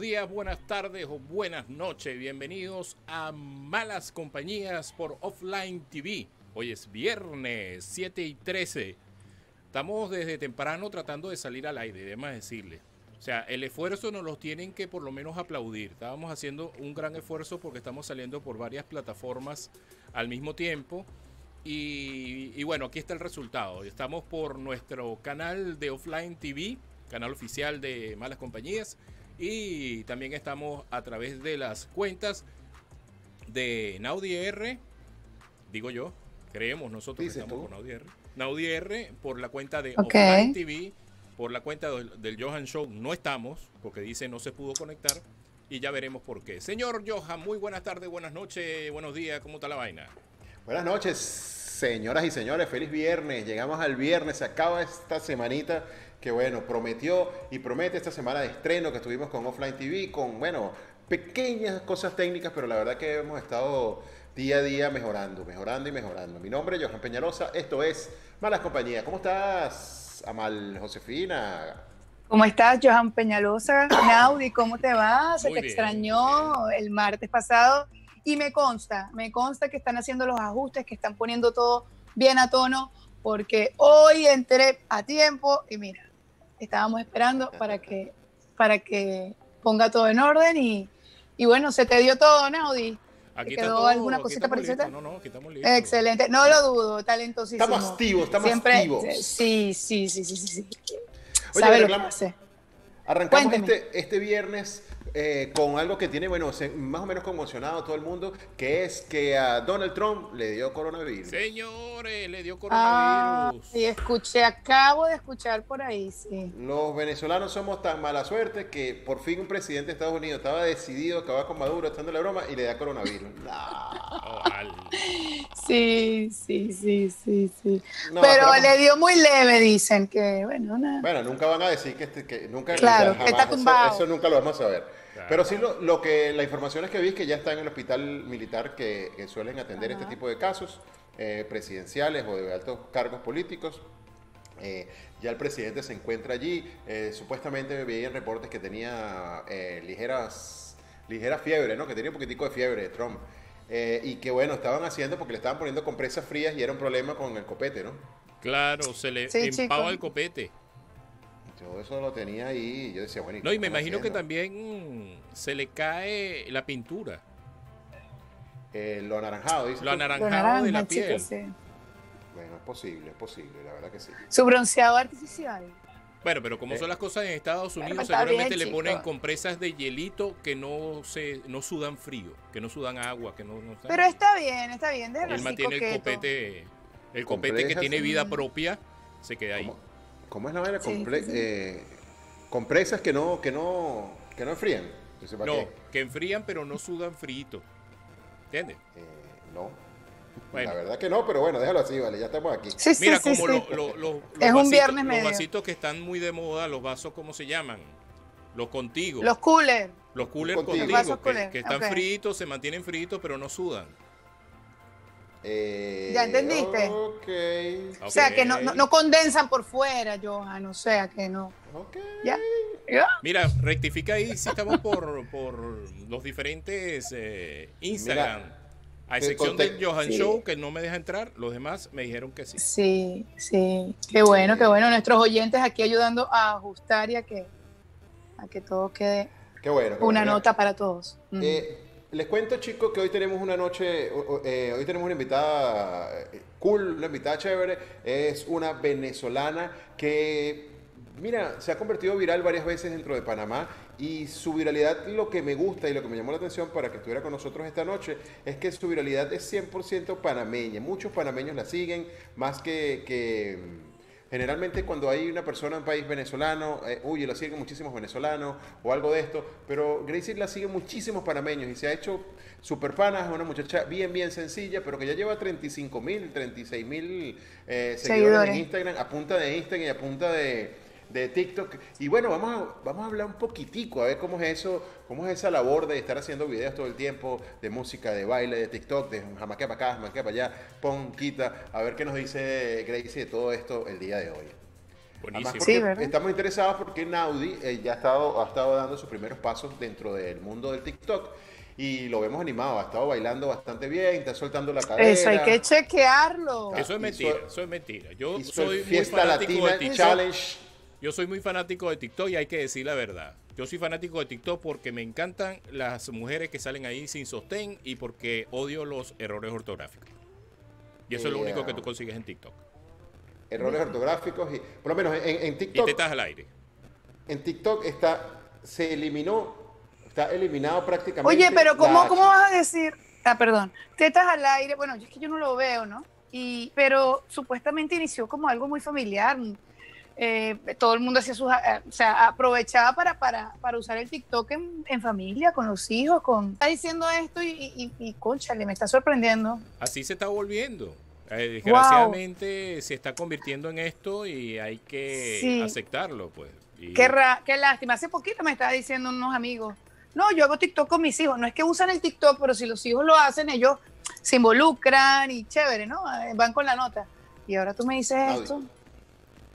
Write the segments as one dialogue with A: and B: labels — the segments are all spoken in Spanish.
A: días, buenas tardes o buenas noches. Bienvenidos a Malas Compañías por Offline TV. Hoy es viernes 7 y 13. Estamos desde temprano tratando de salir al aire, además decirle. O sea, el esfuerzo nos los tienen que por lo menos aplaudir. Estábamos haciendo un gran esfuerzo porque estamos saliendo por varias plataformas al mismo tiempo. Y, y bueno, aquí está el resultado. Estamos por nuestro canal de Offline TV, canal oficial de Malas Compañías. Y también estamos a través de las cuentas de NaudiR, digo yo, creemos nosotros que
B: Dices
A: estamos
B: tú.
A: con NaudiR. NaudiR por la cuenta de
C: Ok.
A: Offline TV, por la cuenta del, del Johan Show no estamos, porque dice no se pudo conectar. Y ya veremos por qué. Señor Johan, muy buenas tardes, buenas noches, buenos días, ¿cómo está la vaina?
B: Buenas noches, señoras y señores, feliz viernes. Llegamos al viernes, se acaba esta semanita que bueno, prometió y promete esta semana de estreno que estuvimos con Offline TV, con bueno, pequeñas cosas técnicas, pero la verdad que hemos estado día a día mejorando, mejorando y mejorando. Mi nombre es Johan Peñalosa, esto es Malas Compañías. ¿Cómo estás, Amal Josefina?
C: ¿Cómo estás, Johan Peñalosa? Naudi, ¿cómo te va? Se
A: Muy
C: te
A: bien,
C: extrañó el martes pasado y me consta, me consta que están haciendo los ajustes, que están poniendo todo bien a tono, porque hoy entré a tiempo y mira, estábamos esperando para que, para que ponga todo en orden y, y bueno, se te dio todo, Naudi.
A: Aquí
C: quedó alguna
A: aquí
C: cosita
A: estamos
C: para
A: listos.
C: recetar?
A: No, no, aquí estamos listos.
C: Excelente, no lo dudo, talentosísimo.
B: Estamos activos, estamos
C: Siempre- eh,
B: activos.
C: Sí, sí, sí, sí, sí. sí.
B: Oye,
C: Sabe lo que
B: reclama-
C: hace.
B: Arrancamos
C: Cuénteme.
B: este, este viernes eh, con algo que tiene, bueno, se- más o menos conmocionado a todo el mundo, que es que a Donald Trump le dio coronavirus.
A: Señores, le dio
C: Ah,
A: coronavirus.
C: sí, escuché, acabo de escuchar por ahí, sí.
B: Los venezolanos somos tan mala suerte que por fin un presidente de Estados Unidos estaba decidido a acabar con Maduro, estando la broma, y le da coronavirus. No,
A: Oh, al-
C: Sí, sí, sí, sí, sí.
B: no,
C: Pero
B: pero-
C: le dio muy leve, dicen que, bueno, nada.
B: Bueno, nunca van a decir que, este- que nunca.
C: Claro,
B: nunca
C: que está
B: jamás, eso-
C: tumbado.
B: Eso, nunca lo vamos a saber.
A: Claro.
B: Pero sí, lo, lo que la información es que vi es que ya está en el hospital militar que, que suelen atender este
C: Ajá.
B: tipo de casos eh, presidenciales o de altos cargos políticos. Eh, ya el presidente se encuentra allí. Eh, supuestamente veían reportes que tenía eh, ligeras, ligera fiebre, ¿no? Que tenía un poquitico de fiebre de Trump. Eh, y que bueno, estaban haciendo porque le estaban poniendo compresas frías y era un problema con el copete, ¿no?
A: Claro, se le
C: Sí,
A: empaba
C: chicos.
A: el copete.
B: Yo eso lo tenía ahí y yo decía, bueno.
A: No, y
B: cómo
A: me
B: lo
A: imagino que
B: haciendo?
A: también mm, se le cae la pintura,
B: Eh, lo anaranjado, dice.
A: lo
B: tú.
A: anaranjado
C: Lo naranja,
A: de la
C: chicos,
A: piel.
C: sí.
B: Bueno, es posible, es posible, la verdad que sí.
C: Su bronceado artificial.
A: Bueno, pero como
B: Eh.
A: son las cosas en Estados
C: Bueno, pues
A: Unidos,
C: está bien,
A: seguramente le
C: chico.
A: ponen compresas de hielito que no se no sudan frío, que no sudan agua, que no, no
C: Pero está bien, está bien, déjalo
A: él
C: así
A: mantiene el
C: coqueto.
A: copete, el copete que
B: Compresas.
A: tiene vida
C: Mm.
A: propia, se queda ahí.
B: ¿Cómo, cómo es la manera?
C: Sí, sí, sí.
B: compresas eh, que no, que no, que no enfrían. Entonces, ¿para
A: No,
B: qué?
A: que enfrían pero no sudan frío. ¿Entiendes?
B: Eh, no.
A: Bueno.
B: La verdad que no, pero bueno, déjalo así, vale, ya estamos aquí.
C: Sí, sí,
A: Mira
C: sí,
A: como
C: sí.
A: lo- lo- lo- los,
C: Es un
A: vasitos-
C: viernes
A: los
C: medio.
A: vasitos que están muy de moda, los vasos, ¿cómo se llaman? Los contigo.
C: Los coolers.
A: Los coolers
B: Contigo.
A: contigo,
B: Los
C: vasos
A: que,
C: cooler,
A: que están
C: ok.
A: fritos, se mantienen fritos, pero no sudan.
B: Eh,
C: ¿Ya entendiste?
B: Ok.
C: O sea, que no, no, no condensan por fuera, Johan, o sea, que no.
B: Ok.
C: Ya.
A: Mira, rectifica ahí si estamos por, por los diferentes eh, Instagram. a
B: que
A: excepción del
B: conte-
A: Johan
C: sí.
A: Show, que no me deja entrar, los demás me dijeron que sí.
C: Sí, sí. Qué bueno, qué bueno. Nuestros oyentes aquí ayudando a ajustar y a que, a que todo quede
B: Qué bueno. qué
C: una
B: bueno.
C: nota para todos. Mm. Ujú.
B: Eh, les cuento, chicos, que hoy tenemos una noche, o- o- eh, hoy tenemos una invitada eh, cool, una invitada chévere. Es una venezolana que, mira, se ha convertido viral varias veces dentro de Panamá y su viralidad, lo que me gusta y lo que me llamó la atención para que estuviera con nosotros esta noche, es que su viralidad es 100% panameña. Muchos panameños la siguen, más que... que Generalmente cuando hay una persona en país venezolano, eh, uy, la siguen muchísimos venezolanos o algo de esto, pero Gracie la siguen muchísimos panameños y se ha hecho super panas, una muchacha bien, bien sencilla, pero que ya lleva 35 mil, 36 mil eh, seguidores.
C: Seguidores.
B: en Instagram, a punta de Instagram y a punta de, de TikTok. Y bueno, vamos a, vamos a hablar un poquitico, a ver cómo es eso, cómo es esa labor de estar haciendo videos todo el tiempo, de música, de baile, de TikTok, de jamaquea para acá, jamaquea para allá, pon, quita, a ver qué nos dice Gracie de todo esto el día de hoy. Además,
A: Buenísimo.
B: porque
C: Sí, ¿verdad?
B: estamos interesados porque Naudi eh, ya ha estado, ha estado dando sus primeros pasos dentro del mundo del TikTok y lo vemos animado, ha estado bailando bastante bien, está soltando la cadera.
C: Eso hay que chequearlo.
A: Eso
B: Ah,
A: es
B: hizo-
A: mentira, eso es mentira. Yo
B: hizo el
A: soy muy
B: Fiesta
A: fanático de
B: Latina
A: TikTok.
B: Challenge.
A: Yo soy muy fanático de TikTok y hay que decir la verdad. Yo soy fanático de TikTok porque me encantan las mujeres que salen ahí sin sostén y porque odio los errores ortográficos. Y eso es lo
B: Yeah.
A: único que tú consigues en TikTok.
B: Errores ortográficos y por lo menos en, en
A: Y
B: TikTok,
A: tetas al aire.
B: en TikTok está se eliminó, está eliminado prácticamente.
C: Oye, pero ¿cómo,
B: la-
C: ¿cómo vas a decir? Ah, perdón. Tetas al aire. Bueno, es que yo no lo veo, ¿no? Y, pero supuestamente inició como algo muy familiar. Eh, todo el mundo hacía sus. ah, O sea, aprovechaba para, para, para usar el TikTok en, en familia, con los hijos, con. Está diciendo esto y, y, y, y, cónchale, me está sorprendiendo.
A: Así se está volviendo. Eh, desgraciadamente se está convirtiendo en esto y hay que
C: Sí.
A: aceptarlo, pues. Y-
C: Qué, ra- qué lástima. Hace poquito me estaba diciendo unos amigos, no, yo hago TikTok con mis hijos. No es que usan el TikTok, pero si los hijos lo hacen, ellos se involucran y chévere, ¿no? Eh, Van con la nota. Y ahora tú me dices
B: Audio.
C: esto.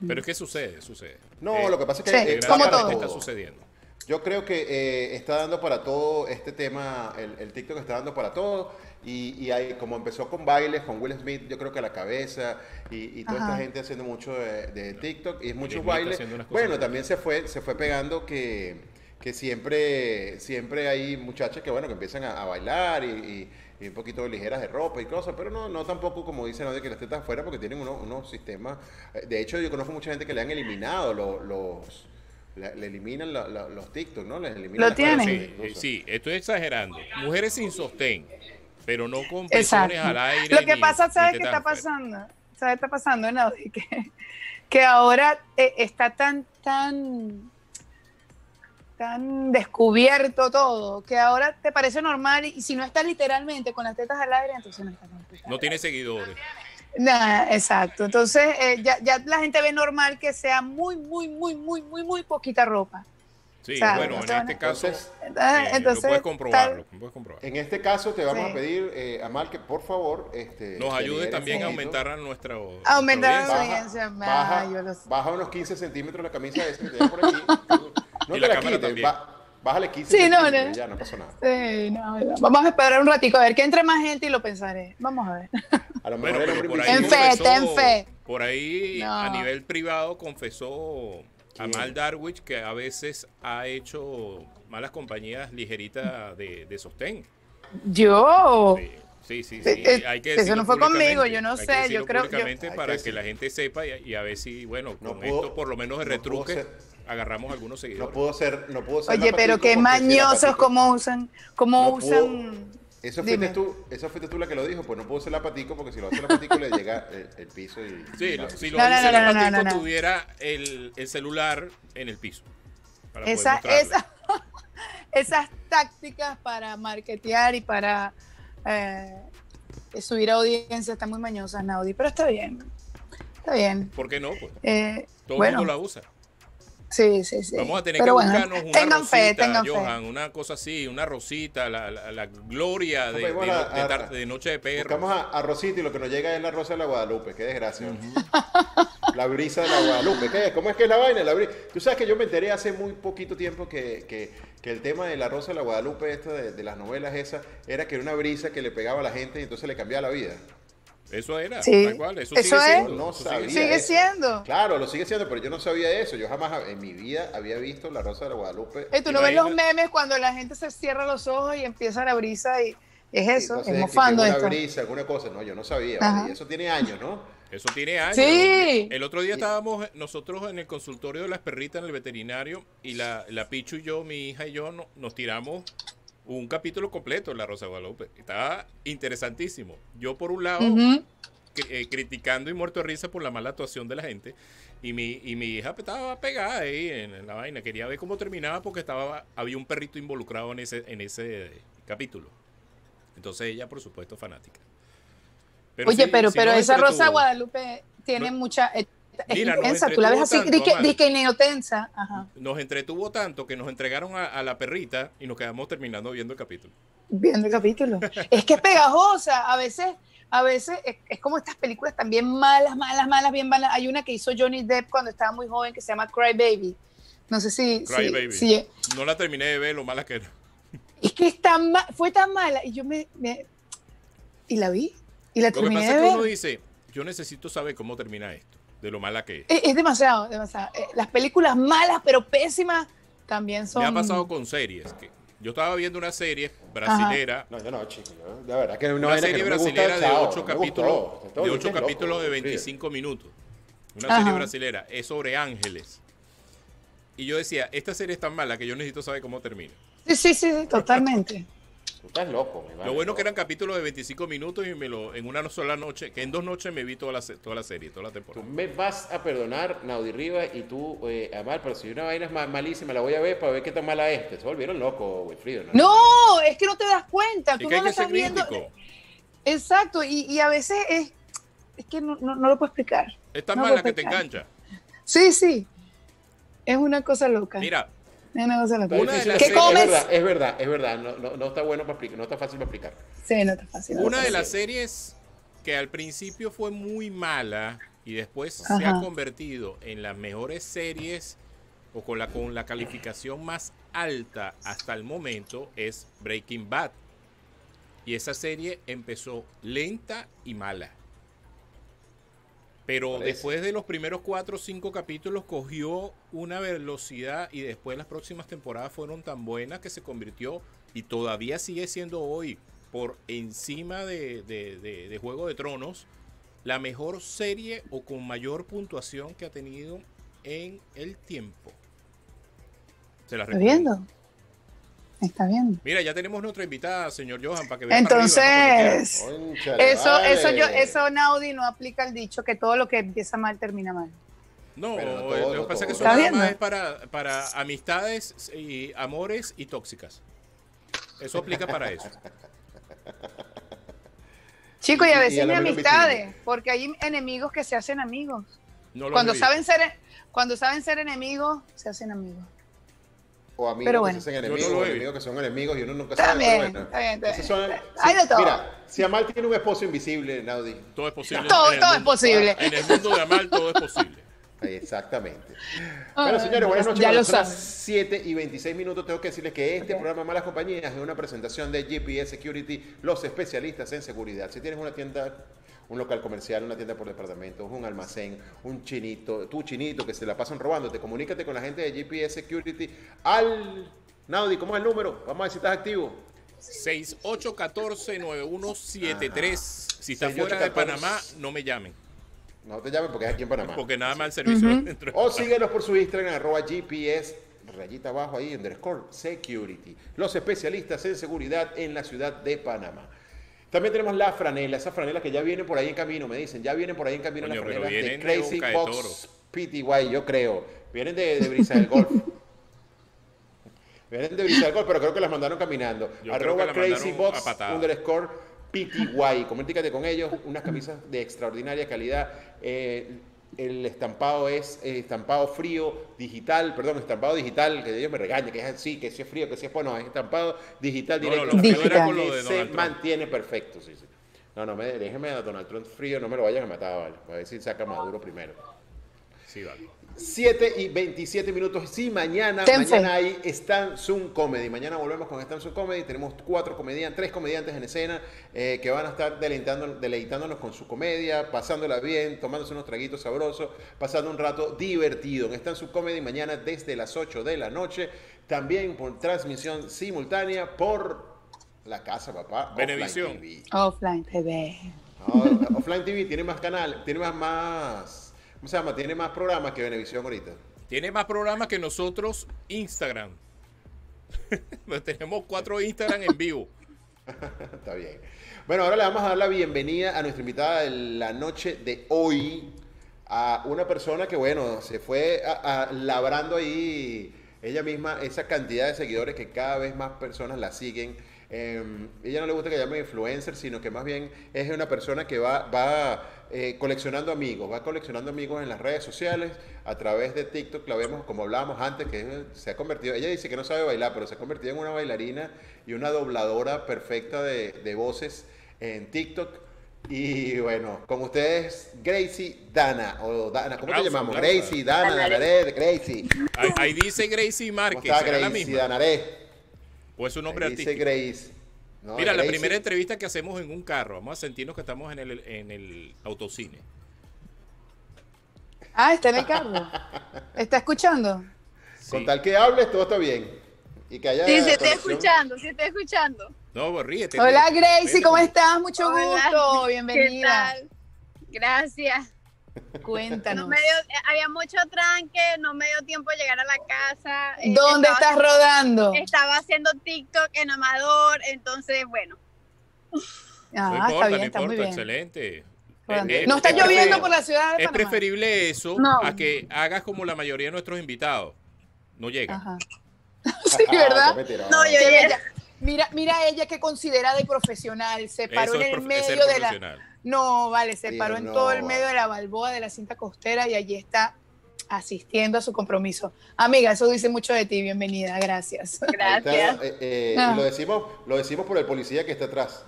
A: Pero es que sucede, sucede.
B: No,
A: Eh,
B: lo que pasa es que
C: Sí,
B: eh,
C: como
B: para
A: desgraciadamente
C: todo.
A: está sucediendo.
B: Yo creo que eh, está dando para todo este tema, el, el TikTok está dando para todo. Y, y hay, como empezó con bailes, con Will Smith, yo creo que a la cabeza, y, y toda esta
C: Ajá.
B: gente haciendo mucho de, de TikTok y
A: Smith
B: muchos
A: está
B: bailes.
A: haciendo unas cosas
B: Bueno,
A: muy
B: también se fue, se fue pegando que, que siempre, siempre hay muchachas que bueno, que empiezan a, a bailar y, y- y un poquito ligeras de ropa y cosas, pero no, no tampoco como dicen de que las tetas fuera porque tienen unos, unos sistemas. eh, De hecho, yo conozco mucha gente que le han eliminado lo- los. la- le eliminan la- la- los TikTok, ¿no? Les eliminan
C: Lo
B: las cuentas
C: tienen.
B: de-
A: Sí,
B: de
A: eh,
B: uso.
A: sí, estoy exagerando. Mujeres sin sostén, pero no con
C: Exacto.
A: pezones al aire.
C: Lo que
A: ni-
C: pasa,
A: ni
C: ¿sabes qué
A: tetas
C: está
A: afuera.
C: pasando? ¿Sabes qué está pasando, Naudi? Que, que ahora eh, está tan, tan, tan descubierto todo, que ahora te parece normal y si no está literalmente con las tetas al aire, entonces no está normal.
A: No tiene seguidores.
C: Nah, exacto. Entonces, eh, ya, ya la gente ve normal que sea muy, muy, muy, muy, muy, muy poquita ropa.
A: Sí,
C: Claro,
A: bueno, en
C: entonces-
A: este caso
B: Entonces,
A: eh,
C: Entonces, entonces,
A: lo puedes
C: tal-
A: comprobarlo. lo puedes comprobar.
B: en este caso te vamos
C: Sí.
B: a pedir, eh, Amal, que por favor este,
A: Nos
B: te
A: ayude
B: liberes
A: también
B: un
A: a
B: poquito.
A: aumentar a nuestra, nuestra
C: Aumentar
A: audiencia.
C: la
B: Baja,
C: audiencia.
B: baja,
C: Ay, yo lo sé.
B: baja unos 15 centímetros la camisa esa que tenía por aquí. No
A: Y
B: te
A: la
B: la,
A: cámara
B: quites,
A: también.
B: ba- bájale 15
C: Sí, no,
B: centímetros,
C: no.
B: ya no pasa nada.
C: Sí, no, no. vamos a esperar un ratico a ver que entre más gente y lo pensaré. Vamos a ver.
B: A lo mejor
A: Bueno,
B: era
A: pero por ahí
C: En fe,
A: confesó-
C: ten fe.
A: Por ahí,
C: No.
A: a nivel privado, confesó
B: ¿Quién?
A: Amal Darwich que a veces ha hecho malas compañías ligeritas de, de sostén.
C: Yo.
A: Sí, sí, sí.
C: Eh,
A: sí,
C: eh,
A: hay que
C: eso
A: decirlo
C: no fue conmigo,
A: públicamente,
C: yo no
A: hay que
C: sé, yo
A: decirlo
C: creo- yo-
A: públicamente
B: Hay que
A: para que,
B: decirlo.
A: la gente sepa y, y a ver si, bueno,
B: No
A: con
B: pudo-
A: esto por lo menos de
B: no pudo
A: retruque
B: ser-
A: agarramos algunos
B: No
A: seguidores.
B: pudo ser, no pudo ser.
C: Oye,
B: la
C: pero
B: Patico porque
C: qué
B: si la
C: mañosos,
B: Patico-
C: cómo usan, cómo
B: No
C: usan.
B: Eso fuiste,
C: Dime.
B: tú, eso fuiste tú la que lo dijo, pues no pudo ser la patico porque si lo hace la patico le llega el, el piso y...
A: Sí,
B: y
A: lo-
B: la-
A: si lo
C: No, no,
A: dice
C: no,
A: el
C: no, no,
A: patico
C: no, no.
A: tuviera el, el celular en el piso. para poder
C: Esa,
A: mostrarlo.
C: esa- esas tácticas para marketear y para eh, subir audiencia están muy mañosas, Naudi, pero está bien. Está bien.
A: ¿Por qué no? Pues?
C: Eh,
A: Todo
C: Bueno.
A: el mundo la usa.
C: sí, sí, sí.
A: Vamos a tener
C: Pero
A: que
C: bueno,
A: buscarnos una
C: tengan
A: rosita,
C: fe, tengan
A: Johan, una cosa así, una rosita, la, la- la gloria de,
B: Ok,
A: de,
B: bueno,
A: de
B: a-
A: tar- de Noche de Perro.
B: Buscamos a, a Rosita y lo que nos llega es la rosa de la Guadalupe, qué desgracia. La brisa de la Guadalupe, ¿qué? ¿Cómo es que es la vaina? La bri- Tú sabes que yo me enteré hace muy poquito tiempo que, que- que el tema de la rosa de la Guadalupe, esta de, de las novelas esas, era que era una brisa que le pegaba a la gente y entonces le cambiaba la vida.
A: Eso era,
C: Sí.
A: tal cual. Eso,
C: Eso
A: sigue
C: es.
A: siendo,
B: No
A: eso sigue
B: sabía.
A: siendo.
C: Sigue
B: eso.
C: siendo.
B: Claro, lo sigue siendo, pero yo no sabía eso. Yo jamás en mi vida había visto la rosa de la Guadalupe.
C: Eh, tú
A: Y
C: no
A: la
C: ves los
A: isla-
C: memes cuando la gente se cierra los ojos y empieza la brisa y es eso,
B: Entonces,
C: es
B: que- que
C: mofando
B: una
C: esto.
B: brisa, alguna cosa. No, yo no sabía.
C: Ajá.
B: vale, y eso tiene años, ¿no?
A: Eso tiene años.
C: Sí.
A: El otro día estábamos nosotros en el consultorio de las perritas en el veterinario y la, la Pichu y yo, mi hija y yo, no- nos tiramos un capítulo completo de La Rosa de Guadalupe. Estaba interesantísimo. Yo por un lado
C: Ujú.
A: cri- eh, criticando y muerto de risa por la mala actuación de la gente y mi, y mi hija pues, estaba pegada ahí en, en la vaina. Quería ver cómo terminaba porque estaba había un perrito involucrado en ese, en ese eh, capítulo. Entonces ella, por supuesto, fanática.
C: Oye,
A: sí-
C: pero,
A: sí
C: pero
A: nos
C: esa rosa de
A: entretuvo.
C: Guadalupe tiene
A: No-
C: mucha. Es es
A: Mira, no
C: intensa, tú la ves así,
A: entretuvo tanto,
C: disque,
A: Amado.
C: disque neotensa. Ajá.
A: nos entretuvo tanto que nos entregaron a, a la perrita y nos quedamos terminando viendo el capítulo.
C: Viendo el capítulo. Es que es pegajosa. A veces a veces es, es, como estas películas también malas, malas, malas, bien malas. Hay una que hizo Johnny Depp cuando estaba muy joven que se llama Cry Baby. No sé si...
A: Cry
C: si,
A: Baby.
C: si-
A: No la terminé de ver, lo mala que era.
C: es que es tan ma- fue tan mala y yo me, me- Y la vi y la
A: Lo que
C: terminé
A: pasa
C: de
A: es que
C: ver.
A: uno dice, yo necesito saber cómo termina esto, de lo mala que es.
C: Es, es demasiado, demasiado. Eh, Las películas malas pero pésimas también son...
A: Me ha pasado con series. Que yo estaba viendo una serie brasilera,
B: No, yo no, chico. Yo, de verdad que no
A: una serie brasilera de 8 capítulos, de ocho capítulos de 25
B: 25.
A: minutos. Una
C: Ajá.
A: serie brasilera, es sobre ángeles. Y yo decía, esta serie es tan mala que yo necesito saber cómo termina.
C: Sí, sí, sí, sí, totalmente.
B: Tú estás loco, mi
A: Lo bueno que eran capítulos de 25 minutos y me lo en una sola noche, que en dos noches me vi toda la, se- toda la serie, toda la
B: Tú
A: temporada.
B: me vas a perdonar, Naudi Riva, y tú, eh, Amar, pero si una vaina es ma- malísima, la voy a ver para ver qué tan mala es. Te se volvieron locos, Wilfrido.
C: No, es que no te das cuenta.
A: Y
C: Ah, Tú
A: que hay
C: no lo
A: que
C: estás
A: ser
C: viendo.
A: crítico.
C: Exacto, y, y a veces es, es que no, no- no lo puedo explicar.
A: Es tan
C: No pues,
A: mala
C: ah, lo
A: que
C: puedo
A: te
C: explicar.
A: engancha.
C: Sí, sí. Es una cosa loca.
A: Mira,
C: Es una cosa loca.
B: Está
A: Una de
B: difícil
A: las
B: de-
A: ¿Qué
C: comes?
B: Es verdad, es verdad, es verdad. No, no, no está bueno para explicar, no está fácil para explicar.
C: Sí, no está fácil. no
A: Una
C: está
A: de
C: fácil.
A: las series que al principio fue muy mala y después se ha
C: Ajá.
A: convertido en las mejores series o con la, con la calificación más alta hasta el momento es Breaking Bad. Y esa serie empezó lenta y mala. Pero
B: Parece.
A: después de los primeros cuatro o cinco capítulos cogió una velocidad y después las próximas temporadas fueron tan buenas que se convirtió y todavía sigue siendo hoy por encima de, de- de- de Juego de Tronos la mejor serie o con mayor puntuación que ha tenido en el tiempo. Se las
C: ¿Estás
A: recomiendo.
C: viendo? Está viendo.
A: Mira, ya tenemos nuestra invitada, señor Johan, para que vea para arriba, ¿no? Cuando quiera.
C: Entonces,
B: Cónchale,
C: eso, eso, yo,
B: vale.
C: eso Naudi no aplica el dicho que todo lo que empieza mal termina mal.
A: No,
B: Pero
A: eh,
B: todo,
A: lo que pasa es que eso
B: todo.
A: nada
C: ¿Está
A: más
C: viendo?
A: es para, para amistades y amores y tóxicas. Eso aplica para eso.
C: Chicos, y
B: Y-
C: a
B: y
C: veces
B: a la
C: ni
B: menos
C: amistades,
B: visible.
C: porque hay enemigos que se hacen amigos.
A: No lo
C: Cuando
A: olvides.
C: saben ser, cuando saben ser enemigos, se hacen amigos.
B: O amigos
C: Pero bueno.
B: que se hacen
A: Yo
B: enemigos,
A: no lo
B: o
A: he
B: enemigos que son enemigos y uno nunca
C: Está
B: sabe. pero
C: bien,
B: bueno.
C: está bien, está
B: Esos
C: bien.
B: son-
C: Hay de todo.
B: Mira, si Amal tiene un esposo invisible, Naudi.
A: Todo es posible.
C: Todo-
A: en el
C: todo es
A: mundo-
C: posible.
A: En el mundo de Amal todo es posible.
B: Ahí, Exactamente.
C: Ay,
B: Bueno, señores, buenas
C: ya-
B: noches.
C: Ah, ya
B: Cuando
C: lo
B: son las
C: saben.
B: 7 y 26 minutos. Tengo que decirles que este
C: Ok.
B: programa Malas Compañías es una presentación de GPS Security, los especialistas en seguridad. Si tienes una tienda, un local comercial, una tienda por departamentos, un almacén, un chinito, tu chinito que se la pasan robándote, comunícate con la gente de GPS Security al. Naudi, ¿cómo es el número? Vamos a ver si estás activo.
A: 6814-9173. Si estás fuera de
B: 6814.
A: Panamá, no me llamen.
B: No te llamen porque es aquí en Panamá.
A: Porque nada más el servicio
C: Ujú.
A: dentro.
B: O síguenos por su Instagram, arroba GPS, rayita abajo ahí, underscore, security. Los especialistas en seguridad en la ciudad de Panamá. También tenemos la franela, esas franelas que ya vienen por ahí en camino, me dicen, ya vienen por ahí en camino
A: Coño,
B: las
A: pero
B: franelas de
A: vienen de
B: Crazy
A: Boca de
B: Box
A: Toro.
B: PTY, yo creo. Vienen de, de Brisa del Golf. vienen de Brisa del Golf, pero creo que las mandaron caminando.
A: Yo creo
B: arroba
A: que las mandaron
B: Crazy
A: a
B: Box,
A: patadas.
B: underscore Score PTY. Comunícate con ellos, unas camisas de extraordinaria calidad. Eh, el estampado es eh, estampado frío, digital, perdón, estampado digital, que Dios me regañe, que es así, que si es frío, que si es bueno, es estampado digital
A: No, no,
B: directo.
A: lo
C: frío
B: que
C: era
A: con lo de
B: se
A: Donald Trump.
B: mantiene perfecto, sí, sí. No, no, me, déjeme a Donald Trump frío, no me lo vayan a matar, ¿vale? A ver si saca Maduro primero.
A: Sí, vale.
B: 7 y 27 minutos. Sí, mañana,
C: Ten fe.
B: mañana hay Stand Zoom Comedy. Mañana volvemos con Stand Zoom Comedy. Tenemos cuatro comediantes, tres comediantes en escena eh, que van a estar deleitando- deleitándonos con su comedia, pasándola bien, tomándose unos traguitos sabrosos, pasando un rato divertido. En Stand Zoom Comedy mañana desde las 8 de la noche. También por transmisión simultánea por la casa, papá. Offline
A: Venevisión.
B: TV.
C: Offline TV.
B: No, Offline TV tiene más canal, tiene más, más, ¿cómo se llama? Tiene más programas que Venevisión ahorita.
A: Tiene más programas que nosotros Instagram. Tenemos cuatro Instagram en vivo.
B: Está bien. Bueno, ahora le vamos a dar la bienvenida a nuestra invitada de la noche de hoy, a una persona que, bueno, se fue a- a- labrando ahí ella misma esa cantidad de seguidores que cada vez más personas la siguen. Eh, ella no le gusta que llamen influencer, sino que más bien es una persona que va, va eh, coleccionando amigos, va coleccionando amigos en las redes sociales, a través de TikTok, la vemos como hablábamos antes, que eh, se ha convertido, ella dice que no sabe bailar, pero se ha convertido en una bailarina y una dobladora perfecta de, de voces en TikTok. Y bueno, con ustedes, Gracie Dana, o Dana, ¿cómo te
A: Aplauso,
B: llamamos?
A: aplauso.
B: Gracie, Dana,
D: Dana.
B: Nazaret, Gracie.
A: Ahí, ahí dice Gracie
B: ¿Cómo
A: Márquez,
B: está
A: ¿será la
B: Gracie
A: misma?
B: Danaré?
A: ¿O es su nombre
B: Ahí Dice
A: artístico?
B: Grace. No,
A: Mira, la
B: Gracie-
A: primera entrevista que hacemos en un carro, vamos a sentirnos que estamos en el, en el autocine.
C: Ah, está en el carro. ¿Está escuchando?
A: Sí.
B: Con tal que hables, todo está bien. Y que haya.
D: Sí, se está
B: conexión.
D: escuchando, se está escuchando.
A: No, pues, ríete.
C: Hola
A: ríete. pues.
C: Gracie,
A: Ríete
C: ¿cómo
A: con-
C: estás? Mucho
D: Hola,
C: gusto,
D: ¿Qué
C: bienvenida.
D: tal? Gracias. No
C: Cuéntanos.
D: me dio- eh, había mucho tranque, no me dio tiempo de llegar a la casa. eh,
C: ¿Dónde
D: estaba-
C: estás rodando?
D: Estaba haciendo TikTok en Amador, entonces, bueno.
A: No
C: Ah,
A: importa,
C: está bien,
A: no
C: está muy
A: importa,
C: bien.
A: excelente.
C: Rodando.
A: Eh, eh,
C: No está
A: es
C: lloviendo
A: preferible-
C: por la ciudad de
A: Es
C: Panamá.
A: preferible eso
D: No.
A: a que hagas como la mayoría de nuestros invitados. No llega.
C: Ajá. Sí, ¿verdad?
B: Ah, Qué mentirosa.
D: No, yo
C: Se ve
D: ya-
C: ella. Mira, mira ella que considera de profesional, se
A: Eso
C: paró en
A: es
C: el
A: profe- es ser
C: medio de la...
A: profesional.
C: No, vale, se
B: Sí,
C: paró en
B: no,
C: todo el
B: vale.
C: medio de la balboa de la cinta costera y allí está asistiendo a su compromiso. Amiga, eso dice mucho de ti, bienvenida, gracias.
B: Ahí está,
D: Gracias.
B: eh, eh,
C: Ah.
B: y lo decimos, lo decimos por el policía que está atrás.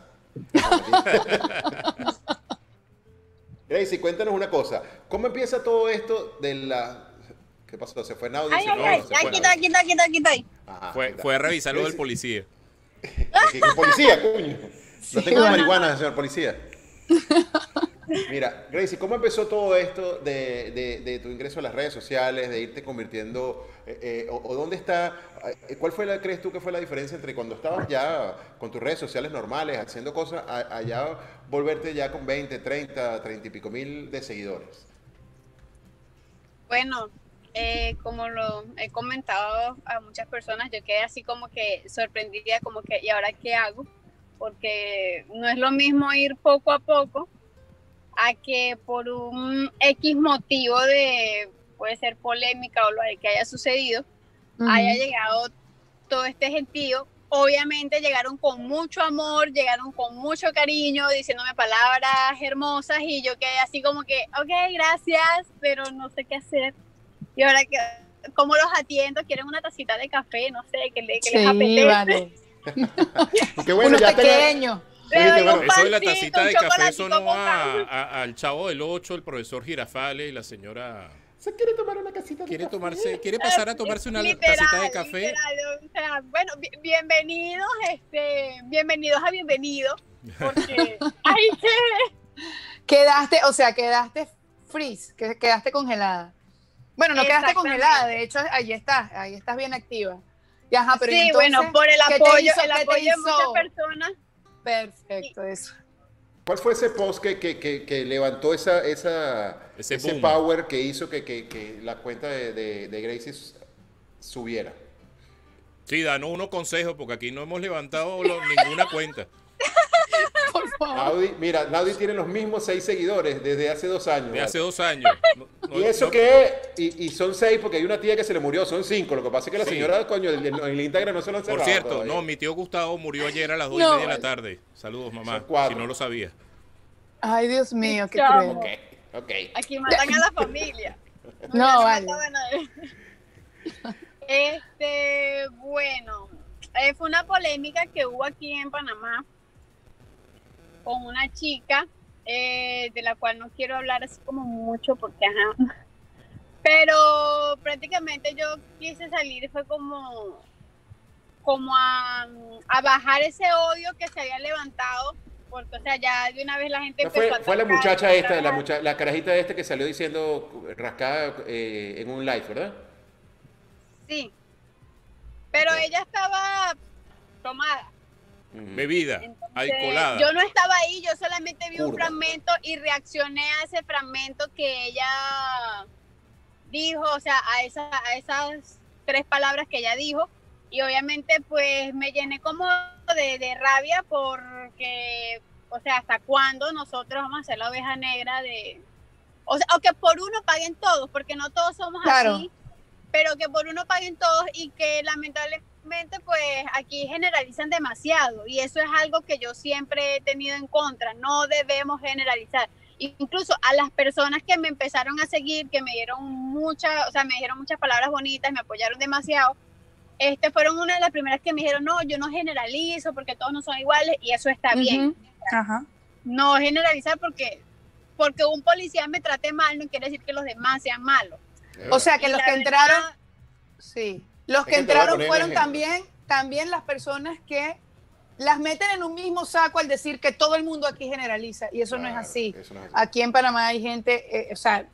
B: Gracie, cuéntanos una cosa. ¿Cómo empieza todo esto de la. ¿Qué pasó? ¿Se fue Naudi?
D: Ay,
B: ¿Se
D: ay,
B: fue?
D: ay,
B: ¿Se
D: ay,
B: fue?
D: quita, quita, quita, quita. ahí.
B: Ajá, ahí
A: Fue,
B: está.
A: fue a revisar lo del
B: Gracie,
A: policía.
B: ¿Qué, qué policía, coño? No tengo
C: bueno.
B: marihuana, señor policía. Mira, Gracie, ¿cómo empezó todo esto de, de- de tu ingreso a las redes sociales, de irte convirtiendo, eh, eh, o, o dónde está, eh, cuál fue la, crees tú que fue la diferencia entre cuando estabas ya con tus redes sociales normales, haciendo cosas, a, a ya volverte ya con 20, 30, 30 y pico mil de seguidores?
D: Bueno, eh, como lo he comentado a muchas personas, yo quedé así como que sorprendida, como que, ¿y ahora qué hago? Porque no es lo mismo ir poco a poco a que por un X motivo de, puede ser polémica o lo que haya sucedido, haya llegado todo este gentío. Obviamente llegaron con mucho amor, llegaron con mucho cariño, diciéndome palabras hermosas y yo quedé así como que, ok, gracias, pero no sé qué hacer. Y ahora que, ¿cómo los atiendo? ¿Quieren una tacita de café? No sé, que, le, que les apetece.
C: Sí, vale.
B: Y qué
C: Uno
B: ya te-
C: pequeño.
D: Le
B: Oye, qué
D: doy un
B: bueno.
A: Eso de la
D: pancito,
A: tacita
D: un
A: de café
D: chocolatico
A: sonó
D: con
A: a-
D: pan.
A: a- al chavo del 8, el profesor Girafales y la señora.
B: ¿Se quiere tomar una casita de
A: Quiere
B: café?
A: tomarse, quiere pasar a tomarse una
D: Literal,
A: tacita de café.
D: literal, o sea, bueno, bi- bienvenidos, este, bienvenidos a bienvenido, porque ay,
C: Quedaste, o sea, quedaste freeze, que- quedaste congelada. Bueno, no quedaste
D: Exactamente.
C: congelada, de hecho, ahí estás, ahí estás bien activa. Y ajá, Ah, pero y
D: sí,
C: entonces-
D: bueno, por el
C: ¿qué te
D: apoyo,
C: hizo?
D: el
C: ¿Qué te
D: apoyo de
C: hizo?
D: muchas personas.
C: Perfecto, eso.
B: ¿Cuál fue ese post que, que- que- que levantó esa, esa,
A: Ese
B: ese,
A: boom.
B: power que hizo que, que- que la cuenta de, de, de Gracie s- subiera?
A: Sí, danos unos consejos porque aquí no hemos levantado lo- ninguna cuenta.
C: Por favor.
B: Naudi- mira, Naudi tiene los mismos seis seguidores desde hace dos años.
A: De hace dos años. No- no-
B: y eso
A: no-
B: que y, y son seis porque hay una tía que se le murió, son cinco. Lo que pasa es que la
A: Sí.
B: señora, coño, el, el, el Instagram no se lo han
A: Por
B: cerrado
A: cierto,
B: todavía.
A: no, mi tío Gustavo murió ayer a las 2 y
C: No,
A: media de la
C: vale.
A: tarde. Saludos, mamá.
B: Son cuatro.
A: Si no lo sabía.
C: Ay, Dios mío, qué
D: Chamo.
C: cruel.
B: Ok, ok.
D: Aquí matan a la familia.
C: No,
D: ya se
C: vale.
D: mataban a él. Este, bueno, eh, fue una polémica que hubo aquí en Panamá con una chica eh, de la cual no quiero hablar así como mucho porque, ajá. Pero prácticamente yo quise salir, fue como, como a, a bajar ese odio que se había levantado. Porque, o sea, ya de una vez la gente
B: No, fue,
D: empezó a
B: fue la
D: atacar,
B: muchacha esta, la,
D: atacar.
B: mucha- la carajita esta que salió diciendo rascada eh, en un live, ¿verdad?
D: Sí. Pero
B: Ok.
D: ella estaba tomada.
B: Ujú.
A: Bebida,
D: Entonces,
A: alcoholada.
D: Yo no estaba ahí, yo solamente vi un
B: Curva.
D: fragmento y reaccioné a ese fragmento que ella dijo, o sea, a, esa, a esas tres palabras que ella dijo. Y obviamente pues me llené como de, de rabia porque, o sea, ¿hasta cuándo nosotros vamos a ser la oveja negra de... O sea, o que por uno paguen todos, porque no todos somos
C: Claro.
D: así, pero que por uno paguen todos y que lamentablemente pues aquí generalizan demasiado y eso es algo que yo siempre he tenido en contra, no debemos generalizar incluso a las personas que me empezaron a seguir, que me dieron muchas, o sea, me dijeron muchas palabras bonitas, me apoyaron demasiado. Este fueron una de las primeras que me dijeron, no, yo no generalizo porque todos no son iguales y eso está bien.
C: Ujú. Ajá.
D: no generalizar porque porque un policía me trate mal no quiere decir que los demás sean malos.
C: O sea, que
D: Y
C: los
D: la
C: que
D: verdad-
C: entraron, sí, los
B: Hay
C: que
B: que entrar a
C: entraron
B: poner
C: fueron
B: ejemplo.
C: también, también las personas que las meten en un mismo saco al decir que todo el mundo aquí generaliza y eso no
B: Claro,
C: es así.
B: Eso no es así.
C: Aquí en Panamá hay gente, eh, o sea,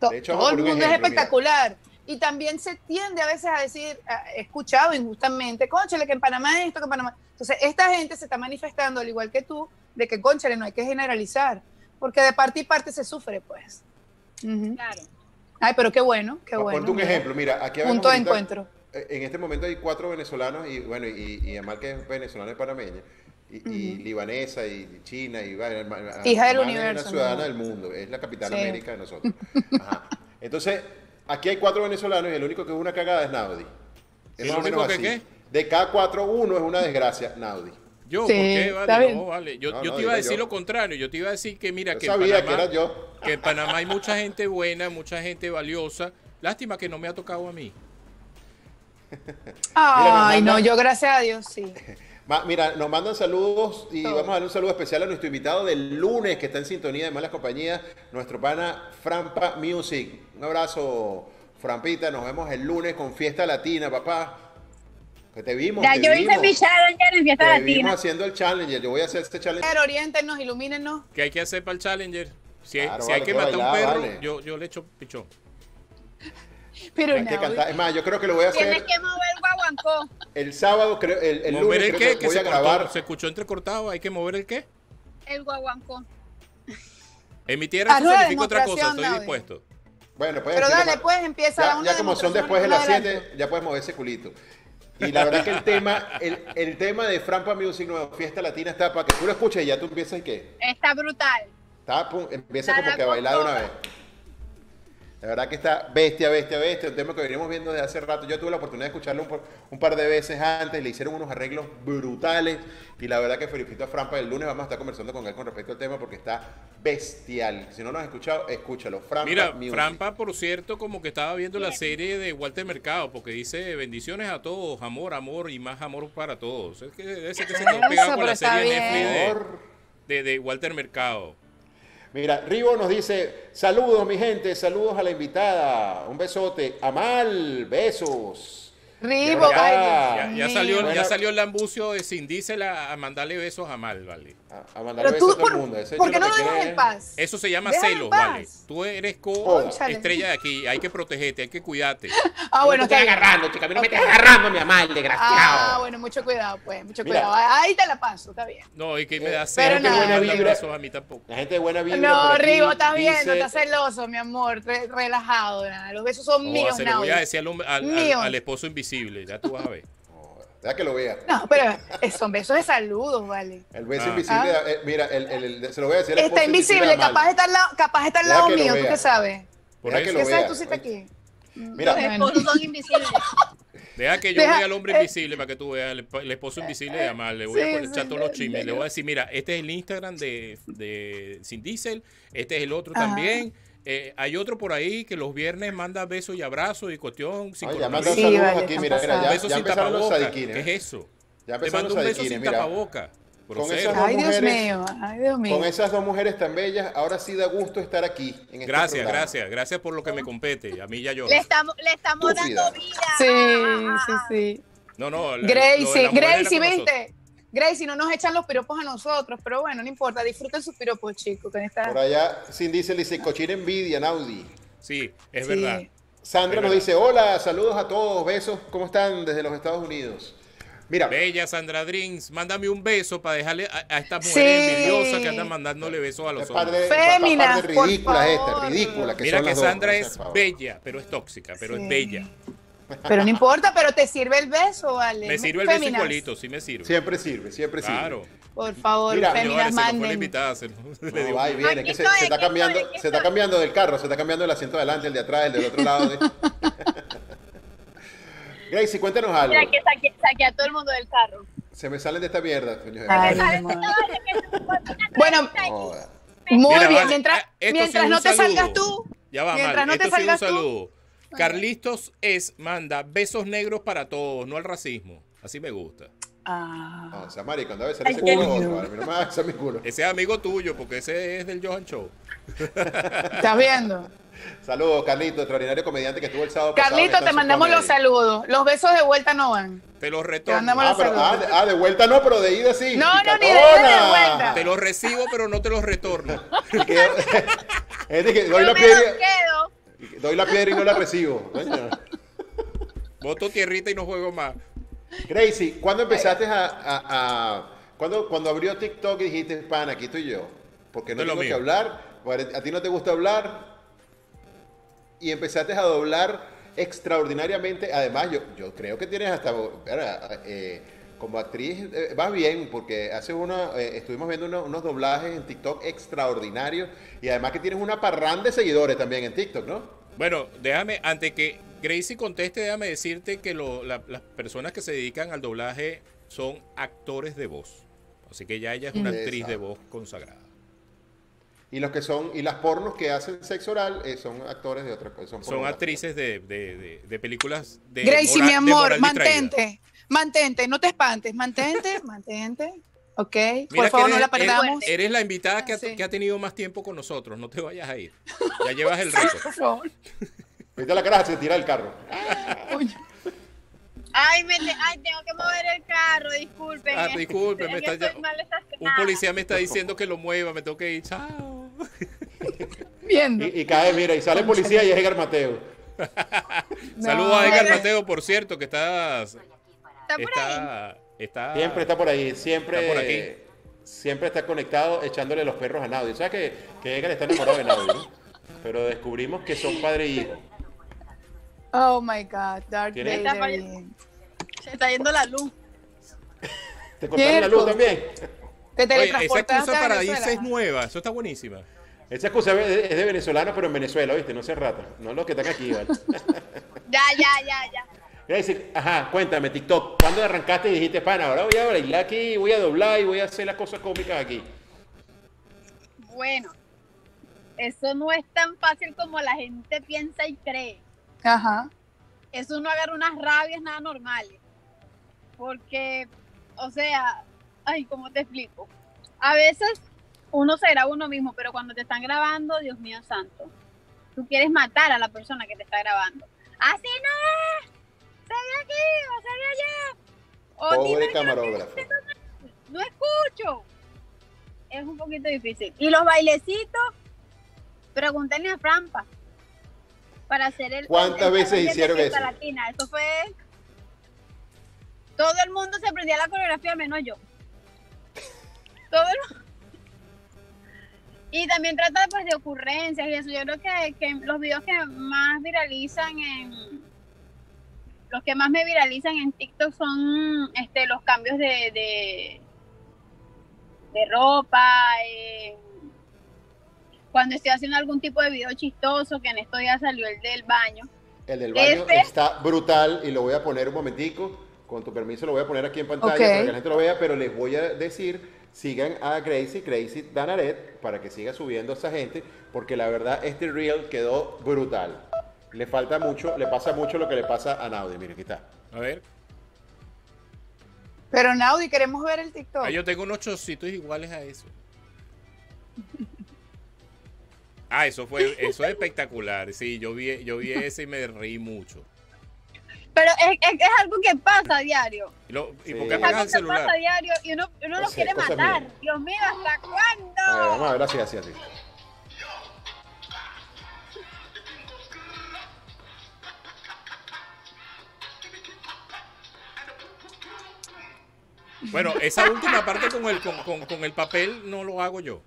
C: to-
B: De hecho,
C: todo
B: vamos a
C: el
B: poner un
C: mundo es
B: ejemplo,
C: espectacular. Y también se tiende a veces a decir, ah, he escuchado injustamente, conchale, que en Panamá esto, que en Panamá. Entonces, esta gente se está manifestando, al igual que tú, de que, conchale, no hay que generalizar, porque de parte y parte se sufre, pues. Ujú.
D: Claro.
C: Ay, pero qué bueno, qué
B: Pa-
C: bueno.
B: Ponte un
C: mira.
B: ejemplo, mira, aquí habemos
C: Punto de
B: ahorita-
C: encuentro.
B: eh, En este momento hay cuatro venezolanos y bueno, y, y Amal que es venezolana y panameña, y, y
C: Ujú.
B: libanesa, y china, y bueno, Amal- Amal
C: Hija del
B: Es una
C: universo,
B: ciudadana
C: ¿no?
B: del mundo, es la capital
C: Sí.
B: América de nosotros. Ajá. Entonces, aquí hay cuatro venezolanos y el único que es una cagada es Naudi. Es
A: ¿El
B: más o menos
A: único que
B: así. De cada cuatro, uno es una desgracia, Naudi.
A: Yo,
C: Sí,
A: ¿por qué? Vale,
C: está bien.
A: no, vale. Yo,
B: No,
A: yo
B: no,
A: te iba a
B: digo
A: decir
B: yo.
A: lo contrario. Yo te iba a decir que mira,
B: Yo
A: que
B: sabía
A: en Panamá,
B: que era yo.
A: que en Panamá hay mucha gente buena, mucha gente valiosa. Lástima que no me ha tocado a mí.
C: Ay,
B: manda-
C: no, yo gracias a Dios, sí.
B: Ma- mira, nos mandan saludos y
C: Todo.
B: vamos a darle un saludo especial a nuestro invitado del lunes que está en sintonía de Malas Compañías, nuestro pana Frampa Music. Un abrazo, Frampita. Nos vemos el lunes con Fiesta Latina, papá. Que te vimos.
D: Ya
B: te
D: yo
B: vimos.
D: hice mi challenger en
B: Te
D: fiesta
B: vimos
D: latina.
B: haciendo el challenger. Yo voy a hacer este challenger.
C: Pero oriéntenos, ilumínenos.
A: ¿Qué hay que hacer para el Challenger? Si,
B: Claro,
A: si
B: vale,
A: hay que
B: que
A: matar
B: bailar,
A: un perro,
B: vale.
A: yo, yo le echo pichón.
C: Pero
B: Hay que
C: no,
B: cantar. Es más, yo creo que lo voy a
D: Tienes
B: hacer
D: que mover guaguancó.
B: el sábado, creo, el, el
A: ¿Mover el
B: lunes. creo
A: qué?
B: que
A: Que
B: voy
A: se,
B: a
A: cortó,
B: grabar.
A: se escuchó entrecortado. ¿Hay que mover el qué?
D: El guaguancó.
A: En mi tierra
C: Haz
A: eso
C: una
A: significa otra cosa.
C: demostración,
A: Estoy
C: Claudio.
A: dispuesto.
B: Bueno, pues.
C: Pero
B: sí,
C: dale,
B: papá.
C: pues empieza
B: ya,
C: una
B: ya como son
C: demostración
B: después de las
C: adelante.
B: 7, ya puedes mover ese culito. Y la verdad que el tema, el, el tema de Frampa Music Nueva Fiesta Latina está para que tú lo escuches y ya tú empiezas que
D: Está brutal.
B: está, pum, empiezas
D: Para
B: como que a
D: con
B: bailar de una
D: todo.
B: vez. La verdad que está bestia, bestia, bestia. Un tema que venimos viendo desde hace rato. Yo tuve la oportunidad de escucharlo un, por- un par de veces antes. Le hicieron unos arreglos brutales. Y la verdad que felicito a Frampa. El lunes vamos a estar conversando con él con respecto al tema porque está bestial. Si no lo has escuchado, escúchalo. Frampa
A: Mira,
B: Music.
A: Frampa, por cierto, como que estaba viendo la serie de Walter Mercado, porque dice bendiciones a todos, amor, amor y más amor para todos. Es que debe ser que se quedó
C: Eso,
A: pegado con
C: pero
A: la
C: está
A: serie de
C: bien.
A: Netflix
B: Por-
A: de, de- de Walter Mercado.
B: Mira, Rivo nos dice, saludos mi gente, saludos a la invitada, un besote, Amal, besos.
C: Ribo,
B: Ya,
C: ay,
B: ya-
A: Ya,
C: Dios
A: ya
C: mío.
A: salió,
B: Bueno.
A: ya salió el ambucio de Sin Diesel a, a mandarle besos a Mal, ¿vale?
B: A, a mandarle
C: Pero
B: besos
C: tú,
B: a todo el
C: ¿por,
B: mundo. Ese
C: ¿por qué
B: hecho
C: no
B: lo
C: lo
B: que
C: dejas
B: quiere
C: en
B: es-
C: paz?
A: Eso se llama
C: Déjalo en
A: celos,
C: paz.
A: ¿vale? Tú eres co
C: Cónchale.
A: estrella de aquí, hay que protegerte, hay que cuidarte.
C: Ah, bueno, está bien.
B: chica, a mí no
C: Ok.
B: agarrando, mi Amal, desgraciado.
C: Ah, bueno, mucho cuidado, pues, mucho
B: Mira.
C: cuidado. Ahí te la paso, está bien.
A: No, y que me
B: Eh,
A: da celos
C: pero
A: que no
C: nada.
A: me mandan
B: Vibra.
A: besos a mí tampoco.
B: La gente de buena vibra.
C: No,
B: por aquí
C: Rigo, estás viendo,
B: dice-
C: estás celoso, mi amor, re- relajado. nada, Los besos son
A: No,
C: míos,
A: se lo voy a
C: Naudi.
A: decir al, hombre- al- al-
C: Míos.
A: al esposo invisible, ya tú vas a ver.
B: No, Deja que lo vea.
C: No, pero eh, son besos de saludos, vale.
B: El beso
A: Ah.
B: invisible, eh, mira, el, el- el- se lo voy a decir. al
C: Está
B: esposo
C: invisible,
B: de Amal.
C: capaz está al lado, capaz está al
B: Deja
C: lado
B: que lo
C: mío, ¿tú
B: vea.
C: qué sabes?
A: Por
B: Deja que
A: eso.
B: lo
C: ¿Qué sabes
B: vea.
C: tú si está aquí?
B: Mira,
D: Los
C: Bueno.
D: esposos son invisibles.
A: Deja que yo
C: Deja-
A: vea al hombre
C: eh.
A: invisible para que tú veas el, esp- el esposo invisible de Amal. Le voy
C: Sí,
A: a poner
C: sí,
A: echar todos los
C: sí,
A: chismes. Le
C: pero-
A: voy a decir, mira, este es el Instagram de, de Sin Diesel, este es el otro
C: Ajá.
A: también. Eh, hay otro por ahí que los viernes manda besos y abrazos y cuestión. Sin
B: Ay, ya
A: cortar.
B: mandan
C: Sí,
B: saludos
C: vale,
B: aquí,
C: están
B: mira, mira,
C: pasados.
B: ya,
A: besos
B: ya
A: sin
B: empezaron los
A: tapabocas.
B: sadiquines. ¿eh?
A: ¿Qué es eso?
B: Ya
A: Te
B: empezaron
A: mando
B: los
A: un beso
B: sadiquines,
A: sin
B: mira.
A: tapabocas.
B: esas
A: Grosero.
B: dos
C: Ay, Dios
B: mujeres-
C: mío, ay, Dios mío.
B: Con esas dos mujeres tan bellas, ahora sí da gusto estar aquí. En este
A: Gracias,
B: programa.
A: gracias, gracias por lo que me compete. A mí ya yo.
D: Le estamos, le estamos
B: Estúpida.
D: dando vida. Ah,
C: Sí, sí, sí.
A: No, no. la- lo de
C: Gracie,
A: la mujer era
C: Gracie,
A: con
C: ¿viste? Gracie, no nos echan los piropos a nosotros, pero bueno, no importa, disfruten sus piropos, chicos. Con esta...
B: Por allá, Sin dice, le dice, cochina envidia, Naudi.
A: nosotros. Sí, es
C: Sí.
A: verdad.
B: Sandra
A: Es
B: nos
A: verdad.
B: dice, hola, saludos a todos, besos, ¿cómo están desde los Estados Unidos? Mira,
A: Bella Sandra Drinks, mándame un beso para dejarle a, a estas
C: Sí.
A: mujeres envidiosas que andan mandándole besos a los
B: este par
A: hombres.
B: de,
C: Féminas,
B: par de
C: por
B: ridículas
C: favor.
B: estas, ridículas. Que
A: Mira
B: son
A: que
B: las dos,
A: Sandra
B: por
A: es
B: favor.
A: bella, pero es tóxica, pero
C: Sí.
A: es bella.
C: Pero no importa, pero te sirve el beso, ¿vale?
A: Me sirve el beso
C: Féminas,
A: igualito, sí me sirve.
B: Siempre sirve, siempre sirve.
A: claro.
C: Por favor,
B: Mira,
A: Señores,
C: féminas,
A: se nos fue la
C: manden.
A: invitada, se nos- le
B: No,
A: dio-
B: va y viene,
D: Aquí
B: que se,
D: estoy,
B: se está
D: aquí estoy,
B: cambiando,
D: aquí
B: se está
D: estoy.
B: cambiando del carro, se está cambiando el asiento de adelante, el de atrás, el del otro lado. de- Gracie, cuéntanos algo.
D: Mira que saqué, saqué a todo el mundo del carro.
B: Se me salen de esta mierda. coño de
C: Ay,
B: madre.
C: mi amor. Bueno,
B: Joda.
C: muy
A: Mira,
C: bien.
A: vale,
C: Mientras,
A: ah, esto
C: mientras
A: sí es
C: no
A: un
C: te
A: saludo.
C: salgas tú,
A: Ya va, mal.
C: Mientras no te
A: Esto ha sido un
C: salgas tú.
A: saludo. Carlistos es, manda besos negros para todos, no al racismo. Así me gusta.
E: Ah.
B: Ah, Samari, cuando a veces
E: Ay,
B: ese
E: qué
B: culo,
E: lindo.
B: Oscar, mi hermano, ese es mi culo.
A: Ese es amigo tuyo, porque ese es del Johan Show.
C: ¿Estás viendo?
B: Saludos, Carlito, extraordinario comediante que estuvo el sábado pasado en
C: Carlito, te
B: Stan's
C: mandamos
B: Comedy.
C: los saludos. Los besos de vuelta no van.
A: Te los
C: Te
A: retomo.
C: mandamos
B: Ah,
C: los
B: pero,
C: saludos.
B: ah, de, ah, de vuelta no, pero de ida sí.
C: No, no, ni de
B: Picatona.
C: ida, de vuelta.
A: Te los recibo, pero no te los retorno.
B: Y que- Es de que doy
D: Yo
B: la
D: me los
B: piedra,
D: quedo.
B: doy la piedra y no la recibo. Coño.
A: Voto tierrita y no juego más.
B: Crazy, ¿cuándo empezaste a, a, a- cuándo- cuando abrió TikTok y dijiste, pan, aquí estoy yo? Porque no
A: Es lo
B: tengo que
A: mío.
B: hablar, pare- a ti no te gusta hablar y empezaste a doblar extraordinariamente. Además, yo, yo creo que tienes hasta, verga, eh, como actriz, eh, vas bien, porque hace una, eh, estuvimos viendo uno- unos doblajes en TikTok extraordinarios y además que tienes una parranda de seguidores también en TikTok, ¿no?
A: Bueno, déjame, antes que Gracie conteste, déjame decirte que lo- la- las personas que se dedican al doblaje son actores de voz. Así que ya ella es una
B: Mm.
A: actriz de
B: Exacto.
A: voz consagrada.
B: Y los que son, y las pornos que hacen sexo oral eh, son actores de otra cosa.
A: Son
B: pornografías.
A: actrices de, de- de- de películas de.
C: Gracie,
A: moral-
C: mi
A: de
C: amor,
A: moral distraída.
C: mantente. Mantente, no te espantes. Mantente, mantente. Ok,
A: Mira
C: por
A: que
C: favor, no
A: eres-
C: la perdamos.
A: Eres, eres la invitada que ha,
C: Sí.
A: que ha tenido más tiempo con nosotros. No te vayas a ir. Ya llevas el récord.
C: Por favor.
B: Ahorita la caraja se tira del carro.
A: Ah,
C: Coño.
D: Ay, me te- ay, tengo que mover el carro, disculpen.
A: Ah,
D: Es-
A: disculpe,
D: es
A: me
D: que
A: está-
D: estoy mal
A: Un
D: estacionada.
A: policía me está diciendo que lo mueva. Me tengo que ir. Chao.
C: Viendo.
B: Y, y cae, mira, y sale el policía y es Edgar Mateo.
C: No.
A: Saludos a Edgar
D: Eres-
A: Mateo, por cierto, que estás.
D: Está por ahí.
A: Está. está
B: Siempre está por ahí, siempre.
A: Ah. Está por aquí.
B: Siempre está conectado echándole los perros a Nadio. ¿Sabes que, que Edgar está enamorado de Nadio? ¿no? Pero descubrimos que son padre y hijo.
C: Oh my God, Dark
B: ¿Tienes?
C: Vader.
D: Está fallando. Se está yendo la luz.
B: ¿Te cortaron la luz
C: Cierto.
B: también?
C: Te
A: Oye, esa
C: teletransportaste
A: excusa
C: a
A: para
C: Venezuela.
A: irse es nueva. Eso está buenísima.
B: Esa excusa es es de venezolano, pero en Venezuela, ¿viste? No se rata. No los que están aquí, ¿vale?
D: Ya, ya, ya, ya.
B: Voy a decir, ajá, cuéntame, TikTok. ¿Cuándo arrancaste y dijiste, pana, ahora voy a bailar aquí, voy a doblar y voy a hacer las cosas cómicas aquí?
D: Bueno, eso no es tan fácil como la gente piensa y cree.
C: Ajá.
D: Eso no agarra unas rabias nada normales. Porque, o sea, ay, ¿cómo te explico? A veces uno se graba uno mismo, pero cuando te están grabando, Dios mío santo, tú quieres matar a la persona que te está grabando. ¡Así no es! ¡Se ve aquí! ¡O se ve allá! O
B: Pobre
D: dime que no
B: camarógrafo.
D: no escucho. Es un poquito difícil. Y los bailecitos, pregúntenle a Frampa. Para hacer el.
B: ¿Cuántas
D: el- el
B: veces
D: baile
B: hicieron
D: de fiesta
B: eso?
D: Latina. Eso fue. Todo el mundo se aprendía la coreografía, menos yo. Todo el mu- Y también trata pues, de ocurrencias y eso. Yo creo que, que los videos que más viralizan en. Los que más me viralizan en TikTok son este, los cambios de, de, de ropa, eh, cuando estoy haciendo algún tipo de video chistoso, que en estos días salió el del baño.
B: El del baño
D: Este-
B: está brutal y lo voy a poner un momentico. Con tu permiso lo voy a poner aquí en pantalla
C: Ok.
B: para que la gente lo vea, pero les voy a decir, sigan a Gracie, Gracie Danaret, para que siga subiendo a esa gente, porque la verdad este reel quedó brutal. Le falta mucho, le pasa mucho lo que le pasa a Naudi, miren, aquí está.
A: A ver.
C: Pero Naudi, queremos ver el TikTok.
A: Ah, yo tengo unos chocitos iguales a eso. Ah, eso fue, eso es espectacular. Sí, yo vi, yo vi ese y me reí mucho.
D: Pero es, es- es algo que pasa a diario.
A: Y lo- ¿Y
B: Sí.
A: por qué
B: Apaga
D: Es
A: apagas
D: algo
A: el
D: que
A: celular?
D: pasa a diario y uno, uno los
B: Cosa-
D: quiere
B: cosa
D: matar.
B: mía. Ah,
D: Dios mío, ¿hasta
B: A ver, vamos
D: cuándo?
B: a ver así, así, así.
A: Bueno, esa última parte con el, con, con- con el papel no lo hago yo.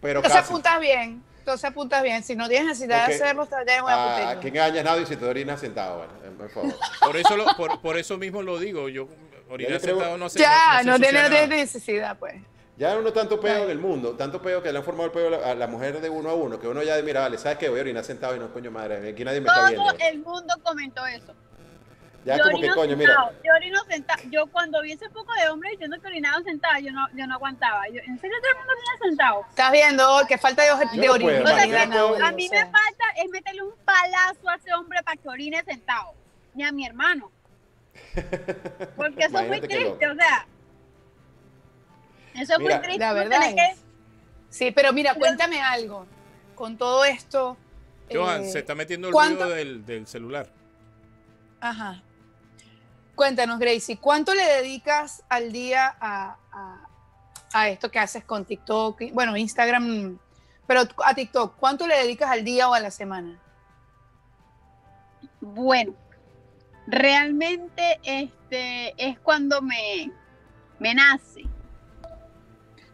B: Pero
C: Entonces
B: casi.
C: apuntas bien. Entonces apuntas bien. Si no tienes necesidad
B: Ok.
C: de hacerlo, te dejo una
B: Ah,
C: apuntero.
B: que engañas Naudi si te orinas sentado, bueno, eh, por favor.
A: Por eso, lo- por, por eso mismo lo digo. Yo
B: Ya
A: orinar
B: yo creo-
A: sentado no sé.
C: Ya, no,
A: asocia
C: tiene- no
A: nada.
C: tienes necesidad, pues.
B: Ya uno tanto peo en el mundo, tanto peo que le han formado el peo a la, a la mujer de uno a uno, que uno ya de, mira, vale, ¿sabes qué? Voy a orinar sentado y no, coño madre, aquí nadie me está viendo.
D: Todo el mundo comentó eso.
B: Ya
D: eh, yo
B: como que
D: orino
B: coño,
D: sentado,
B: mira,
D: Yo orino sentado. Yo cuando vi ese poco de hombres diciendo que orinaban sentados, yo no, yo no aguantaba. Yo, en serio, todo el mundo orina sentado.
C: Estás viendo que falta de, oje-
B: Yo
C: de
B: no puedo,
D: O sea,
C: originalidad,
B: yo no puedo.
C: Naudi,
D: A mí
C: o
D: me
C: sea.
D: falta es meterle un palazo a ese hombre para que orine sentado. Ni a mi hermano. Porque eso fue
B: Imagínate qué
D: triste, o sea. Eso
B: Mira,
D: fue triste.
C: La
D: uno
C: verdad
D: tenía que-
C: es. Sí, pero mira, cuéntame algo. Con todo esto.
A: Johan,
C: eh,
A: se está metiendo el
C: ¿cuánto?
A: ruido del, del celular.
C: Ajá. Cuéntanos, Gracie, ¿cuánto le dedicas al día a, a- a esto que haces con TikTok? Y- Bueno, Instagram, pero a TikTok, ¿cuánto le dedicas al día o a la semana?
D: Bueno, realmente este es cuando me, me nace.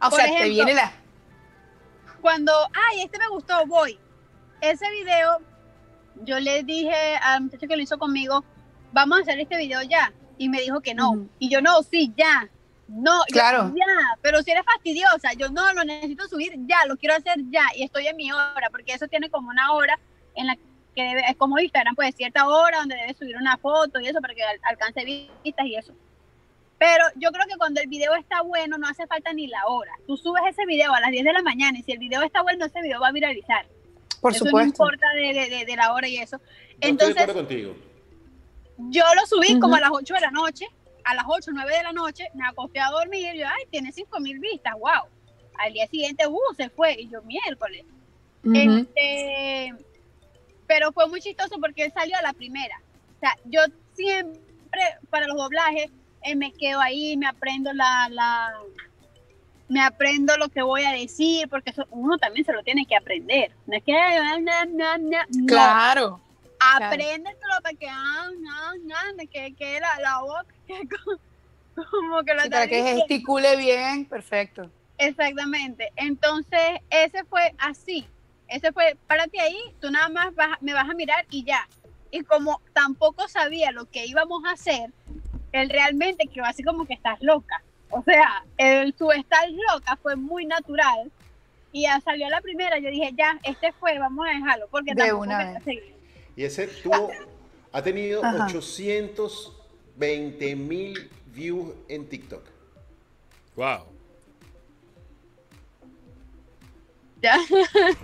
C: Ah, O
D: Por
C: sea, te
D: ejemplo,
C: viene la...
D: Cuando, ay, este me gustó, voy. Ese video, yo le dije al muchacho que lo hizo conmigo, vamos a hacer este video ya. Y me dijo que no.
C: Ujú.
D: Y yo, no, sí, ya. No, y yo,
C: Claro.
D: ya, pero si eres fastidiosa, yo no, lo necesito subir ya, lo quiero hacer ya, y estoy en mi hora, porque eso tiene como una hora en la que debe- es como Instagram, pues cierta hora donde debes subir una foto y eso para que al- alcance vistas y eso. Pero yo creo que cuando el video está bueno no hace falta ni la hora. Tú subes ese video a las 10 de la mañana y si el video está bueno, ese video va a viralizar.
C: Por
D: eso no
C: supuesto.
D: importa de, de- de- de la hora y eso.
B: Yo
D: Entonces-
B: estoy de acuerdo contigo.
D: Yo lo subí
C: Ujú.
D: como a las 8 de la noche, a las 8, 9 de la noche, me acosté a dormir y yo, ay, tiene 5 mil vistas, wow. Al día siguiente, uh, se fue y yo miércoles. eh,
C: Ujú.
D: Este, pero fue muy chistoso porque él salió a la primera. O sea, yo siempre para los doblajes eh, me quedo ahí, me aprendo la, la- me aprendo lo que voy a decir, porque eso uno también se lo tiene que aprender. No es que "Ah, na, na, na", no.
C: Claro.
D: Apréndetelo para que ah, na, na, na, que que la, la boca que co- como que lo
C: Sí, para
D: está
C: que
D: diciendo.
C: gesticule bien, perfecto.
D: Exactamente. Entonces, ese fue así. Ese fue, párate ahí, tú nada más vas- me vas a mirar y ya. Y como tampoco sabía lo que íbamos a hacer, él realmente quedó así como que estás loca. O sea, el, tu estás loca fue muy natural. Y ya salió la primera, yo dije, ya, este fue, vamos a dejarlo. Porque
C: De
D: tampoco
C: una
D: me-
C: vez.
D: sí.
B: Y ese tuvo, ha tenido
C: Ajá.
B: 820 mil views en TikTok.
A: Wow.
D: Ya.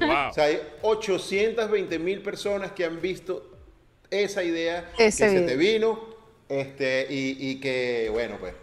A: Wow.
B: O sea, hay 820 mil personas que han visto esa idea
C: Ese
B: que se
C: video.
B: te vino este, y, y que, bueno, pues.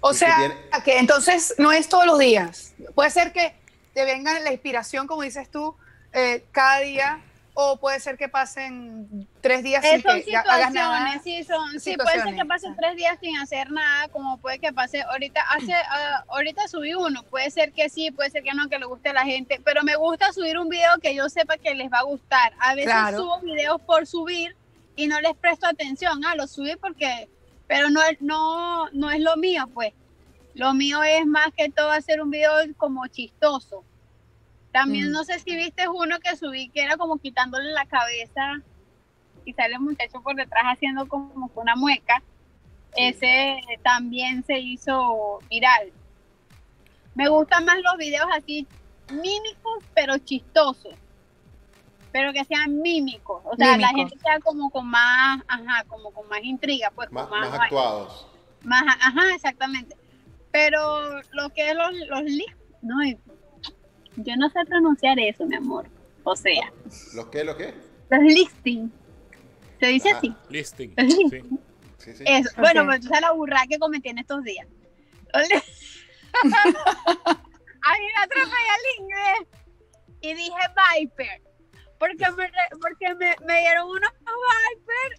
C: O
B: Y que
C: sea,
B: tiene-
C: que entonces no es todos los días. Puede ser que te venga la inspiración, como dices tú, eh, cada día, o puede ser que pasen tres días
D: Eh,
C: sin
D: son
C: que ya hagas
D: situaciones,
C: nada.
D: sí, son, sí, puede
C: situaciones,
D: ser que pasen
C: exacto.
D: tres días sin hacer nada, como puede que pase, ahorita hace, ah, ahorita subí uno, puede ser que sí, puede ser que no, que le guste a la gente, pero me gusta subir un video que yo sepa que les va a gustar. A veces
C: Claro.
D: subo videos por subir y no les presto atención, ah, lo subí porque, pero no, no, no es lo mío, pues. Lo mío es más que todo hacer un video como chistoso. También
C: Mm.
D: no sé si viste uno que subí que era como quitándole la cabeza y sale el muchacho por detrás haciendo como que una mueca. Ese también se hizo viral. Me gustan más los videos así mímicos, pero chistosos. Pero que sean mímicos. O sea, la
C: Mímicos.
D: gente sea como con más, ajá, como con más intriga, pues
B: más,
D: con más,
B: más actuados.
D: más- ajá, exactamente. Pero lo que es los, los li- no, y- yo no sé pronunciar eso, mi amor. O sea,
B: ¿Los qué? ¿Los qué?
D: los listing. Se dice
B: Ah.
D: así.
A: Listing.
D: Listing.
A: Sí.
B: Sí, sí.
D: Eso. Bueno,
C: Ok.
D: pues tú sabes la burra que cometí en estos días. Ay, me atropellé al inglés y dije Viper. Porque me, re- porque me, me dieron unos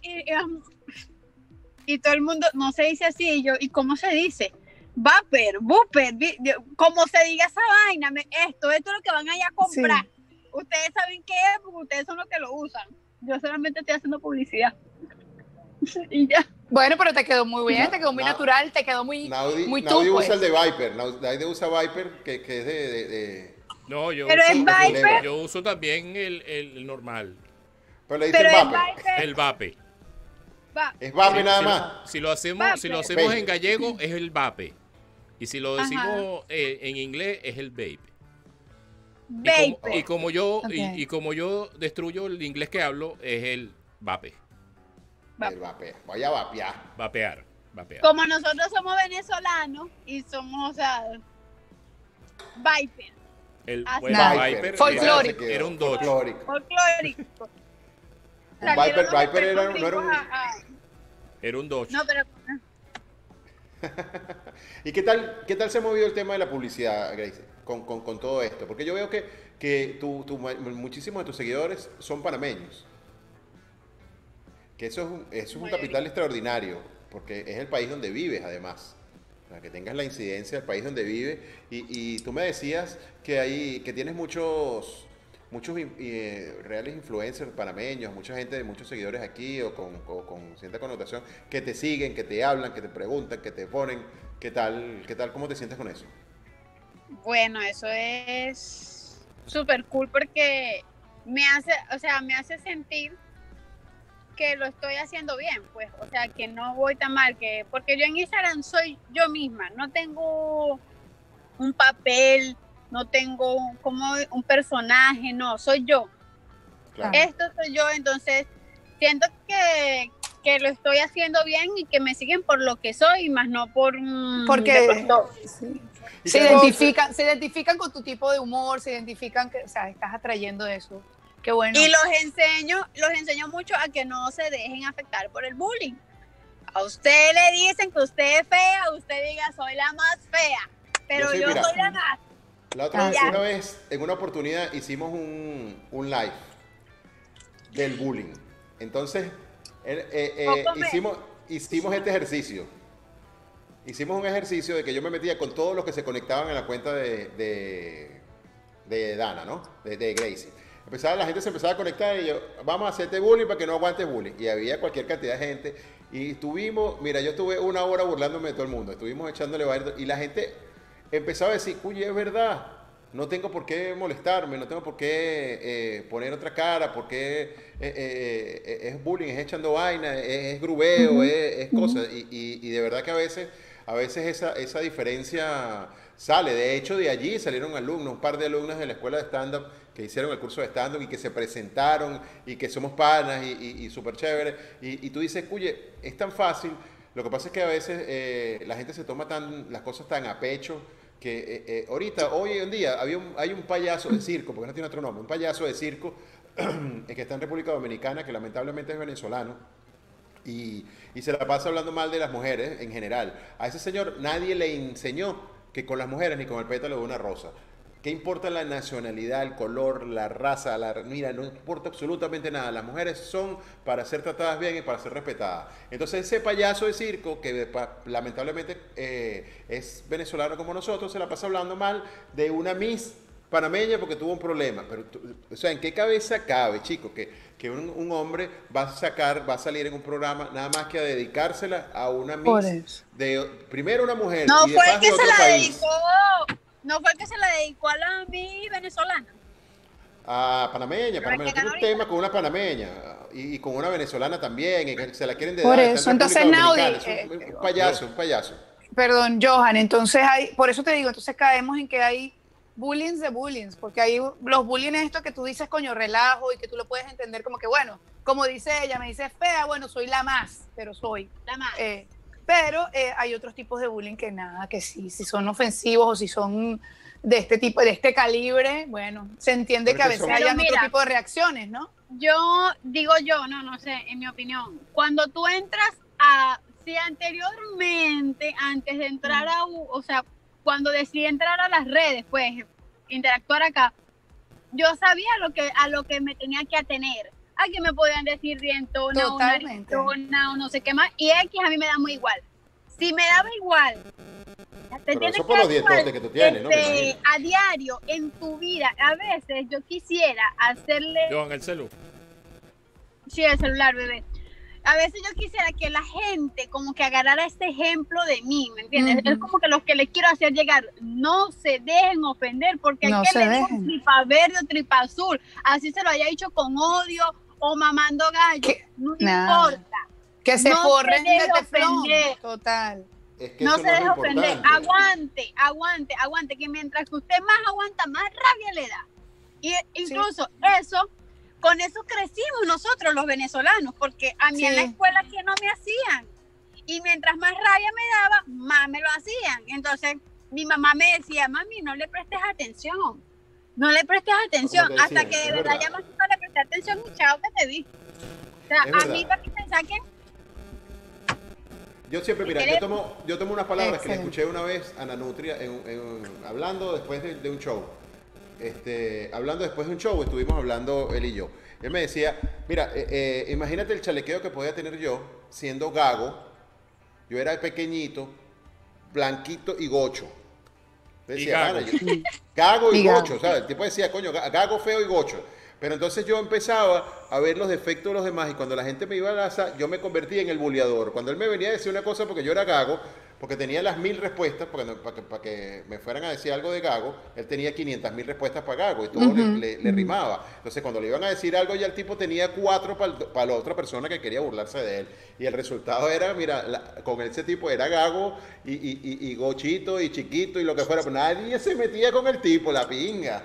D: Viper y, y, y todo el mundo no se dice así. Y yo, ¿y cómo se dice? Viper, Buper, vi- yo, como se diga esa vaina, me- esto, esto es lo que van allá a comprar. Ustedes saben qué es, porque ustedes son los que lo usan. Yo solamente estoy haciendo publicidad. y ya.
C: Bueno, pero te quedó muy bien,
B: Na-
C: te quedó muy
B: na-
C: natural, te quedó muy,
B: Naudi,
C: muy tú,
B: Naudi usa
C: pues.
B: el de Viper. Nau- Naudi usa Viper, que, que es de, de- de-
A: No, yo
D: Pero
A: uso,
D: es
B: Viper.
A: yo uso también el, el normal,
B: Pero le dicen
D: Pero el
B: Vape.
D: Viper
A: el vape.
D: va.
B: Es Vape
A: Si-
B: nada
A: si-
B: más.
A: Si lo hacemos, si lo
D: Vape.
A: hacemos en gallego es el vape. Y si lo
D: Ajá.
A: decimos eh, en inglés es el vape. Y como-
D: Vapor.
A: Y como yo y-
C: Ok.
A: y, como yo destruyo el inglés que hablo es el vape,
D: Vape.
B: El Vape. Vaya a vapear.
A: vapear, vapear.
D: Como nosotros somos venezolanos y somos, o sea, Viper,
A: El
D: Así.
A: bueno,
C: Nah.
A: viper
C: Ah, Folclórico.
A: era- Era un dodge.
B: Folclórico.
D: folclórico.
B: Un Viper- Viper era- no era un-
D: A, a-
A: Era un Dodge.
D: No, pero
B: ¿Y qué tal, qué tal se ha movido el tema de la publicidad, Grace, con, con- con todo esto? Porque yo veo que, que tu- tu ma- muchísimos de tus seguidores son panameños. Que eso es un, eso es un
D: Mayoría.
B: capital extraordinario, porque es el país donde vives, además. Para que tengas la incidencia del país donde vives. Y, y tú me decías que, hay, que tienes muchos, muchos in- eh, reales influencers panameños, mucha gente, muchos seguidores aquí o con, o con cierta connotación, que te siguen, que te hablan, que te preguntan, que te ponen. ¿Qué tal? ¿Qué tal? ¿Cómo te sientes con eso?
D: Bueno, eso es súper cool porque me hace, o sea, me hace sentir que lo estoy haciendo bien, pues, o sea, que no voy tan mal, que porque yo en Instagram soy yo misma, no tengo un papel, no tengo un- como un personaje, no, soy yo.
B: Claro.
D: Esto soy yo, entonces siento que, que lo estoy haciendo bien y que me siguen por lo que soy, más no por mm, de
C: Porque
D: pronto
C: sí.
B: ¿Y
C: se,
B: qué tal-
C: identifican, se identifican con tu tipo de humor, se identifican que, o sea, estás atrayendo eso. Qué bueno.
D: Y los enseño, los enseño mucho a que no se dejen afectar por el bullying. A usted le dicen que usted es fea, usted diga soy la más fea, pero
B: Yo soy
D: yo
B: mira.
D: soy la más.
B: La otra vez,
D: Ya.
B: una vez, en una oportunidad, hicimos un, un live del bullying. Entonces, eh, eh, eh,
D: Poco me-
B: hicimos, hicimos este ejercicio. Hicimos un ejercicio de que yo me metía con todos los que se conectaban en la cuenta de, de, de Dana, ¿no? De, de Gracie. Empezaba, la gente se empezaba a conectar y yo, vamos a hacerte bullying para que no aguantes bullying. Y había cualquier cantidad de gente. Y estuvimos, mira, yo estuve una hora burlándome de todo el mundo. Estuvimos echándole barrio. Y la gente empezaba a decir, uy, es verdad. No tengo por qué molestarme, no tengo por qué eh, poner otra cara, porque eh, eh, eh, es bullying, es echando vaina, es, es grubeo, es, es cosas. Y, y- y de verdad que a veces, a veces esa, esa diferencia sale. De hecho, de allí salieron alumnos, un par de alumnas de la escuela de stand-up que hicieron el curso de stand-up y que se presentaron y que somos panas y, y, y súper chévere. Y, y tú dices, oye, es tan fácil. Lo que pasa es que a veces eh, la gente se toma tan, las cosas tan a pecho que eh, eh, ahorita, hoy en día, había un- hay un payaso de circo, porque no tiene otro nombre, un payaso de circo eh, que está en República Dominicana, que lamentablemente es venezolano, y, y se la pasa hablando mal de las mujeres en general. A ese señor nadie le enseñó que con las mujeres ni con el pétalo de una rosa. ¿Qué importa la nacionalidad, el color, la raza? La, mira, no importa absolutamente nada. Las mujeres son para ser tratadas bien y para ser respetadas. Entonces ese payaso de circo, que de pa- lamentablemente eh, es venezolano como nosotros, se la pasa hablando mal de una Miss panameña porque tuvo un problema. Pero, tú- o sea, ¿en qué cabeza cabe, chicos? Que, que un, un hombre va a sacar, va a salir en un programa nada más que a dedicársela a una
C: Por
B: miss
C: eso.
B: de primero una mujer
D: No
B: y
D: fue
B: después
D: el que
B: de otro
D: se la
B: país.
D: dedicó, no fue el que se la dedicó a la mi venezolana.
B: A Ah, panameña,
D: Pero es
B: panameña.
D: que
B: Tiene un
D: ahorita-
B: tema con una panameña y, y con una venezolana también, y que se la quieren de
C: Por
B: está en
C: eso,
B: República
C: entonces, Naudi,
B: Dominicana, es un-
C: eh,
B: un payaso, un payaso.
C: Perdón, Johan, entonces hay, por eso te digo, entonces caemos en que hay bullying de bullying, porque hay los bullying esto que tú dices coño relajo y que tú lo puedes entender como que bueno, como dice ella, me dice fea, bueno, soy la más, pero soy.
D: La más.
C: eh, pero eh, hay otros tipos de bullying que nada, que sí, si son ofensivos o si son de este tipo, de este calibre, bueno, se entiende que a
B: Porque
C: veces
B: son-
C: hayan
D: Pero
C: otro
D: mira.
C: tipo de reacciones, ¿no?
D: Yo digo yo, no, no sé, en mi opinión, cuando tú entras a, si anteriormente, antes de entrar a, u- o sea, cuando decidí entrar a las redes, pues, interactuar acá, yo sabía lo que, a lo que me tenía que atener, a que me podían decir dientona o
C: Totalmente.
D: narizona o no sé qué más, y X a mí me da muy igual. Si me daba igual, te
B: Pero
D: tienes
B: eso por los
D: dar igual
B: dientotes que tú tienes, ¿no? Me
D: este,
B: imagino.
D: a diario, en tu vida, a veces yo quisiera hacerle
A: Johan, el celu.
D: Sí, el celular, bebé. A veces yo quisiera que la gente como que agarrara este ejemplo de mí, ¿me entiendes?
C: Ujú.
D: Es como que los que les quiero hacer llegar, no se dejen ofender, porque
C: No
D: el que
C: se
D: le dijo
C: dejen.
D: tripa verde o tripa azul, así se lo haya dicho con odio o mamando gallo,
C: ¿Qué?
D: no
C: Nada.
D: importa,
C: Que se
D: No se
C: forren de
D: deje
C: teflón.
D: ofender.
C: Total.
B: Es que
D: no
B: eso
D: se deje
B: es lo
D: ofender,
B: importante.
D: aguante, aguante, aguante, que mientras que usted más aguanta, más rabia le da. Y e- incluso eso, con eso crecimos nosotros los venezolanos, porque a mí en la
C: Sí.
D: escuela que no me hacían. Y mientras más rabia me daba, más me lo hacían. Entonces mi mamá me decía, mami, no le prestes atención. No le prestes atención
B: Como te decía,
D: hasta que de
B: es
D: verdad
B: verdad.
D: ya más nunca le presté atención y chao que te vi. O sea,
B: Es
D: a mí
B: verdad.
D: para que me saquen
B: Yo siempre, mira,
D: ¿Qué
B: yo
D: le-
B: tomo, yo tomo unas palabras que le
C: Excelente.
B: escuché una vez a Nanutria en, en- hablando después de, de un show. Este, hablando después de un show, estuvimos hablando él y yo. Él me decía, mira, eh, eh, imagínate el chalequeo que podía tener yo siendo gago. Yo era pequeñito, blanquito y gocho. Decía,
A: gago.
B: "Vale, yo- Gago y
C: Y gago.
B: gocho, ¿sabes? El tipo decía, coño, ga- gago feo y gocho. Pero entonces yo empezaba a ver los defectos de los demás y cuando la gente me iba a lanzar, yo me convertía en el buleador. Cuando él me venía a decir una cosa porque yo era gago, porque tenía las mil respuestas, porque no- para, que, para que me fueran a decir algo de gago, él tenía 500 mil respuestas para gago y todo le-
C: Ujú.
B: le, le rimaba. Entonces cuando le iban a decir algo ya el tipo tenía cuatro para la otra persona que quería burlarse de él. Y el resultado era, mira, la- con ese tipo era gago y, y- y- y gochito y chiquito y lo que fuera, pero nadie se metía con el tipo, la pinga.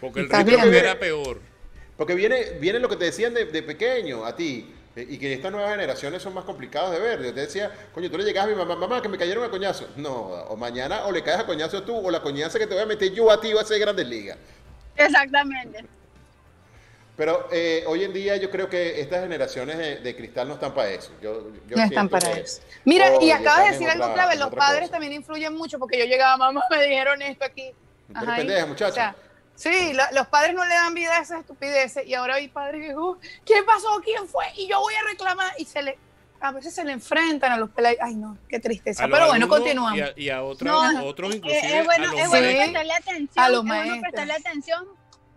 A: Porque el
C: Está
A: ritmo
C: bien.
A: era peor.
B: Porque viene, viene lo que te decían de, de pequeño a ti. eh, Y que estas nuevas generaciones son más complicadas de ver. Yo te decía, coño, tú le llegabas a mi mamá, mamá, que me cayeron a coñazo. No, o mañana o le caes a coñazo tú, o la coñaza que te voy a meter yo a ti va a ser grandes ligas.
D: Exactamente.
B: Pero eh, hoy en día yo creo que estas generaciones de, de cristal no están para eso. Yo, yo
C: no
B: siento
C: están para
B: que-
C: eso. Mira, y
B: Oye,
C: acabas de
B: están
C: decir
B: en
C: algo
B: otra-
C: clave,
B: en
C: los
B: otra
C: padres
B: cosa.
C: también influyen mucho, porque yo llegaba, mamá, me dijeron esto aquí.
B: Tú eres
C: Ajá, y-
B: pendeja, muchacho.
C: o sea, sí, lo- los padres no le dan vida a esas estupideces y ahora hay padres que, "Uh, ¿quién pasó? ¿Quién fue? Y yo voy a reclamar y se le, a veces se le enfrentan a los pelados. Ay, no, qué tristeza.
A: A los
C: Pero bueno,
A: alumnos
C: continuamos.
A: Y a, y a otra-
D: No,
A: otros,
D: Eh,
A: inclusive,
D: es bueno,
A: a los
D: es bueno
A: maestros.
D: prestarle atención,
C: A los
D: es bueno
C: maestros.
D: prestarle atención,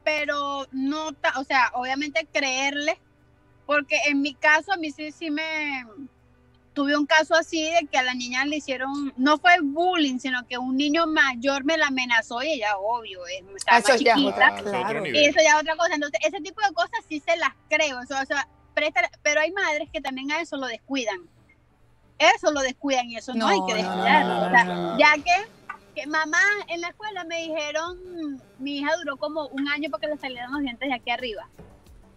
D: pero no, ta- o sea, obviamente creerle, porque en mi caso a mí sí, sí me tuve un caso así de que a la niña le hicieron, no fue bullying, sino que un niño mayor me la amenazó y ella, obvio, es-
C: Ah,
D: estaba
C: eso
D: más
C: ya es
D: chiquita.
B: otra-
C: otra,
B: Ah,
A: es otro
C: claro.
A: nivel.
D: Y eso ya es otra cosa. Entonces, ese tipo de cosas sí se las creo. o sea, o sea, presta- pero hay madres que también a eso lo descuidan. Eso lo descuidan y eso no,
C: No,
D: hay que
C: no, no,
D: descuidarlo.
B: no,
D: o sea,
B: no, no.
D: Ya que, que mamá en la escuela me dijeron, mi hija duró como un año porque le salieron los dientes de aquí arriba.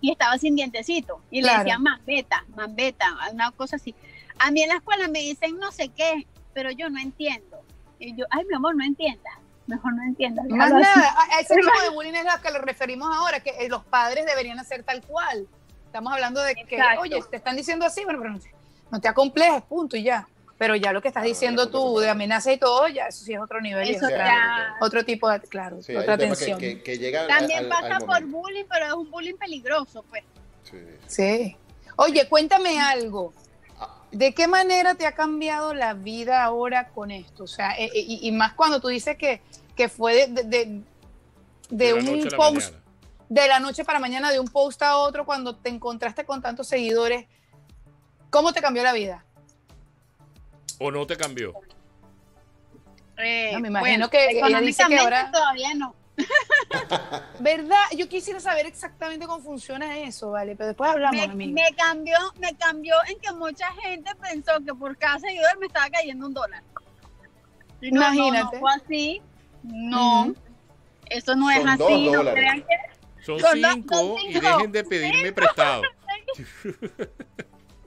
D: Y estaba sin dientecito. Y
C: Claro.
D: le decían mambeta, mambeta, una cosa así. A mí en la escuela me dicen no sé qué, pero yo no entiendo. Y yo, ay, mi amor, no entiendas. Mejor no entiendas.
C: Más
D: déjalo así".
C: nada, a- a ese tipo de bullying es a lo que le referimos ahora, que eh, los padres deberían hacer tal cual. Estamos hablando de que,
D: Exacto.
C: oye, te están diciendo así, bueno, pero no te- no te acomplejes, punto y ya. Pero ya lo que estás
B: Ah,
C: diciendo
B: ya, punto,
C: tú
B: punto.
C: de amenazas y todo, ya eso sí es otro nivel, y es
D: Eso
B: Claro,
C: otra-
D: ya.
C: otro tipo de, claro,
B: Sí, hay
C: otra
B: un tema que-
C: tensión.
B: Que, que llega al-
D: También
B: al- al
D: pasa por
B: momento.
D: bullying, pero es un bullying peligroso, pues.
B: Sí, sí.
C: Sí. Oye, cuéntame algo.
B: Ah,
C: ¿De qué manera te ha cambiado la vida ahora con esto? O sea, eh, eh, y, y más cuando tú dices que, que fue de, de- de- de
A: la noche
C: un
A: a la
C: post
A: mañana.
C: de la noche para mañana, de un post a otro, cuando te encontraste con tantos seguidores, ¿cómo te cambió la vida?
A: O no te cambió.
D: Eh,
C: No, me imagino que ella dice que
D: económicamente
C: ahora-
D: todavía no.
C: ¿Verdad? Yo quisiera saber exactamente cómo funciona eso, ¿vale? Pero después hablamos,
D: Me,
C: amigo.
D: me cambió, me cambió en que mucha gente pensó que por cada seguidor me estaba cayendo un dólar. Y no, no,
C: Imagínate.
D: No, fue así. No.
C: Ujú.
D: Eso no es
B: Son dos
D: así. No
B: dólares.
D: crean que
A: Son
D: Son dos-
A: cinco
D: son
A: y
D: cinco.
A: dejen de pedirme prestado.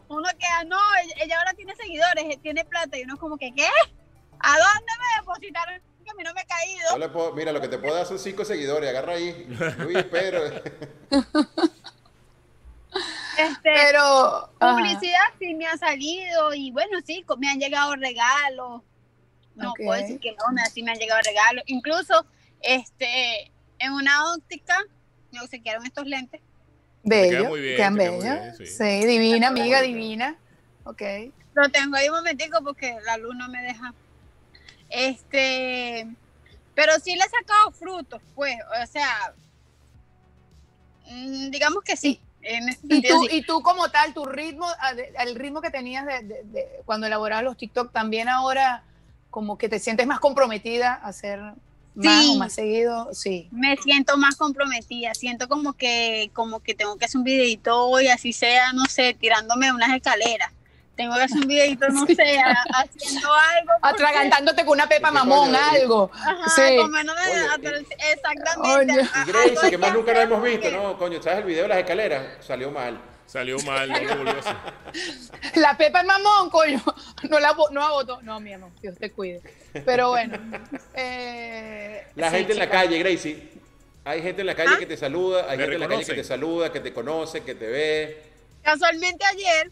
D: uno queda, no, ella- ella ahora tiene seguidores, eh, tiene plata. Y uno como que, ¿qué? ¿A dónde me depositaron? Que a mí no me he caído.
B: yo le puedo- mira, lo que te puedo dar son cinco seguidores, agarra ahí. Luis, Pedro. Pues,
D: Este,
C: Pero. ajá,
D: publicidad sí me ha salido y bueno, sí, co- me han llegado regalos. No
C: Ok.
D: puedo decir que no, me, sí me han llegado regalos. Incluso este, en una óptica, no se quedaron estos lentes.
A: queda
C: Bello.
A: muy bien,
C: quedan
A: te queda muy
C: bellos.
A: bien, sí.
C: sí. divina,
B: Muy
C: amiga,
B: bien.
C: divina. Ok.
D: Lo tengo ahí un momentico porque la luz no me deja. Este, pero sí le he sacado frutos, pues, o sea, mm, digamos que sí. en ese
C: Y
D: sentido
C: tú,
D: sí.
C: y tú como tal, tu ritmo, a- de- el ritmo que tenías de, de- de- cuando elaborabas los TikTok, también ahora como que te sientes más comprometida a hacer más
D: Sí.
C: o más seguido. Sí.
D: me siento más comprometida, siento como que, como que tengo que hacer un videito hoy, así sea, no sé, tirándome unas escaleras. Tengo que hacer un videito, no sé, a- haciendo algo. porque-
C: Atragantándote con una pepa
B: ¿Qué coño eh.
C: mamón,
B: de-
C: algo.
D: Ajá,
C: Sí.
D: comiéndome de-
B: Oye,
D: atra-
C: Oye.
D: exactamente. a-
B: Y Grace,
D: algo
B: que más
D: que
B: nunca lo
D: hacer
B: hemos visto,
D: porque-
B: ¿no? Coño, ¿sabes el video de las escaleras? Salió mal.
A: Salió mal, no lo volvió a hacer.
C: La pepa es mamón, coño. No la, vo- no la voto. No, mi amor, Dios te cuide. Pero bueno. eh,
B: La
C: sí,
B: gente en la
C: chica. ¿Ah?
B: calle, Gracie. Hay gente en la calle que te saluda, hay
A: Me
B: gente en la calle que
A: reconocen.
B: te saluda, que te conoce, que te ve.
D: Casualmente ayer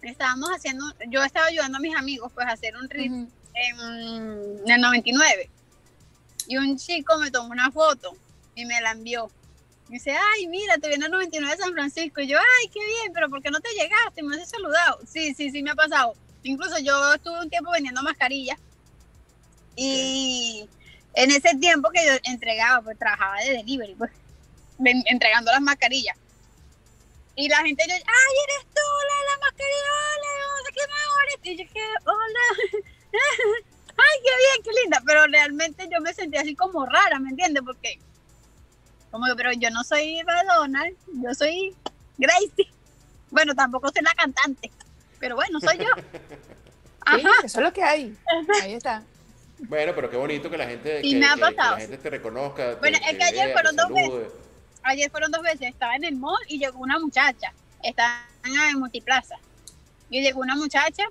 D: estábamos haciendo, yo estaba ayudando a mis amigos pues a hacer un reel en, en el 99. Y un chico me tomó una foto y me la envió. Me dice, ay, mira, te viene el 99 de San Francisco. Y yo, ay, qué bien, pero ¿por qué no te llegaste? Me has saludado. Sí, sí, sí, me ha pasado. Incluso yo estuve un tiempo vendiendo mascarillas. Y en ese tiempo que yo entregaba, pues trabajaba de delivery, pues, ven- entregando las mascarillas. Y la gente, yo, ay, eres tú, la, la mascarilla, hola, no sé qué más, hola". Y yo, "¿Qué? hola. ay, qué bien, qué linda. Pero realmente yo me sentía así como rara, ¿me entiendes? Porque, como que, pero yo no soy Madonna, yo soy Gracie. Bueno, tampoco soy la cantante, pero bueno, soy yo.
C: Sí,
D: Ajá.
C: Eso es lo que hay. Ahí está.
B: Bueno, pero qué bonito que la gente,
D: Sí,
B: que,
D: me ha
B: que- que
D: pasado.
B: la gente te reconozca. te-
D: Bueno, es
B: te
D: que ayer
B: vea,
D: fueron
B: te
D: dos veces.
B: salude.
D: ayer fueron dos veces, estaba en el mall y llegó una muchacha, estaban en Multiplaza, y llegó una muchacha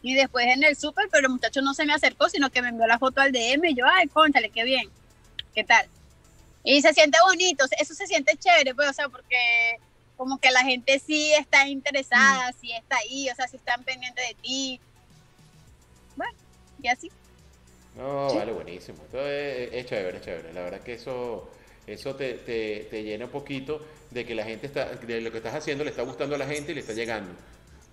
D: y después en el súper, pero el muchacho no se me acercó, sino que me envió la foto al DM y yo, ay, cóntale, qué bien, qué tal. Y se siente bonito, eso se siente chévere, pues, o sea, porque como que la gente sí está interesada,
B: Mm.
D: sí está ahí, o sea, sí están pendientes de ti. Bueno, y así.
B: No, vale, buenísimo. Esto es, es chévere, es chévere. La verdad que eso, eso te, te- te llena un poquito de que la gente está, de lo que estás haciendo le está gustando a la gente y le está llegando.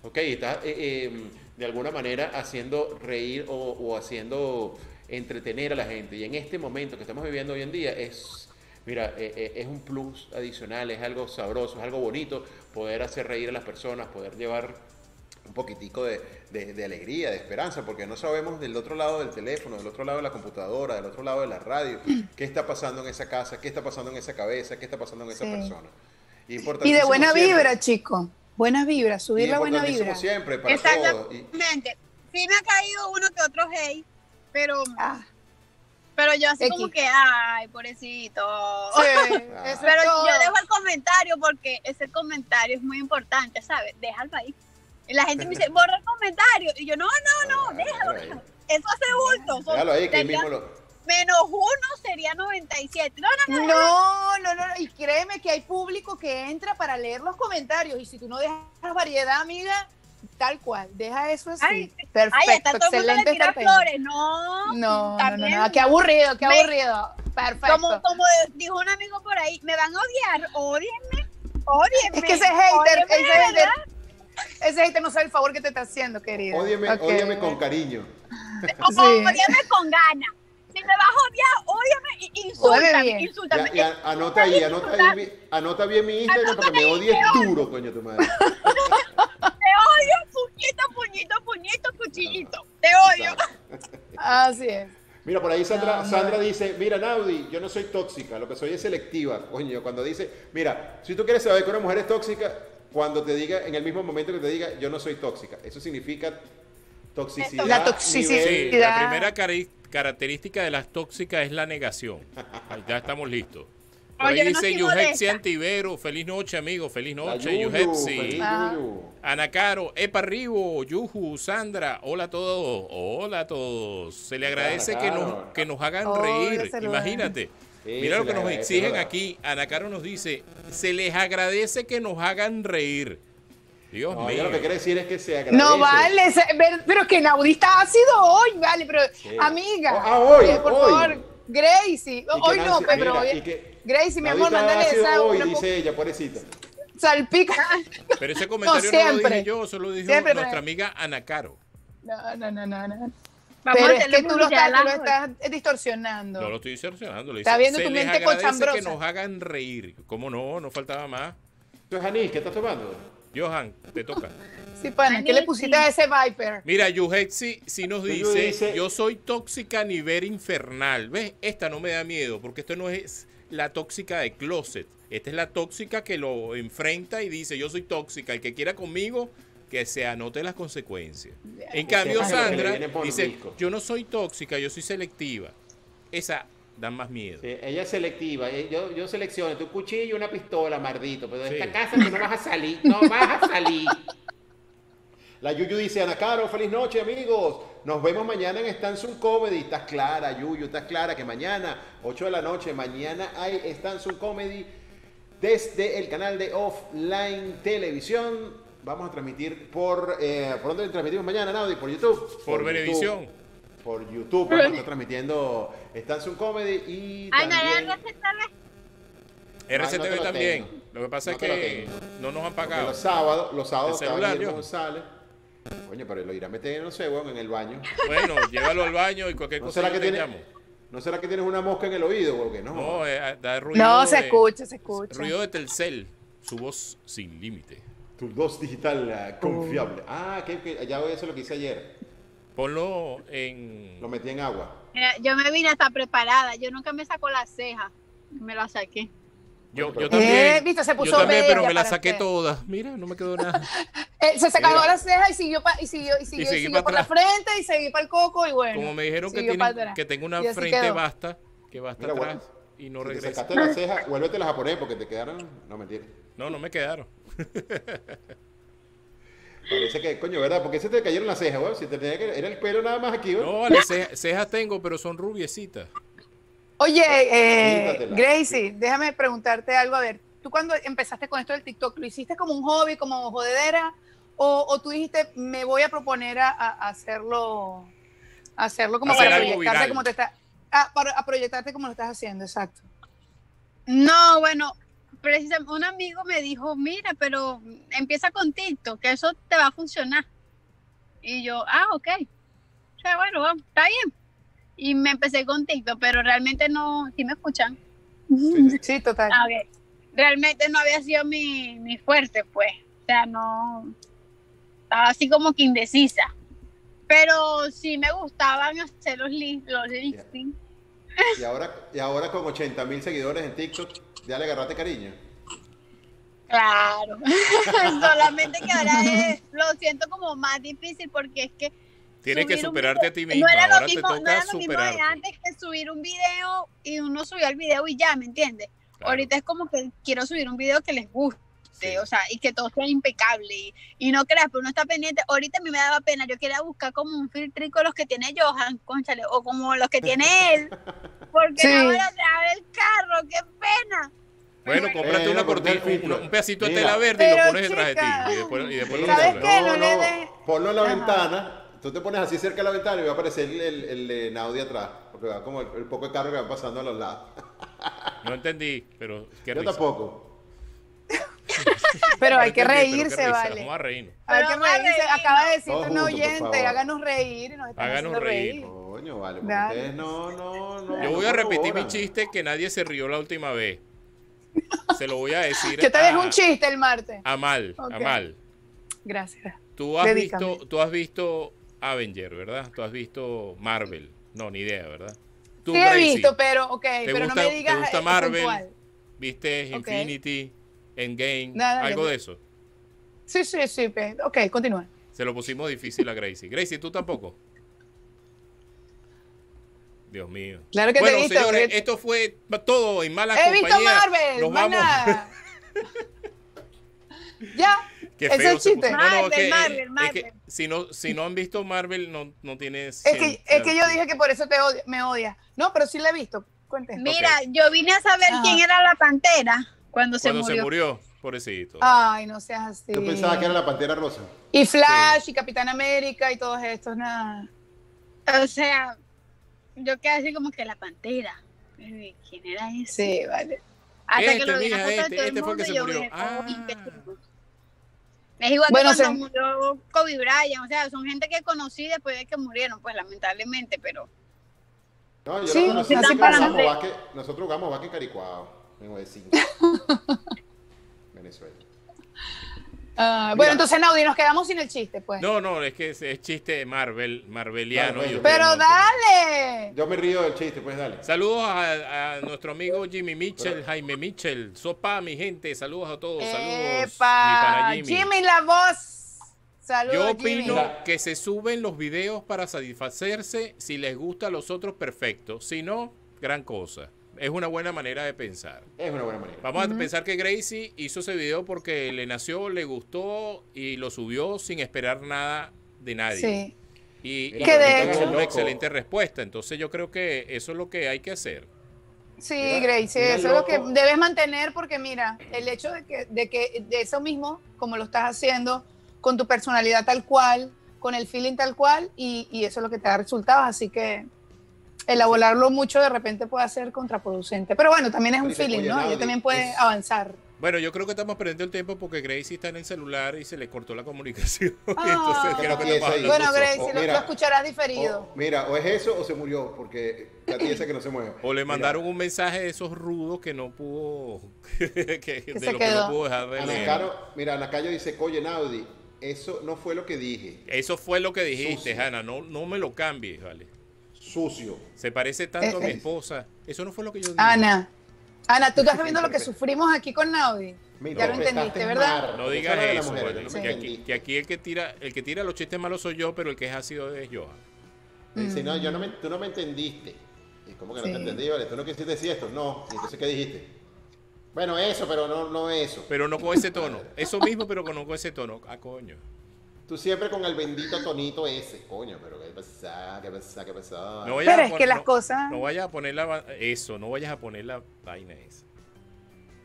B: Ok, y estás eh, eh, de alguna manera haciendo reír o, o haciendo entretener a la gente. Y en este momento que estamos viviendo hoy en día es, mira, eh, eh, es un plus adicional, es algo sabroso, es algo bonito poder hacer reír a las personas, poder llevar un poquitico de, de- de alegría, de esperanza, porque no sabemos del otro lado del teléfono, del otro lado de la computadora, del otro lado de la radio, qué está pasando en esa casa, qué está pasando en esa cabeza, qué está pasando en esa
C: Sí.
B: persona.
C: Y de
B: Importantísimo
C: buena
B: siempre.
C: vibra, chico. Buenas vibras,
B: Y
C: subir la buena
B: importantísimo
C: vibra.
B: siempre para
D: Exacto.
B: todos. Y-
D: Gente, sí me ha caído uno que otro hate, pero...
C: Ah,
D: Pero yo así como
C: X.
D: que, ay, pobrecito.
C: sí,
B: Ah.
C: eso
D: Pero
C: es todo.
D: yo dejo el comentario porque ese comentario es muy importante, ¿sabes? Déjalo ahí. Y la gente me dice, borra el comentario. Y yo, no, no,
B: Ah,
D: no, déjalo.
B: déjalo ahí.
D: déjalo. Eso hace bulto. Son-
B: Déjalo ahí, que ahí
D: sería-
B: mismo lo...
D: Menos uno sería 97. No, no, no. déjalo.
C: No, no, no, no, y créeme que hay público que entra para leer los comentarios y si tú no dejas variedad, amiga, tal cual, deja eso así.
D: Ay,
C: Perfecto,
D: Ay, está todo el mundo
C: excelente
D: le tira
C: estrategia.
D: flores.
C: No,
D: No,
C: no, no,
D: también.
C: no, qué aburrido, qué
D: Me-
C: aburrido. Perfecto.
D: Como, como dijo un amigo por ahí, me van a odiar, odienme, odienme.
C: es que ese hater,
D: ódienme de
C: ese hater, ese hater no sabe el favor que te está haciendo, querida.
B: Ódiame,
C: Ok.
B: ódiame con cariño.
D: O
C: Sí.
D: ódiame con ganas. Si me vas a odiar, ódiame y
C: Ódiame
D: insúltame,
C: bien.
B: Ya-
D: insúltame.
B: ya, anota ahí, anota ahí, mi- anota bien mi Instagram para que me odies duro, coño tu madre.
D: Te odio, puñito, puñito, puñito, cuchillito. Te odio.
C: Así es.
B: Mira, por ahí Sandra,
C: No,
B: Sandra dice, mira Naudi, yo no soy tóxica, lo que soy es selectiva, coño, cuando dice, mira, si tú quieres saber que una mujer es tóxica, cuando te diga, en el mismo momento que te diga, yo no soy tóxica, eso significa toxicidad.
C: La toxicidad.
B: nivel-
A: Sí, la
C: Ya.
A: primera cari- característica de las tóxicas es la negación. Ahí Ya estamos listos. Por ahí
D: Oye, no
A: dice
D: estoy
A: Yuhexi
D: molesta.
A: Antivero, feliz noche amigo, feliz
B: la
A: noche
B: yuyu,
A: Yuhexi.
B: feliz
C: Ah.
B: yuyu.
A: Ana Caro, Epa Ribo, Yuhu, Sandra, hola a todos, hola a todos. Se le agradece
B: Ana
A: que
B: Caro.
A: nos, que nos hagan
C: Hola,
A: reír,
C: saludos.
A: imagínate.
B: Sí,
A: Mira
B: se
A: lo que
B: le
A: nos
B: agradece,
A: exigen
B: hola.
A: aquí, Ana Caro nos dice, se les agradece que nos hagan reír. Dios
B: No, ella
A: mío.
B: lo que quiere decir es que se agradece.
C: No vale, ese- ver- pero que Naudista ha sido hoy, vale, pero amiga.
B: Ah, hoy,
C: oye, por
B: hoy.
C: favor, Gracie,
B: Y que
C: hoy no,
B: Nancy-
C: pero
B: mira,
C: hoy-
B: y que-
C: Gracie, mi amor,
B: Naudita
C: mándale
B: ha sido
C: esa
B: hoy,
C: una
B: dice ella, pobrecita.
C: salpica.
A: Pero ese comentario no, lo
C: siempre.
A: dije yo, solo lo dijo
C: Siempre,
A: nuestra
C: pero-
A: amiga Ana Caro.
C: No, no, no, no, no.
D: Vamos
C: pero
D: a
C: es
D: hacerle
C: que tú lo
D: publicidad
C: estás,
D: a
C: tú lo
D: la-
C: estás distorsionando.
A: No lo estoy distorsionando. Le
C: Está
A: dice,
C: viendo
A: "Se
C: tu
A: les
C: mente
A: agradece que
C: cochambrosa".
A: nos hagan reír. ¿Cómo no? No faltaba más.
B: Esto es anís, ¿qué estás tomando?
A: Johan, te toca.
C: Sí, pana, ¿qué le
D: Nancy.
C: pusiste a ese Viper?
A: Mira, Yuhexi sí nos
B: Yuyu
A: dice,
B: dice-
A: yo soy tóxica a nivel infernal. ¿Ves? Esta no me da miedo, porque esto no es la tóxica de closet. Esta es la tóxica que lo enfrenta y dice, yo soy tóxica. El que quiera conmigo, que se anote las consecuencias. En cambio,
B: Ese es lo que le
A: Sandra
B: viene por
A: dice,
B: disco.
A: yo no soy tóxica, yo soy selectiva. Esa da más miedo.
B: Sí, ella es selectiva. eh, Yo, yo selecciono tu cuchillo y una pistola, mardito. Pero de
A: Sí.
B: esta casa tú no vas a salir. No vas a salir. La Yuyu dice, Ana Caro, feliz noche, amigos. Nos vemos mañana en Stanson Comedy. Estás clara, Yuyu, estás clara que mañana, 8 de la noche, mañana hay Stanson Comedy desde el canal de Offline Televisión. Vamos a transmitir por. eh, ¿Por dónde transmitimos mañana, Naudi? ¿Por YouTube?
A: Por Venevisión.
B: YouTube. Por YouTube. Vamos a estar transmitiendo Stance un Comedy y.
D: Ay, Ah, no
B: también-
D: era RCTV.
B: Ah, no te
A: RCTV
B: lo
A: también.
B: tengo.
A: Lo que pasa
B: No
A: es
B: te lo
A: que no nos han
B: Porque
A: pagado.
B: los sábados, los sábados
A: El
B: estaba
A: celular,
B: Guillermo
A: yo.
B: González. Coño, pero lo irá a meter, no sé, weón, en el baño.
A: Bueno, llévalo al baño y cualquier
B: ¿No
A: cosa
B: será,
A: yo
B: que
A: te
B: tiene,
A: llamo.
B: ¿No será que tienes una mosca en el oído, weón? Que no.
A: No, eh, da ruido.
C: No, se
A: de-
C: escucha, se escucha.
A: Ruido de Telcel. Su voz sin límite.
B: Tu dos digital eh, confiable. Ah, que, que- ya eso lo que hice ayer.
A: Ponlo en.
B: Lo metí en agua.
D: Mira, eh, Yo me vine hasta preparada. Yo nunca me saco la ceja. Me la saqué.
A: Yo,
B: pero-
A: yo también.
C: Eh, viste, se puso
A: yo también, pero
C: bella
A: me la
C: para
A: saqué
C: usted.
A: toda. Mira, no me quedó nada.
C: Eh, se sacó
B: Mira.
C: la ceja y siguió, pa- y siguió, y siguió, y
A: seguí
C: siguió
A: pa'
C: por la
A: atrás.
C: frente y seguí para el coco y bueno.
A: Como me dijeron que,
C: siguió
A: tienen-
C: pa' atrás.
A: que tengo una
C: Y así
A: frente
C: quedó.
A: basta, que va hasta
B: Mira,
A: atrás
B: bueno,
A: y no
B: si te
A: regresa.
B: sacaste la ceja, vuélvetelas a poner porque te quedaron. No, mentira.
A: No, no me quedaron.
B: Parece que, coño, ¿verdad? Porque se te cayeron las cejas, weón. Si te tenía que. Era el pelo nada más aquí, weón.
A: No, vale, ce- cejas tengo, pero son rubiecitas.
C: Oye, eh,
B: Quítatela.
C: Gracie, déjame preguntarte algo. A ver, tú cuando empezaste con esto del TikTok, ¿lo hiciste como un hobby, como jodedera? ¿O, o tú dijiste, me voy a proponer a, a- a hacerlo, a hacerlo como
A: Hacer
C: para
A: algo
C: proyectarte
A: viral.
C: como te está, a, para, a proyectarte como lo estás haciendo? Exacto.
D: No, bueno, precisamente un amigo me dijo, mira, pero empieza con TikTok, que eso te va a funcionar. Y yo, ah, ok. O sea, bueno, vamos, está bien. Y me empecé con TikTok, pero realmente no, si me escuchan.
C: Sí, total.
D: Ah, ok. Realmente no había sido mi, mi fuerte, pues. O sea, no. Estaba así como que indecisa. Pero sí me gustaban hacer los lip- los lip sync.
B: Y ahora, y ahora con 80 mil seguidores en TikTok, ya le agarraste cariño.
D: Claro, solamente que ahora es, lo siento como más difícil porque es que
A: Tienes que
D: subir un
A: superarte a ti
D: video- no
A: mismo.
D: era lo
A: Ahora
D: mismo,
A: te
D: no
A: toca
D: era lo mismo de
A: superarte.
D: antes que subir un video y uno subía el video y ya, ¿me entiendes?
A: Claro,
D: Ahorita es como que quiero subir un video que les guste,
A: sí.
D: o sea, y que todo sea impecable y, y no creas, pero uno está pendiente. Ahorita a mí me daba pena, yo quería buscar como un filtrico los que tiene Johan, conchale, o como los que tiene él, porque
C: Sí.
D: ahora trae el carro, qué pena.
A: Bueno, cómprate
B: Eh,
A: una
B: no, corté el
A: cortina, un,
B: filtro.
A: un pedacito de
B: Mira.
A: tela verde y lo
C: Pero,
A: pones detrás de ti.
C: chica,
A: Y después, y después lo
C: ¿sabes
A: retablas.
C: qué? No le des-
B: Ponlo en la
C: Ajá.
B: ventana. Tú te pones así cerca de la ventana y va a aparecer el, el, el de Naudi atrás. Porque va como el, el poco de carro que van pasando a los lados.
A: No entendí, pero qué
B: Yo
A: risa.
B: tampoco.
C: Pero
A: No
C: hay que
A: entendí, pero qué
C: reírse,
A: risa.
C: vale.
A: Vamos a reírnos.
C: Hay que
D: Pero vamos a
C: reírse.
D: reírnos.
C: Acaba de decirte
B: Todos
C: un
B: juntos, por
C: oyente,
B: favor.
C: háganos reír. Nos están
A: Háganos
C: haciendo
A: reír.
C: reír.
B: Coño, vale. porque
C: Dale.
B: Ustedes no, no, no.
A: Yo voy
B: no
A: a repetir mi
B: corroboran.
A: chiste que nadie se rió la última vez. Se lo voy a decir.
C: Yo te
A: a-
C: dejo un chiste el martes.
A: A mal, a
C: Ok.
A: mal.
C: Gracias.
A: Tú has
C: Dedícame.
A: visto, tú has visto Avenger, ¿verdad? Tú has visto Marvel. No, ni idea, ¿verdad? Tú,
C: Sí, he
A: Gracie,
C: visto, pero ok, pero
A: gusta-
C: no me
A: te
C: digas.
A: gusta
C: eh,
A: Marvel?
C: puntual.
A: viste
C: Ok.
A: Infinity, Endgame,
C: Nada,
A: algo
C: yo-
A: de eso.
C: Sí, sí, sí. pe- Ok, continúa.
A: Se lo pusimos difícil a Gracie. Gracie, tú tampoco. Dios mío.
C: Claro que te
A: bueno,
C: he visto,
A: señores,
C: porque-
A: esto fue todo en malas
C: He visto
A: compañías.
C: Marvel.
A: Nos
C: más
A: vamos.
C: nada. ya.
A: Qué
C: Ese
A: feo
C: es
A: se
C: chiste.
A: puso.
D: Marvel,
A: que-
D: Marvel,
A: es
D: Marvel.
A: que si no, si no han visto Marvel, no, no tienes.
C: Es que, es que yo dije que por eso te odio, me odias. No, pero sí la he visto. Cuéntame.
D: Mira, yo vine a saber
C: Ajá.
D: quién era la pantera cuando se
A: Cuando
D: murió.
A: pobrecito.
C: Ay, no seas así.
B: Yo pensaba que era la pantera rosa.
C: Y Flash y Capitán América y todos estos, nada.
D: O sea, yo quedé así como que la pantera. Uy, ¿Quién era ese?
C: Sí, vale.
D: Hasta
A: Este,
D: que lo vi en
A: mija,
D: la foto
A: este,
D: de todo el
A: este fue el que
D: mundo,
A: se
D: yo
A: murió.
D: dije,
A: Ah.
D: "Uy, qué tipo". Es igual
C: Bueno,
D: que cuando
C: se-
D: murió Kobe Bryant, o sea, son gente que conocí después de que murieron, pues lamentablemente, pero
B: No, yo
C: Sí,
B: la conocí
D: así
B: porque
D: para
B: jugamos
D: mí.
B: basque- nosotros jugamos vaca en Caricuao. Vengo de 5. Venezuela.
C: Ah,
B: Mira.
C: bueno, entonces, Naudi, nos quedamos sin el chiste, pues.
A: No, no, es que es, es chiste de Marvel, marveliano.
B: Marvel.
A: yo-
C: pero
A: no,
C: dale.
B: Yo me río del chiste, pues dale.
A: Saludos a, a nuestro amigo Jimmy Mitchell, Jaime Mitchell, sopa mi gente, saludos a todos, saludos mi
C: Epa,
A: pana
C: Jimmy. la voz. Saludos,
A: Yo opino
C: Jimmy.
A: que se suben los videos para satisfacerse. Si les gusta a los otros, perfecto. Si no, gran cosa. Es una buena manera de pensar.
B: Es una buena manera.
A: Vamos a pensar que Gracie hizo ese video porque le nació, le gustó y lo subió sin esperar nada de nadie.
C: Sí.
A: Y,
B: Mira,
C: Que de
A: también
C: hecho-
A: tuvo
B: Loco.
A: una excelente respuesta. Entonces yo creo que eso es lo que hay que hacer.
C: Sí,
B: Mira,
C: Gracie,
B: mira,
C: eso es lo que
B: loco.
C: debes mantener porque mira, el hecho de que, de que de eso mismo, como lo estás haciendo, con tu personalidad tal cual, con el feeling tal cual, y, y eso es lo que te da resultados. Así que elaborarlo mucho de repente puede ser contraproducente. Pero bueno, también es un
B: Dice,
C: feeling,
B: "Oye,
C: ¿no?
B: Naudi,
C: Ella también puede
B: es-
C: avanzar.
A: Bueno, yo creo que estamos perdiendo el tiempo porque Gracie está en el celular y se le cortó la comunicación.
C: Ah.
A: Entonces, creo que
B: Gracias,
A: estamos hablando
B: ahí.
C: Bueno,
A: solo.
C: Gracie,
B: Oh,
C: lo,
B: mira.
C: lo escucharás diferido.
B: O- mira, o es eso o se murió, porque la tía esa que no se mueve.
A: O le
B: Mira,
A: mandaron un mensaje de esos rudos que no pudo. que- de
C: se
A: lo que
C: quedó.
A: no pudo dejar de
B: Ana
A: leer.
B: Caro, mira, Ana Cayo dice, oye, Naudi, eso no fue lo que dije.
A: Eso fue lo que dijiste,
B: Sucio.
A: Hanna. No, no me lo cambies, ¿vale?
B: Sucio.
A: Se parece tanto a
C: Eh,
A: mi
C: eh.
A: esposa. Eso no fue lo que yo dije.
C: Ana, Ana, tú estás viendo lo que sufrimos aquí con Naudi.
B: Me
C: Ya lo
B: interpretaste
C: entendiste, ¿verdad?
B: mal.
A: No
B: Porque
A: digas
B: eso era de la
A: eso,
B: mujer,
A: vale,
B: yo no
A: que, aquí,
B: entendí.
A: que aquí el que tira el que tira los chistes malos soy yo, pero el que es ácido es Johan.
B: Dice, no, yo no me, tú no me entendiste. Y como que no
C: Sí.
B: te entendí, vale, tú no quisiste decir esto, no. Y entonces, ¿qué dijiste? Bueno, eso, pero no, no eso.
A: Pero no con ese tono. Eso mismo, pero con- no con ese tono. Ah, coño.
B: Tú siempre con el bendito tonito ese, coño, pero qué pasa, qué pasa, qué pasa.
A: No
C: Pero
A: a
C: es
A: pon-
C: que las
A: no-
C: cosas-
A: No vayas a poner la. va- Eso, no vayas a poner la vaina esa.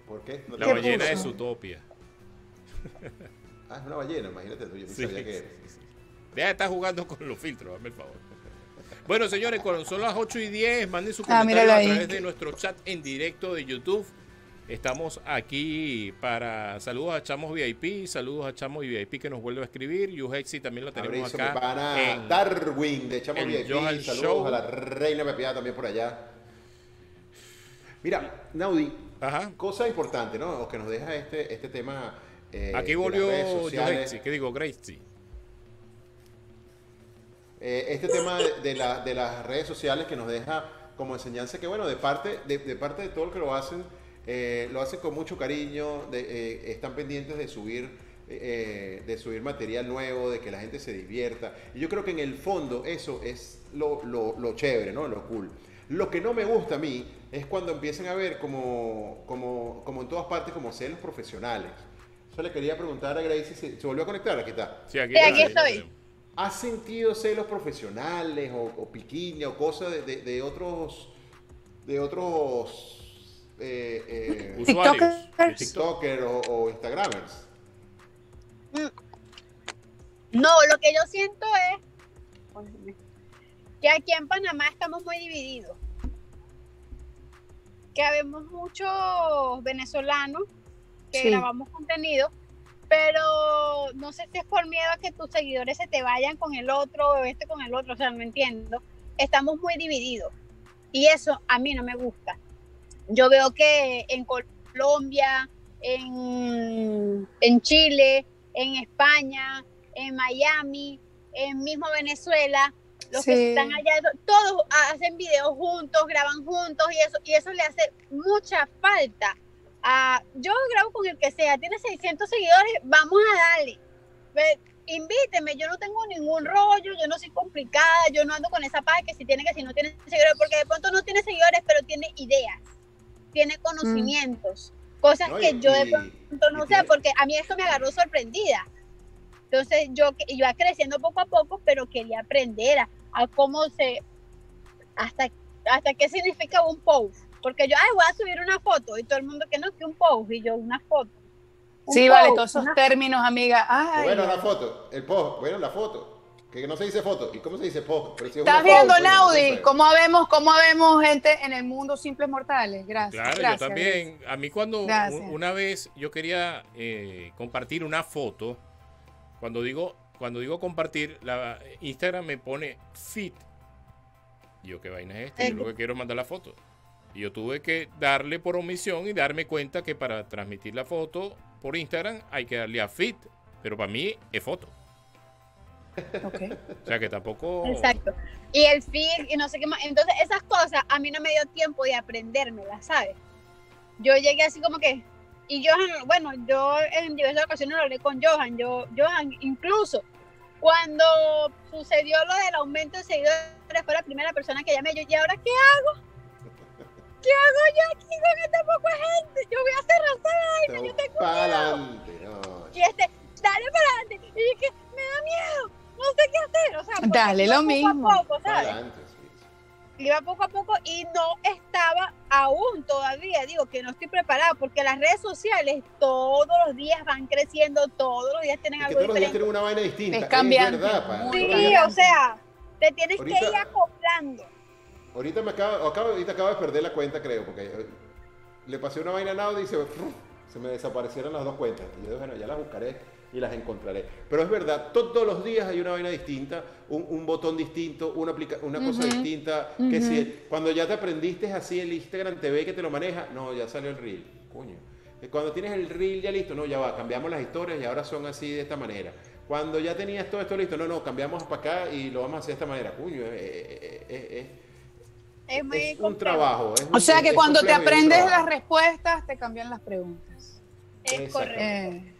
B: ¿Por qué? No
A: La
C: ¿Qué
B: te-
A: ballena
C: puso?
A: de Zootopia.
B: Ah, es una ballena, imagínate tú, yo ni
A: Sí,
B: sabía que
A: sí, sí, sí. Deja de estar jugando con los filtros, dame el favor. Bueno, señores, cuando son las 8 y 10, manden sus
C: Ah,
A: comentarios
C: míralo
A: a
C: ahí.
A: través de nuestro chat en directo de YouTube. Estamos aquí para saludos a Chamos VIP, saludos a Chamos y VIP que nos vuelve a escribir. Yuhexi también la tenemos
B: Abrazo, mi
A: acá.
B: pana
A: en-
B: Darwin de Chamo
A: en
B: VIP.
A: Johan
B: Saludos
A: Show.
B: a la reina Pepiada también por allá. Mira, Naudi,
A: Ajá.
B: cosa importante, ¿no? O que nos deja este, este tema. eh,
A: Aquí
B: de las
A: volvió
B: redes sociales.
A: Yuhexi, que digo, Gracie.
B: Eh, este tema de, de la- de las redes sociales que nos deja como enseñanza que, bueno, de parte de, de parte de todo el que lo hacen, eh, lo hacen con mucho cariño, de, eh, están pendientes de subir, eh, de subir material nuevo, de que la gente se divierta. Y yo creo que en el fondo eso es lo, lo- lo chévere, ¿no? Lo cool. Lo que no me gusta a mí es cuando empiezan a ver como, como, como en todas partes como celos profesionales. Yo le quería preguntar a Gracie si se volvió a conectar, aquí está.
A: Sí, aquí,
D: Sí, aquí
A: está,
D: estoy.
A: está.
B: ¿Has sentido celos profesionales o, o piquiña o cosas de, de- de otros de otros eh, eh,
A: Usuarios de TikTok.
C: TikTokers.
B: TikTokers o, o Instagramers?
D: No, lo que yo siento es que aquí en Panamá estamos muy divididos. Que habemos muchos venezolanos que
C: Sí.
D: grabamos contenido, pero no sé si es por miedo a que tus seguidores se te vayan con el otro o este con el otro, o sea, no entiendo. Estamos muy divididos y eso a mí no me gusta. Yo veo que en Colombia, en, en Chile, en España, en Miami, en mismo Venezuela, los
C: Sí.
D: que están allá, todos hacen videos juntos, graban juntos y eso, y eso le hace mucha falta. a- yo grabo con el que sea, tiene 600 seguidores, vamos a darle. Ve- Invíteme, yo no tengo ningún rollo, yo no soy complicada, yo no ando con esa paz que si tiene que si no tiene seguidores, porque de pronto no tiene seguidores, pero tiene ideas, tiene conocimientos, cosas
B: ¿no?
D: que
B: Y-
D: yo de
B: y-
D: pronto no
B: y
D: sé,
B: tiene-
D: porque a mí esto me agarró sorprendida. Entonces yo que- iba creciendo poco a poco, pero quería aprender a, a cómo se, hasta, hasta qué significa un post. Porque yo, ay, voy a subir una foto y todo el mundo que no, que un post y yo una foto. Un
C: Sí, vale,
D: post,
C: todos esos
D: una-
C: términos, amiga. Ay,
B: Bueno, la foto, el post, bueno, la foto. Que no se dice foto. ¿Y cómo se dice post? Pero si es una
C: ¿Estás viendo,
B: foto, bueno, no
C: Naudi?
B: sé.
C: ¿Cómo habemos, ¿Cómo habemos gente en el mundo simples mortales? Gracias.
A: Claro,
C: gracias,
A: yo también. A mí cuando u-
C: Gracias.
A: una vez yo quería eh, compartir una foto, cuando digo cuando digo compartir, la Instagram me pone fit. Y Yo qué vaina es esta, yo lo que quiero es mandar la foto. Y yo tuve que darle por omisión y darme cuenta que para transmitir la foto por Instagram hay que darle a fit, pero para mí es foto.
C: Gracias. Ok.
A: O sea que tampoco
D: Exacto. Y el feed y no sé qué más. Entonces esas cosas a mí no me dio tiempo de aprendérmelas, ¿sabes? Yo llegué así como que... Y Johan, bueno, yo en diversas ocasiones lo hablé con Johan. Yo, Johan, incluso cuando sucedió lo del aumento de seguidores, fue la primera persona que llamé. Yo, ¿y ahora qué hago? ¿Qué hago yo aquí con esta poca gente? Yo voy a hacer
B: Pero para adelante, no.
D: y este, dale para adelante. Y es que me da miedo, no sé qué hacer. O sea, porque
C: Dale
D: yo
C: lo
D: poco a
C: mismo.
D: poco,
B: Para
D: ¿sabes?
B: adelante, sí.
D: iba poco a poco y no estaba aún todavía, digo que no estoy preparada porque las redes sociales todos los días van creciendo, todos los días tienen
B: Es que
D: algo
B: todos los días
D: diferente.
B: tienen una vaina distinta.
C: Es
B: Es
C: cambiante,
B: verdad, pana.
C: muy
B: Todos
D: Sí,
B: los días-
D: o sea, te tienes que
B: Ahorita-
D: ir acoplando.
B: Ahorita me acabo, acabo- ahorita acabo de perder la cuenta, creo, porque eh, le pasé una vaina a Naudi y se, se me desaparecieron las dos cuentas. Y yo, bueno, ya las buscaré y las encontraré. Pero es verdad, todos los días hay una vaina distinta, un, un botón distinto, una, aplica- una cosa distinta. Que si el- cuando ya te aprendiste así el Instagram TV que te lo maneja, no, ya salió el reel, coño. Eh, Cuando tienes el reel ya listo, no, ya va, cambiamos las historias y ahora son así de esta manera. Cuando ya tenías todo esto listo, no, no, cambiamos para acá y lo vamos a hacer de esta manera. Coño, eh, eh, eh, eh, eh.
D: Es muy
B: Es un
D: complejo.
B: trabajo. es
C: O
B: un-
C: sea
B: es
C: que cuando te
B: complejo y es un
C: aprendes
B: trabajo.
C: las respuestas, te cambian las preguntas.
D: Es
B: Exacto.
D: correcto.
C: Eh,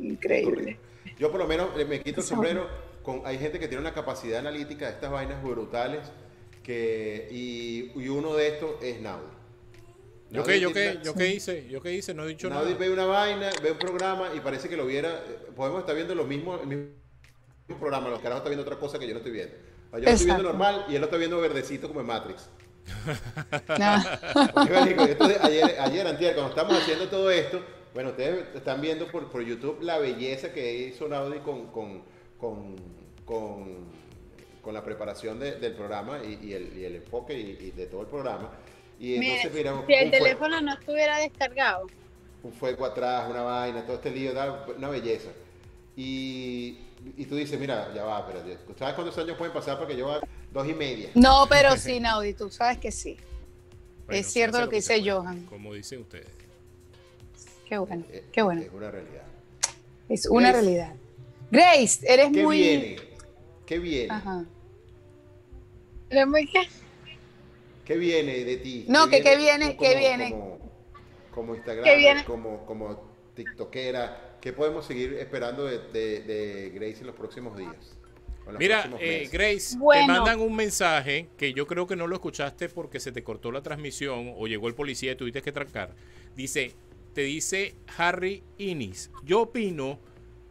C: increíble.
B: Yo por lo menos eh, me quito el
C: Eso.
B: sombrero. Con, hay gente que tiene una capacidad analítica de estas vainas brutales que, y, y uno de estos es Naudi.
A: ¿Yo qué, yo qué, yo qué hice? ¿Yo qué hice? No he dicho
B: Naudi
A: nada.
B: ve una vaina, ve un programa y parece que lo viera. eh, Podemos estar viendo lo mismo, el mismo programa, los carajos están viendo otra cosa que yo no estoy viendo. O Yo lo estoy
C: Exacto.
B: viendo normal y él lo está viendo verdecito como en Matrix.
C: Nada.
B: Porque, marico, entonces, ayer, ayer, antier, cuando estamos haciendo todo esto, bueno, ustedes están viendo por, por YouTube la belleza que hizo Naudi con, con, con, con, con la preparación de- del programa y, y el, y el enfoque y, y de todo el programa. Y
D: Mira,
B: entonces, mira,
D: Si el
B: un, fue-
D: teléfono no estuviera descargado,
B: un fuego atrás, una vaina, todo este lío, da una belleza. Y, y tú dices, mira, ya va, pero ¿sabes cuántos años pueden pasar para que yo haga dos y media?
C: No, pero sí, Naudi, tú sabes que sí.
A: Bueno,
C: es
A: se
C: cierto
A: hace
C: lo que
A: se
C: dice
A: puede,
C: Johan.
A: pues, Como dicen ustedes.
C: Qué bueno,
B: Eh,
C: qué bueno.
B: Es una realidad.
C: Es una
B: Grace.
C: realidad. Grace, eres
B: ¿Qué
C: muy...
B: viene? ¿Qué viene?
C: Ajá.
D: es muy que
B: ¿Qué viene de ti?
C: No, que qué viene,
B: tú
C: qué viene.
B: Como, como Instagram,
D: ¿Qué viene?
B: Como, como TikTokera, ¿qué podemos seguir esperando de, de- de Grace en los próximos días? O en los
A: Mira,
B: próximos
A: eh,
B: meses?
A: Grace, te
D: Bueno.
A: mandan un mensaje que yo creo que no lo escuchaste porque se te cortó la transmisión o llegó el policía y tuviste que trancar. Dice, te dice Harry Innis, yo opino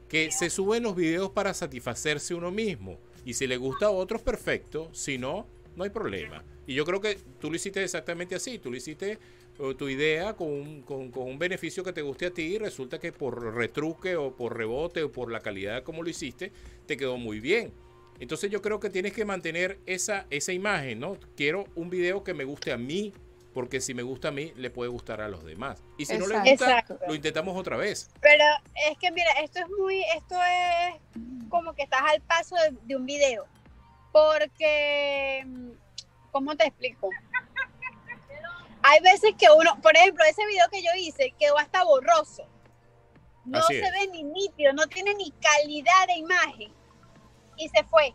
A: que se suben los videos para satisfacerse uno mismo y si le gusta a otros, perfecto, si no, no hay problema. Y yo creo que tú lo hiciste exactamente así, tú lo hiciste eh, tu idea con un, con- con un beneficio que te guste a ti y resulta que por retruque o por rebote o por la calidad como lo hiciste, te quedó muy bien. Entonces yo creo que tienes que mantener esa, esa imagen, ¿no? Quiero un video que me guste a mí, porque si me gusta a mí, le puede gustar a los demás. Y si no le gusta,
D: Exacto.
A: lo intentamos otra vez.
D: Pero es que mira, esto es muy, esto es como que estás al paso de, de un video. Porque, mm, ¿cómo te explico? Hay veces que uno, por ejemplo, ese video que yo hice quedó hasta borroso. No
A: Así
D: se
A: es.
D: ve ni nítido, no tiene ni calidad de imagen. Y se fue.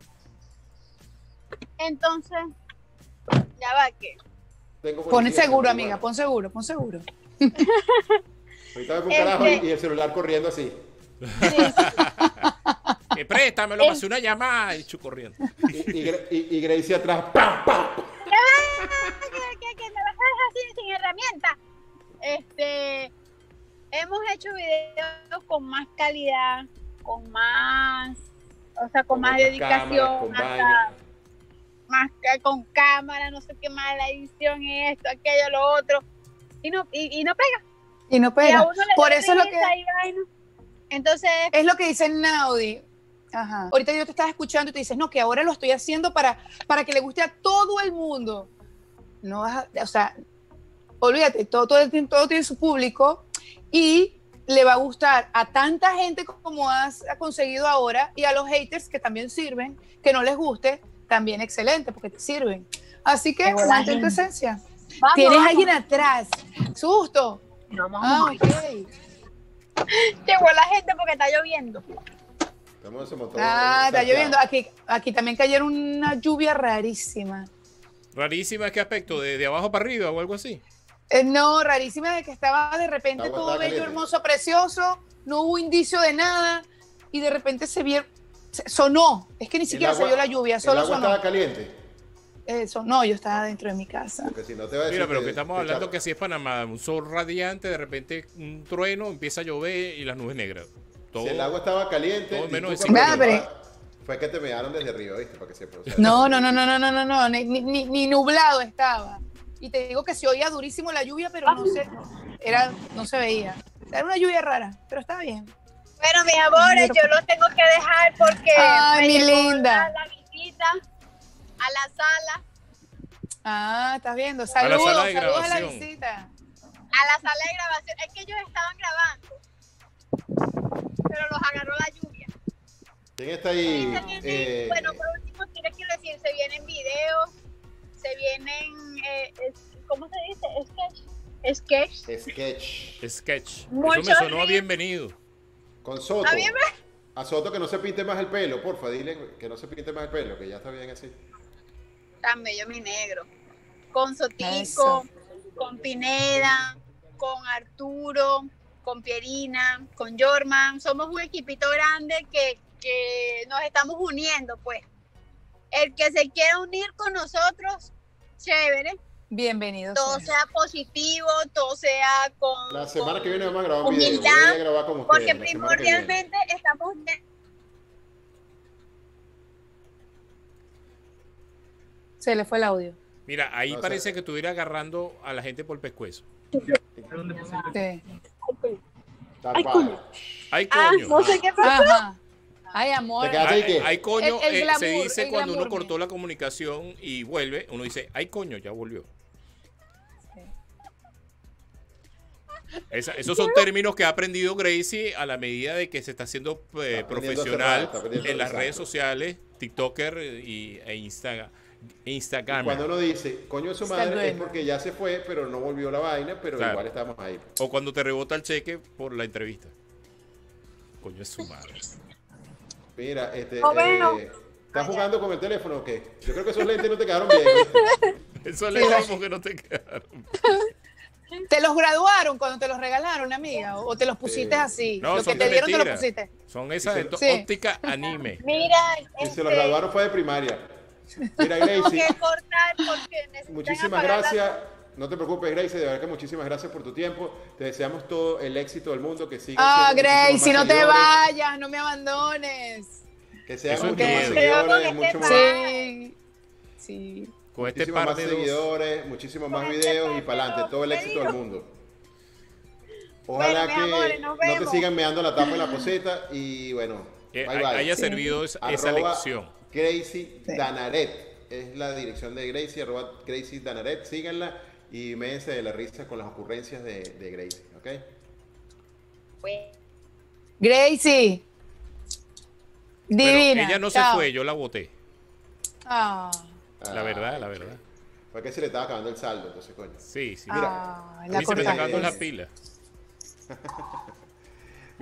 D: Entonces, ya va que.
B: Tengo
C: Pon
B: policía,
C: seguro,
B: tengo-
C: amiga, pon seguro, pon seguro.
B: Ahorita veo un carajo
D: Este-
B: y, y el celular corriendo así.
A: Eh, préstamelo, me hace una llamada y chu corriendo.
B: Y, y, Gra- y- y Grace atrás, ¡pam, pam! pam.
D: que, que- que me vas a dejar sin, sin herramienta. Este, hemos hecho videos con más calidad, con más, o sea, con, más
B: otras
D: dedicación,
B: cámaras, con
D: hasta-
B: vaina.
D: más ca- con cámara, no sé qué más, la edición, esto, aquello, lo otro. Y no, y, y no pega.
C: Y no
D: Y a
C: pega.
D: uno le da
C: Por eso es lo que...
D: risa y vaina. Entonces,
C: Es lo que dice Naudi. Ajá. Ahorita yo te estaba escuchando y te dices, no, que ahora lo estoy haciendo para, para que le guste a todo el mundo. No vas a- o sea, olvídate, todo, todo, tiene- todo tiene su público y le va a gustar a tanta gente como has conseguido ahora y a los haters que también sirven, que no les guste, también excelente, porque te sirven. Así que
D: Qué buena
C: mantén tu
D: gente.
C: esencia.
D: vamos,
C: Tienes
D: vamos,
C: alguien atrás. Susto.
D: vamos,
C: Ah,
D: vamos.
C: ok.
D: Llegó la gente porque está lloviendo.
B: Estamos en ese montón.
C: Ah, está
B: Santiago.
C: lloviendo. Aquí, aquí también cayeron una lluvia rarísima.
A: Rarísima es que aspecto, de, de abajo para arriba o algo así.
C: Eh, no, rarísima de que estaba de repente
B: Agua
C: todo
B: estaba
C: bello,
B: caliente.
C: hermoso, precioso, no hubo indicio de nada y de repente se vio, se- sonó. Es que ni siquiera
B: agua-
C: salió la lluvia,
B: El
C: solo
B: agua
C: sonó.
B: estaba caliente.
C: Eh, sonó, yo estaba dentro de mi casa.
B: Porque si no te va a decir
A: Mira, pero que estamos
B: te
A: hablando
B: echaron.
A: que así es Panamá, un sol radiante, de repente un trueno, empieza a llover y las nubes negras. Todo,
B: Si el agua estaba caliente.
A: todo menos
B: disculpa,
A: decir
C: que- Nada,
B: pero- Fue que te mearon desde arriba, ¿viste? Para que sepa, o sea,
C: No, no, no, no, no, no, no, no, ni, ni- ni- ni nublado estaba. Y te digo que se oía durísimo la lluvia, pero no se, era, no se veía. Era una lluvia rara, pero estaba bien.
D: Bueno, mis amores, yo los tengo que dejar porque
C: Ay, mi
D: llegó
C: linda.
D: La, la visita a la sala,
C: Ah, estás viendo.
A: A la
C: Saludos,
A: sala de
C: saludos a la
A: grabación.
C: visita.
D: a la sala de grabación. Es que ellos estaban grabando, pero los agarró la lluvia.
B: ¿Quién está
D: Y
B: ahí?
D: se vienen-
B: Eh,
D: bueno, por último, quiero quiero decir, se vienen videos, se vienen, eh, es- ¿cómo se dice? Sketch. Sketch.
B: Sketch.
A: Sketch.
D: Mucho
A: Eso me sonó a
D: ritmo.
A: bienvenido.
B: Con Soto.
D: A mí
B: A Soto que no se pinte más el pelo, porfa, dile que no se pinte más el pelo, que ya está bien así.
D: Tan bello mi negro. Con
C: Eso.
D: Sotico, con Pineda, con Arturo, con Pierina, con Jorman. Somos un equipito grande que, que nos estamos uniendo, pues. El que se quiera unir con nosotros, chévere.
C: Bienvenidos.
D: Todo
C: sean.
D: sea positivo, todo sea con...
B: La semana
D: con-
B: que viene vamos a grabar un video. Voy
D: Humildad,
B: a grabar con ustedes.
D: Porque
B: la semana que viene.
D: primordialmente estamos...
C: Se le fue el audio.
A: Mira, ahí
B: O sea-
A: parece que estuviera agarrando a la gente por el pescuezo.
C: Sí.
B: Este Tal cual.
A: Ay,
D: pues. Ah,
A: coño.
D: no sé qué pasó.
C: Ajá. Ay, amor.
B: Te quedaste
A: Ay,
B: ahí que.
A: ay, coño,
C: El- el
A: eh, se
C: glamour,
A: dice
C: el
A: cuando uno
C: glamour,
A: cortó la comunicación y vuelve, uno dice, ay, coño, ya volvió. Esa- esos son términos que ha aprendido Gracie a la medida de que se está haciendo eh,
B: Está aprendiendo a hacer-
A: profesional
B: está aprendiendo
A: en las
B: exacto.
A: redes sociales, TikToker y, e Instagram. Instagram.
B: Cuando uno dice, coño de su
C: Está
B: madre, es
C: bueno.
B: porque ya se fue, pero no volvió la vaina, pero
A: Claro.
B: igual estamos ahí.
A: O cuando te rebota el cheque por la entrevista. Coño, es su madre.
B: Mira, este.
D: No veo.
B: eh, ¿Estás jugando con el teléfono o qué? Yo creo que esos lentes no te quedaron bien. ¿viste?
A: Eso le damos que no te quedaron.
C: ¿Te los graduaron cuando te los regalaron, amiga? ¿O te los pusiste
B: Sí.
C: así?
A: No,
C: Lo que
A: son
C: te
A: de
C: dieron te lo
A: mentira.
C: pusiste.
A: Son esas de to-
C: Sí.
A: óptica anime.
D: Mira,
B: Y se los
D: este,
B: graduaron fue de primaria. Mira,
D: tengo
B: Gracie,
D: que cortar porque necesitan
B: muchísimas
D: apagar las-
B: gracias. No te preocupes, Gracie, de verdad que muchísimas gracias por tu tiempo. Te deseamos todo el éxito del mundo, que sigas
C: Ah,
B: siendo
C: Grace,
B: muchísimos más
C: si no te
B: seguidores,
C: vayas, no me abandones.
B: Que seas
A: Eso es
B: mucho más
A: miedo.
B: seguidores,
D: Te
B: mucho
D: vamos
B: más,
D: a quitar
C: Sí. Sí.
A: Con este
B: muchísimos
A: par
B: más
A: de dos.
B: seguidores, muchísimos más
D: Con este
B: videos y
D: par de
B: para adelante,
D: dos,
B: todo el
D: te
B: éxito del
D: digo.
B: mundo. Ojalá
D: Bueno, mis
B: que
D: amores, nos
B: no te
D: vemos.
B: sigan meando la tapa y la poseta y bueno,
A: Eh,
B: bye bye.
A: haya servido es- esa
B: Arroba
A: lección.
B: Gracie Danaret. Es la dirección de Gracie, arroba Gracie Danaret. Síganla y médense de la risa con las ocurrencias de, de Gracie, ¿ok?
D: Pues,
C: Gracie.
A: Pero
C: Divina.
A: ella no
C: Chao.
A: se fue, yo la voté.
C: Ah,
A: La
B: Ah,
A: verdad, la verdad.
B: Fue que se le estaba acabando el saldo, entonces coño.
A: Sí, sí.
B: Mira,
C: ah,
A: a
C: la
A: mí se me
B: cortaste.
A: está
C: cortaste.
A: acabando la pila.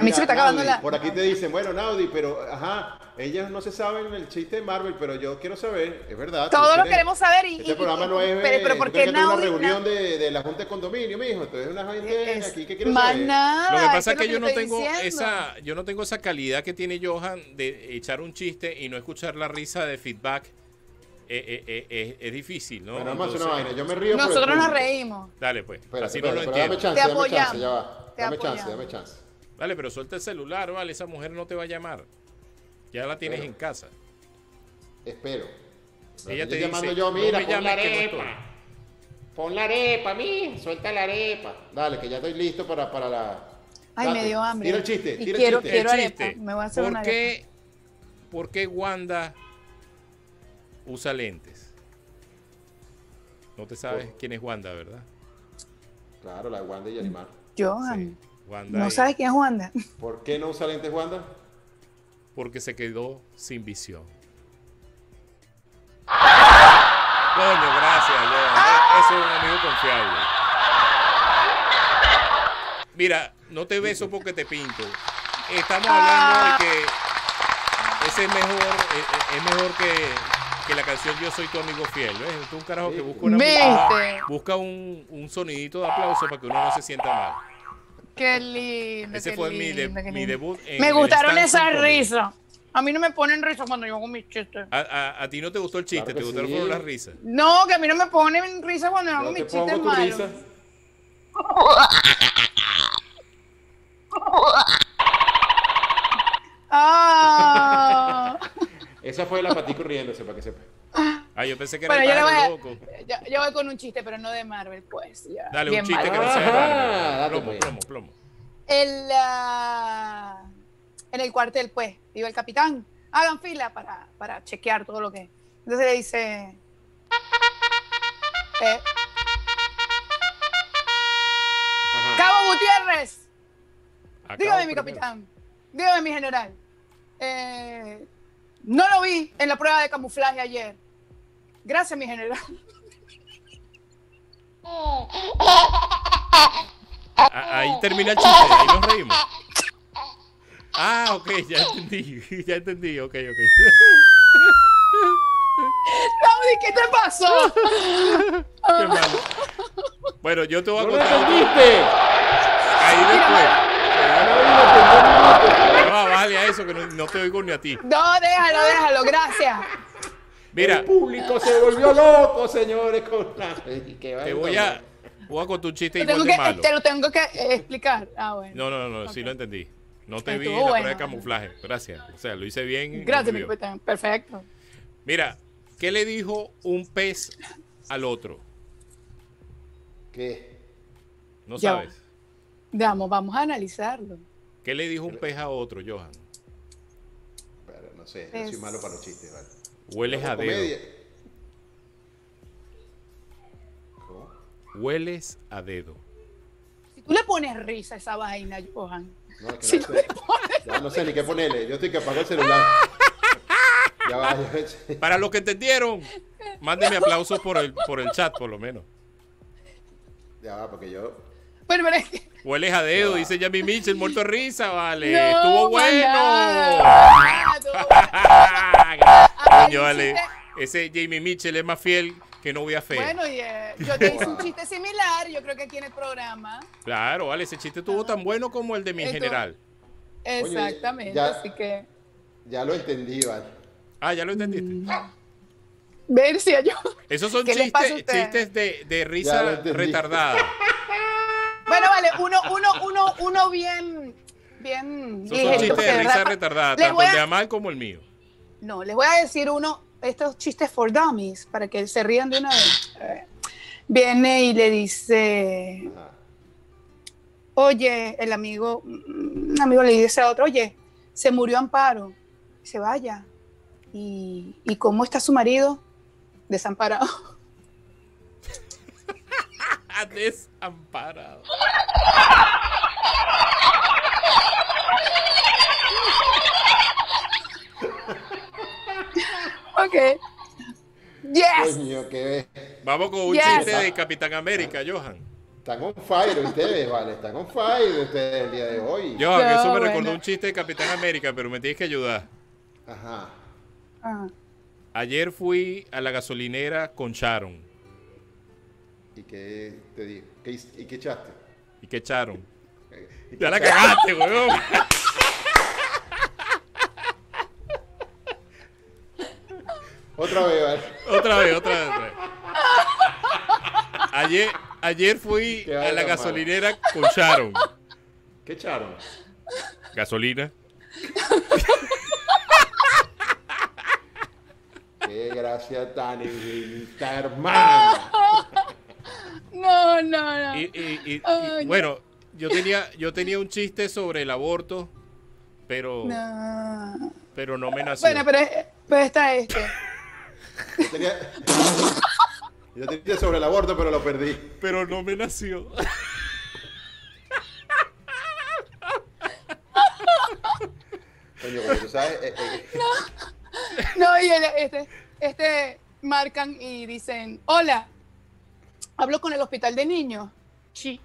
C: A mí se me está acabando
B: Naudi,
C: la-
B: Por aquí te dicen, bueno, Naudi, pero ajá, ellos no se saben el chiste de Marvel, pero yo quiero saber, es verdad. tú
C: Todo lo
B: quieres-
C: queremos saber y,
B: Este
C: y-
B: programa
C: y-
B: no es.
C: pero, pero
B: tú
C: ¿por
B: tienes
C: qué
B: que tener
C: Naudi?
B: una reunión de, de la Junta de Condominio, mijo. Entonces, una gente
C: Es-
B: aquí que quiere
C: Más
B: saber.
C: nada.
A: Lo que pasa es
C: Ah, eso
A: que yo
C: lo
A: no
C: estoy
A: tengo
C: diciendo.
A: esa, yo no tengo esa calidad que tiene Johan de echar un chiste y no escuchar la risa de feedback. Eh, eh, eh, eh, es difícil, ¿no?
B: Bueno, vamos a hacer una
A: Entonces,
B: vaina. Yo me río. por el
C: Nosotros nos
B: público.
C: reímos.
A: Dale pues,
B: Espérate,
A: así
B: espérate,
A: no lo
B: pero dame
A: entiendo.
B: chance,
C: Te
B: dame chance,
C: apoyamos.
B: ya va.
C: Te
B: Dame chance,
C: apoyamos.
B: dame chance.
A: Dale, pero suelta el celular, vale, esa mujer no te va a llamar. Ya la tienes
B: Bueno.
A: en casa.
B: Espero. Pero
A: Ella
B: yo
A: te dice,
B: llamando yo,
A: "No
B: mira,
A: me
B: pon la
A: llames que no
B: arepa. Pon la arepa, mi, suelta la arepa. Dale, que ya estoy listo para, para la.
C: Ay,
B: Date,
C: me dio hambre.
B: Tira el chiste,
C: Y
B: tira
C: quiero-
B: el chiste.
C: quiero-
A: El
C: arepa, me voy a hacer
A: ¿por
C: una
A: qué, ¿Por qué Wanda usa lentes? No te sabes
B: Por-
A: quién es Wanda, ¿verdad?
B: Claro, la Wanda y
C: Mm.
B: Yarimar.
A: Sí,
C: Johan,
A: Wanda
C: no
A: y-
C: sabes quién es Wanda.
B: ¿Por qué no usa lentes, Wanda?
A: Porque se quedó sin visión. Coño, gracias, Joan.
C: Ah.
A: Ese es un amigo confiable. Mira, no te beso porque te pinto. Estamos hablando de que ese es mejor, eh, eh, es mejor que, que la canción Yo soy tu amigo fiel. ¿ves? Tú un carajo que busca una Ah,
C: Viste.
A: busca un, un sonidito de aplauso para que uno no se sienta mal.
C: Qué lindo.
A: Ese
C: qué
A: fue mi, de-
C: lindo, qué
A: mi
C: lindo.
A: debut. en
C: Me
A: el
C: gustaron
A: stand-up
C: esas
A: comedy. Ah.
C: risas. A mí no me ponen risas cuando yo hago mis chistes.
A: A, a- a ti no te gustó el chiste,
B: Claro que
A: te gustaron
B: sí.
A: fueron las risas.
C: No, que a mí no me ponen risas cuando yo hago
B: No te
C: mis
B: pongo
C: chistes
B: tu
C: malos.
B: risa.
C: Ah,
B: Esa fue la patico riéndose, para que sepa.
A: Ah, yo pensé que era
C: Bueno, yo,
A: el
C: le voy
A: pájaro
C: a-
A: loco.
C: yo, yo voy con un chiste, pero no de Marvel, pues. ya,
A: Dale
C: bien
A: un chiste
C: mal.
A: que no sea de
B: Ajá,
A: Marvel.
B: date,
A: Plomo,
B: pues.
A: plomo, plomo.
C: El, ah, en el cuartel, pues, digo el capitán, hagan fila para, para chequear todo lo que. Entonces le dice. eh,
B: Ajá.
C: Cabo Gutiérrez,
A: Acabo
C: dígame mi
A: primero.
C: capitán, dígame mi general. eh, no lo vi en la prueba de camuflaje ayer. Gracias, mi general.
A: A- ahí termina el chiste, ahí nos reímos. Ah, ok, ya entendí, ya entendí, ok, ok.
C: Claudia, ¿qué te pasó?
A: Qué malo. Bueno, yo te voy a
B: ¡No lo
A: contar.
B: entendiste!
A: Ahí después.
B: ¡No lo entendiste!
A: No, vale a eso, que no, no te oigo ni a ti.
C: No, déjalo, déjalo, gracias.
A: Mira,
B: El público se volvió loco, señores, con la... Qué
A: te
B: vaina,
A: voy a. Voy a contar un chiste
C: Te,
A: igual
C: tengo
A: de
C: que,
A: malo.
C: te lo tengo que eh, explicar. Ah, bueno.
A: No, no, no, sí lo entendí. No te vi en
C: Estuvo
A: la prueba de
C: bueno.
A: camuflaje. Gracias. O sea, lo hice bien. y no
C: Gracias,
A: me
C: mi
A: vio.
C: capitán. Perfecto.
A: Mira, ¿qué le dijo un pez al otro?
B: ¿Qué?
A: No
C: Ya va.
A: sabes.
C: Vamos, vamos a analizarlo.
A: ¿Qué le dijo un pez a otro, Johan?
B: Pero no sé, yo soy
C: Es-
B: malo para los chistes, ¿vale?
A: Hueles a
B: Comedia.
A: dedo. Hueles a dedo.
C: Si tú le pones risa a esa vaina, Johan.
B: No, es que
C: Si
B: no
C: tú
B: sé.
C: le pones-
B: Ya no sé ni qué ponerle. Yo estoy que apagar el celular. ya va, ya
A: Para los que entendieron, mándenme aplausos por el, por el chat, por lo menos.
B: Ya va, porque yo.
C: Bueno, pero es que-
A: Hueles a dedo,
B: Ya.
A: dice Jamie Mitchell, muerto de risa, vale.
C: No,
A: Estuvo bueno.
C: maná. Estuvo
A: Coño,
C: un
A: vale.
C: chiste.
A: Ese Jamie Mitchell es más fiel que novia fea.
C: Bueno, y, eh, yo te hice un chiste similar, yo creo que aquí en el programa.
A: Claro, vale, ese chiste estuvo tan bueno como el de mi
C: Esto-
A: general.
C: Exactamente,
B: ya-
C: así que...
B: Ya lo entendí, ¿vale?
A: Ah, ya lo entendiste.
C: Ver si yo...
A: Esos son
C: Mm. ¿Qué les pasa a
A: chistes,
C: ustedes?
A: chistes de, de
B: Ya lo
A: risa
B: entendí.
A: retardada.
C: Bueno, vale, uno, uno, uno, uno bien, bien
A: Esos son
C: ligerito,
A: chistes
C: porque
A: de
C: de
A: risa
C: verdad-
A: retardada,
C: Les
A: tanto
C: voy
A: el de
C: a-
A: Amal como el mío.
C: No, les voy a decir uno, estos chistes for dummies, para que se rían de una vez. A ver. Viene y le dice,
B: Ajá.
C: oye, el amigo, un amigo le dice a otro, oye, se murió Amparo, se vaya. ¿Y, ¿y cómo está su marido? Desamparado.
A: Ah, Desamparado.
C: ok. Yes.
B: Coño, que
A: Vamos con un
C: Yes.
A: chiste de Capitán América, Johan.
B: están on fire ustedes, ¿vale? Están on fire ustedes el día de hoy.
A: Johan,
C: No,
A: eso me
C: bueno.
A: recordó un chiste de Capitán América, pero me tienes que ayudar.
B: Ajá.
C: Ah,
A: Ayer fui a la gasolinera con Sharon.
B: ¿Y qué te digo? ¿Qué, hice- ¿Y qué echaste?
A: ¿Y qué echaron?
B: ¿Y qué
A: Ya la
B: echaste?
A: cagaste, weón.
B: Otra vez, ¿vale?
A: Otra vez, otra vez. otra vez. Ayer, ayer fui
B: Qué
A: a
B: vaina
A: la
B: mala.
A: gasolinera con Sharon.
B: ¿Qué echaron?
A: Gasolina.
B: Qué gracia tan infinita, hermano.
C: No, no, no.
A: Y, y- y- y,
C: Ay, no.
A: bueno, yo tenía, yo tenía un chiste sobre el aborto, pero,
C: No.
A: pero no me nació.
C: Bueno, pero, pero está este.
B: Yo tenía, yo tenía sobre el aborto, pero lo perdí.
A: Pero no me nació.
B: Coño, porque tú sabes, eh, eh,
C: No, y el- este, este marcan y dicen, hola, hablo con el hospital de niños. Sí.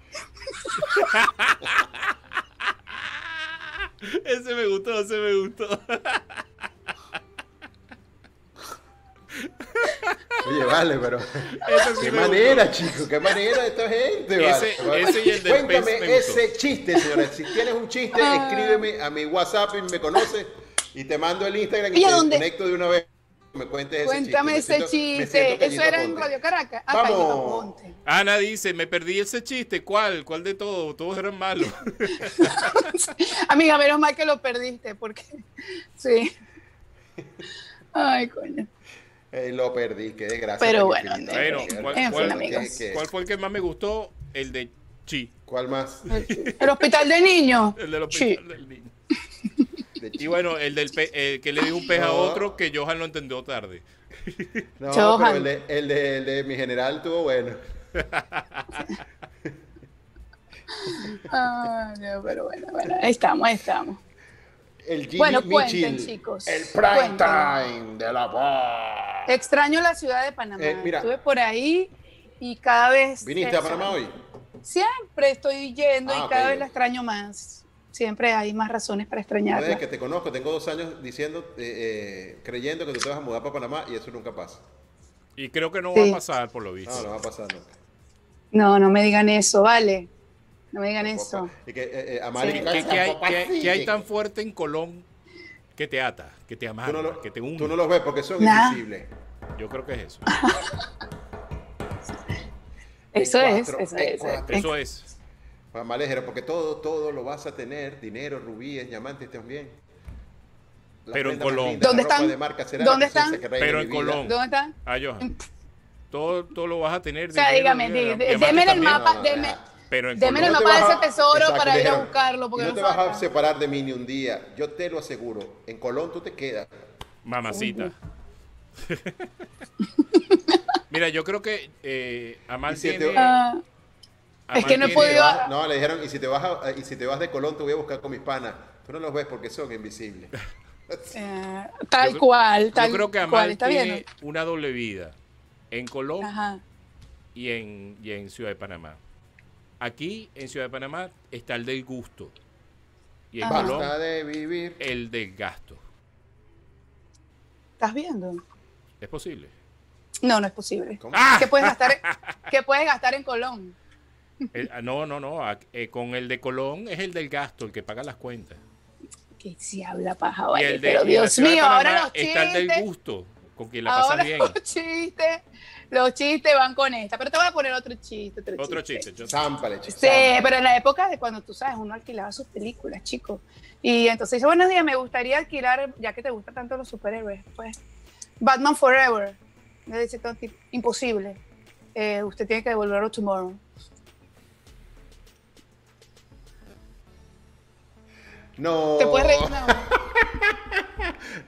A: Ese me gustó, ese me gustó.
B: Oye, vale, pero.
A: Ese sí
B: Qué
A: me
B: manera, chicos, qué manera de esta gente, vale.
A: Ese- ese y el del pez me
B: Cuéntame
A: gustó.
B: ese chiste, señores. Si tienes un chiste,
C: Ah.
B: escríbeme a mi WhatsApp y me conoces. Y te mando el Instagram y,
C: ¿Y
B: te
C: a dónde?
B: conecto de una vez. Me cuentes ese
C: Cuéntame
B: chiste.
C: ese
B: Me siento- me
C: chiste.
B: siento
C: Eso
B: Cañito
C: era en
B: Ponte.
C: Radio Caracas. Ah,
B: Vamos.
C: Cañito Ponte.
A: Ana dice, me perdí ese chiste. ¿Cuál? ¿Cuál de todos? Todos eran malos.
C: Amiga, menos mal que lo perdiste, porque sí. Ay, coño.
B: Eh, lo perdí, qué desgracia.
C: Pero
B: tan
C: bueno,
B: infinita.
A: Bueno,
C: En
A: ¿cuál,
C: fin,
A: cuál-
C: amigos.
B: qué-
A: cuál fue el que más me gustó? El de Chi.
B: ¿Cuál más?
C: El hospital de niños.
A: El del
C: Chi.
A: hospital del niño.
B: De
A: Y
B: chi-
A: bueno, el del pe- el que le dijo un pez a
B: No.
A: otro que Johan lo entendió tarde.
B: No,
C: Johan.
B: pero el de, el de- el de mi general tuvo bueno.
C: Ay, Dios, Ah, pero bueno, bueno, ahí estamos, ahí estamos.
B: El Jimmy
C: Bueno,
B: Mitchell.
C: cuenten, chicos.
B: El prime
C: Cuenten.
B: time de la voz.
C: Extraño la ciudad de Panamá.
B: Eh, mira.
C: Estuve por ahí y cada vez.
B: ¿Viniste a
C: eso,
B: Panamá hoy?
C: Siempre estoy yendo
B: Ah,
C: y cada
B: ok.
C: vez la extraño más. Siempre hay más razones para
B: No,
C: extrañarla.
B: desde que te conozco, tengo dos años diciendo, eh, eh, creyendo que tú te vas a mudar para Panamá y eso nunca pasa.
A: Y creo que no
C: Sí.
A: va a pasar, por lo visto.
B: No, no va a pasar nunca.
C: No, no me digan eso, vale. No me digan eso.
B: Tampoco. Y que, eh, eh, amar y
C: Sí.
B: quitar
A: ¿Qué,
B: el
A: qué hay,
B: tampoco
A: qué-
B: así,
A: qué hay
B: que-
A: tan fuerte en Colón que te ata, que te amarra,
B: Tú no, lo-
A: que te
B: tú
A: hunde?
B: no los ves porque son
C: Nah.
B: invisibles.
A: Yo creo que es eso.
C: Eso
B: En
C: es,
B: cuatro,
C: eso
B: en
C: es. eh.
B: cuatro.
C: En-
A: Eso es.
B: Mamá ligera, porque todo, todo lo vas a tener, dinero, rubíes, diamantes también. La
A: Pero en
B: prenda más
A: Colón.
B: linda, la
C: ¿Dónde
B: ropa
C: están?
B: de marca será
C: ¿Dónde
B: la princesa
C: están?
B: que reina
A: Pero
B: en
A: en
B: mi vida.
A: Colón.
C: ¿Dónde está?
A: Ah, Johan. Todo, todo lo vas a tener.
C: O sea,
A: dinero,
C: dígame,
A: dinero,
C: dí- dí-
A: diamantes
C: deme el
A: también.
B: No,
C: mapa,
B: no,
C: deme-
B: no.
A: Pero en
C: deme
A: Colón.
C: el
B: No te
C: mapa de
B: vas a-
C: ese tesoro
B: Exacto,
C: para ir a
B: dijeron,
C: buscarlo. Porque
B: no
C: no
B: te vas a
C: falta.
B: separar de mí ni un día. Yo te lo aseguro. En Colón tú te quedas.
A: Mamacita. Mira, yo creo que eh, Amal
B: Y si te-
A: tiene-
C: Ah,
A: Amal
C: es que no
A: tiene-
B: Y
C: he
B: te
C: podido-
B: vas- No, le dijeron, y si te vas a- eh, y si te vas de Colón, te voy a buscar con mis panas. Tú no los ves porque son invisibles.
C: Ah. eh,
A: Yo
C: tal
A: cre-
C: cual, tal
A: Yo creo que
C: cual.
A: Amal
C: ¿Está
A: tiene
C: bien?
A: una doble vida en Colón
C: Ajá.
A: y en, y en Ciudad de Panamá. Aquí, en Ciudad de Panamá, está el del gusto. Y en
C: Ajá.
A: Colón,
B: Basta de vivir.
A: el del gasto.
C: ¿Estás viendo?
A: ¿Es posible?
C: No, no es posible.
B: ¿Cómo?
A: Ah.
C: ¿Qué puedes gastar? en- ¿Qué puedes gastar en Colón?
A: El- ah, no, no, no. a- eh, con el de Colón es el del gasto, el que paga las cuentas.
C: Que si habla paja,
A: Y
C: vale.
A: el de,
C: pero
A: y en la
C: Dios
A: Ciudad de
C: mío, ahora
A: Panamá
C: los
A: está el del
C: chistes.
A: gusto, con quien la pasa
C: Ahora
A: bien.
C: los chistes, los chistes van con esta. Pero te voy a poner otro chiste. Otro,
A: Otro chiste. yo-
B: Zámpale,
C: Sí,
B: chico, zámpale.
C: pero en la época de cuando tú sabes, uno alquilaba sus películas, chicos. Y entonces dice, buenos días, me gustaría alquilar, ya que te gustan tanto los superhéroes, pues, Batman Forever. Me dice todo tipo, imposible. Eh, usted tiene que devolverlo tomorrow.
B: No.
C: Te puedes reír. No.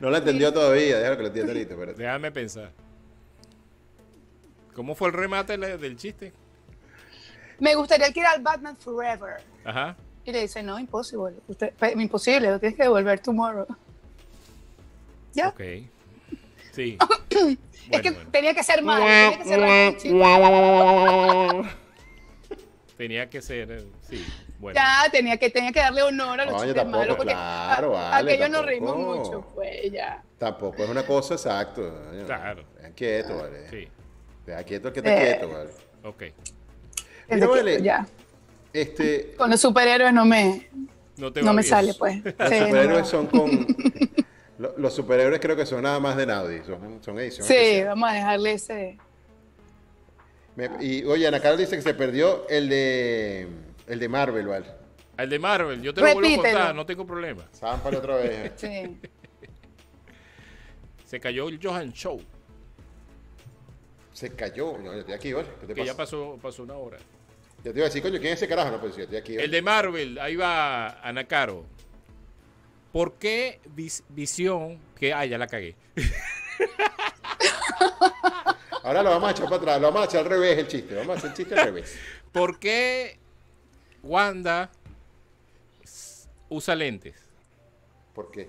B: No la entendió todavía. Déjalo que lo entienda ahorita. espérate.
A: Déjame pensar. ¿Cómo fue el remate la- del chiste?
C: Me gustaría alquilar Batman Forever.
A: Ajá.
C: Y le dice, no, imposible. Usted, pe- imposible, lo tienes que devolver tomorrow. Ya.
A: Ok. Sí.
C: es
A: Bueno,
C: que
A: bueno.
C: tenía que ser malo. Tenía que ser malo, chico.
A: Tenía que ser. eh, Sí. Bueno.
C: Ya, tenía que, tenía que darle honor a los
B: Coño,
C: chistes
B: tampoco,
C: malos, porque
B: claro,
C: a-
B: vale,
C: aquello nos
B: tampoco.
C: reímos mucho, pues ya.
B: Tampoco es una cosa exacto. ¿no?
A: Claro.
B: Deja quieto, vale.
A: Sí.
B: Deja quieto el que está
C: Eh.
B: quieto, vale.
A: Ok.
B: Mira, vale.
C: Ya.
B: Este,
C: Con los superhéroes no me,
A: No, te va
C: no me
A: bien.
C: sale, pues. Sí,
B: los
C: no me va.
B: superhéroes son con. lo- Los superhéroes creo que son nada más de Naudi, son, son edición
C: Sí,
B: especial.
C: vamos a dejarle ese.
B: Me- y oye, Ana Carol dice que se perdió el de el de Marvel, ¿vale?
A: Al de Marvel, yo te lo vuelvo a
C: Repítelo.
A: contar, no tengo problema.
B: Zámpale otra vez.
C: Sí.
A: Se cayó el Johan Show,
B: Se cayó. No, yo estoy aquí, ¿vale? ¿Qué te
A: que ya
B: pasa?
A: pasó, pasó una hora.
B: Yo te iba a decir, coño, ¿quién es ese carajo? No, pues yo estoy aquí. ¿vale?
A: El de Marvel, ahí va Anacaro. ¿Por qué Vis- Visión? Que, ah, ya la cagué.
B: Ahora lo vamos a echar para atrás, lo vamos a echar al revés el chiste. Vamos a hacer el chiste al revés.
A: ¿Por qué Wanda s- usa lentes?
B: ¿Por qué?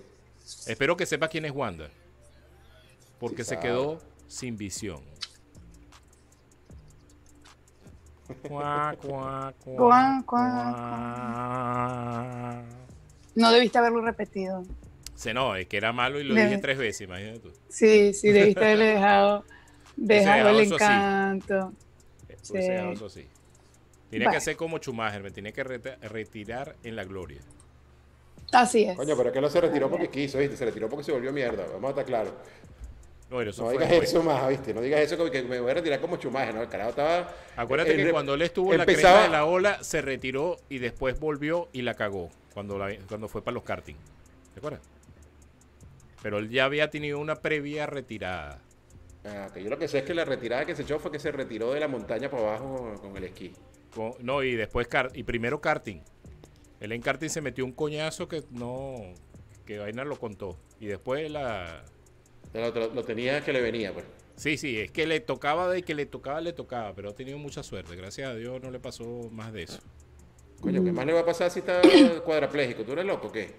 A: Espero que sepa quién es Wanda. Porque
B: Sí
A: se
B: sabe.
A: quedó sin visión. Cuá, cuá,
C: Cuá, cuá,
A: cuá, cuá.
C: No debiste haberlo repetido.
A: Se no, es que era malo y lo
C: Le-
A: dije tres veces, imagínate
B: Eh,
A: tú.
C: Sí, sí, debiste haberle dejado, dejado el
A: dejado eso así.
C: encanto.
A: Pues,
C: Sí.
A: eh, eso sí. Tenía
C: Bueno.
A: que hacer como Schumacher, me tenía que reta- retirar en la gloria.
C: Así es.
B: Coño, pero que no se retiró porque quiso, ¿viste? Se retiró porque se volvió mierda. Vamos a estar claros.
A: No, pero eso
B: No
A: fue
B: digas
A: después.
B: eso más, ¿viste? No digas eso como que me voy a retirar como chumaje, ¿no? El carajo estaba.
A: Acuérdate
B: el
A: que
B: re-
A: cuando él estuvo en la cresta
B: Eh, empezaba-
A: de la ola, se retiró y después volvió y la cagó cuando, la- cuando fue para los karting. ¿Te acuerdas? Pero él ya había tenido una previa retirada.
B: Ah, que yo lo que sé es que la retirada que se echó fue que se retiró de la montaña para abajo con el esquí.
A: Con- no, y después car- y primero karting. Él en karting se metió un coñazo que no. que vaina lo contó. Y después la.
B: Lo, lo- lo tenía que le venía, pues.
A: Sí, sí, es que le tocaba de que le tocaba, le tocaba, pero ha tenido mucha suerte. Gracias a Dios no le pasó más de eso.
B: Coño, ¿qué más le va a pasar si está cuadrapléjico? ¿Tú eres loco o qué?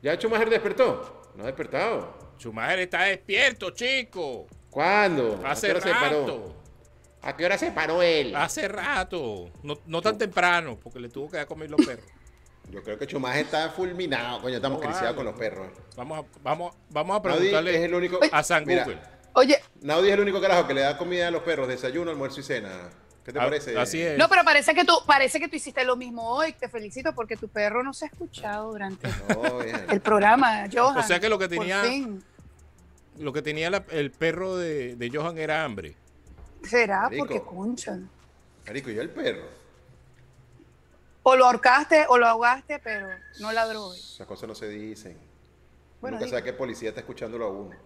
B: ¿Ya Schumacher despertó? No ha despertado.
A: Schumacher está despierto, chico.
B: ¿Cuándo? ¿A qué
A: Hace
B: hora se paró?
A: rato.
B: ¿A qué hora se paró él?
A: Hace rato. No, no tan temprano, porque le tuvo que dar a comer los perros.
B: Yo creo que Schumacher está fulminado, coño, estamos
A: No
B: criciados
A: vale.
B: con los perros.
A: Vamos a, vamos, vamos a
B: Naudi
A: preguntarle
B: es el único.
A: a San
B: Mira,
A: Google.
C: Oye,
B: Naudi es el único carajo que le da comida a los perros, desayuno, almuerzo y cena. ¿Qué te
A: A-
B: parece?
A: Ah, Así es.
C: no, pero parece que tú, parece que tú hiciste lo mismo hoy. Te felicito porque tu perro no se ha escuchado durante
B: No, bien.
C: el programa, Johan.
A: O sea que lo que
C: Por
A: tenía-
C: fin.
A: Lo que tenía la- el perro de, de Johan era hambre.
C: Será
B: Marico.
C: porque concha.
B: Marico, yo el perro.
C: O lo ahorcaste o lo ahogaste, pero no ladró hoy.
B: Esas cosas no se dicen.
C: Bueno,
B: Nunca
C: digo.
B: sabes qué policía está escuchándolo a uno.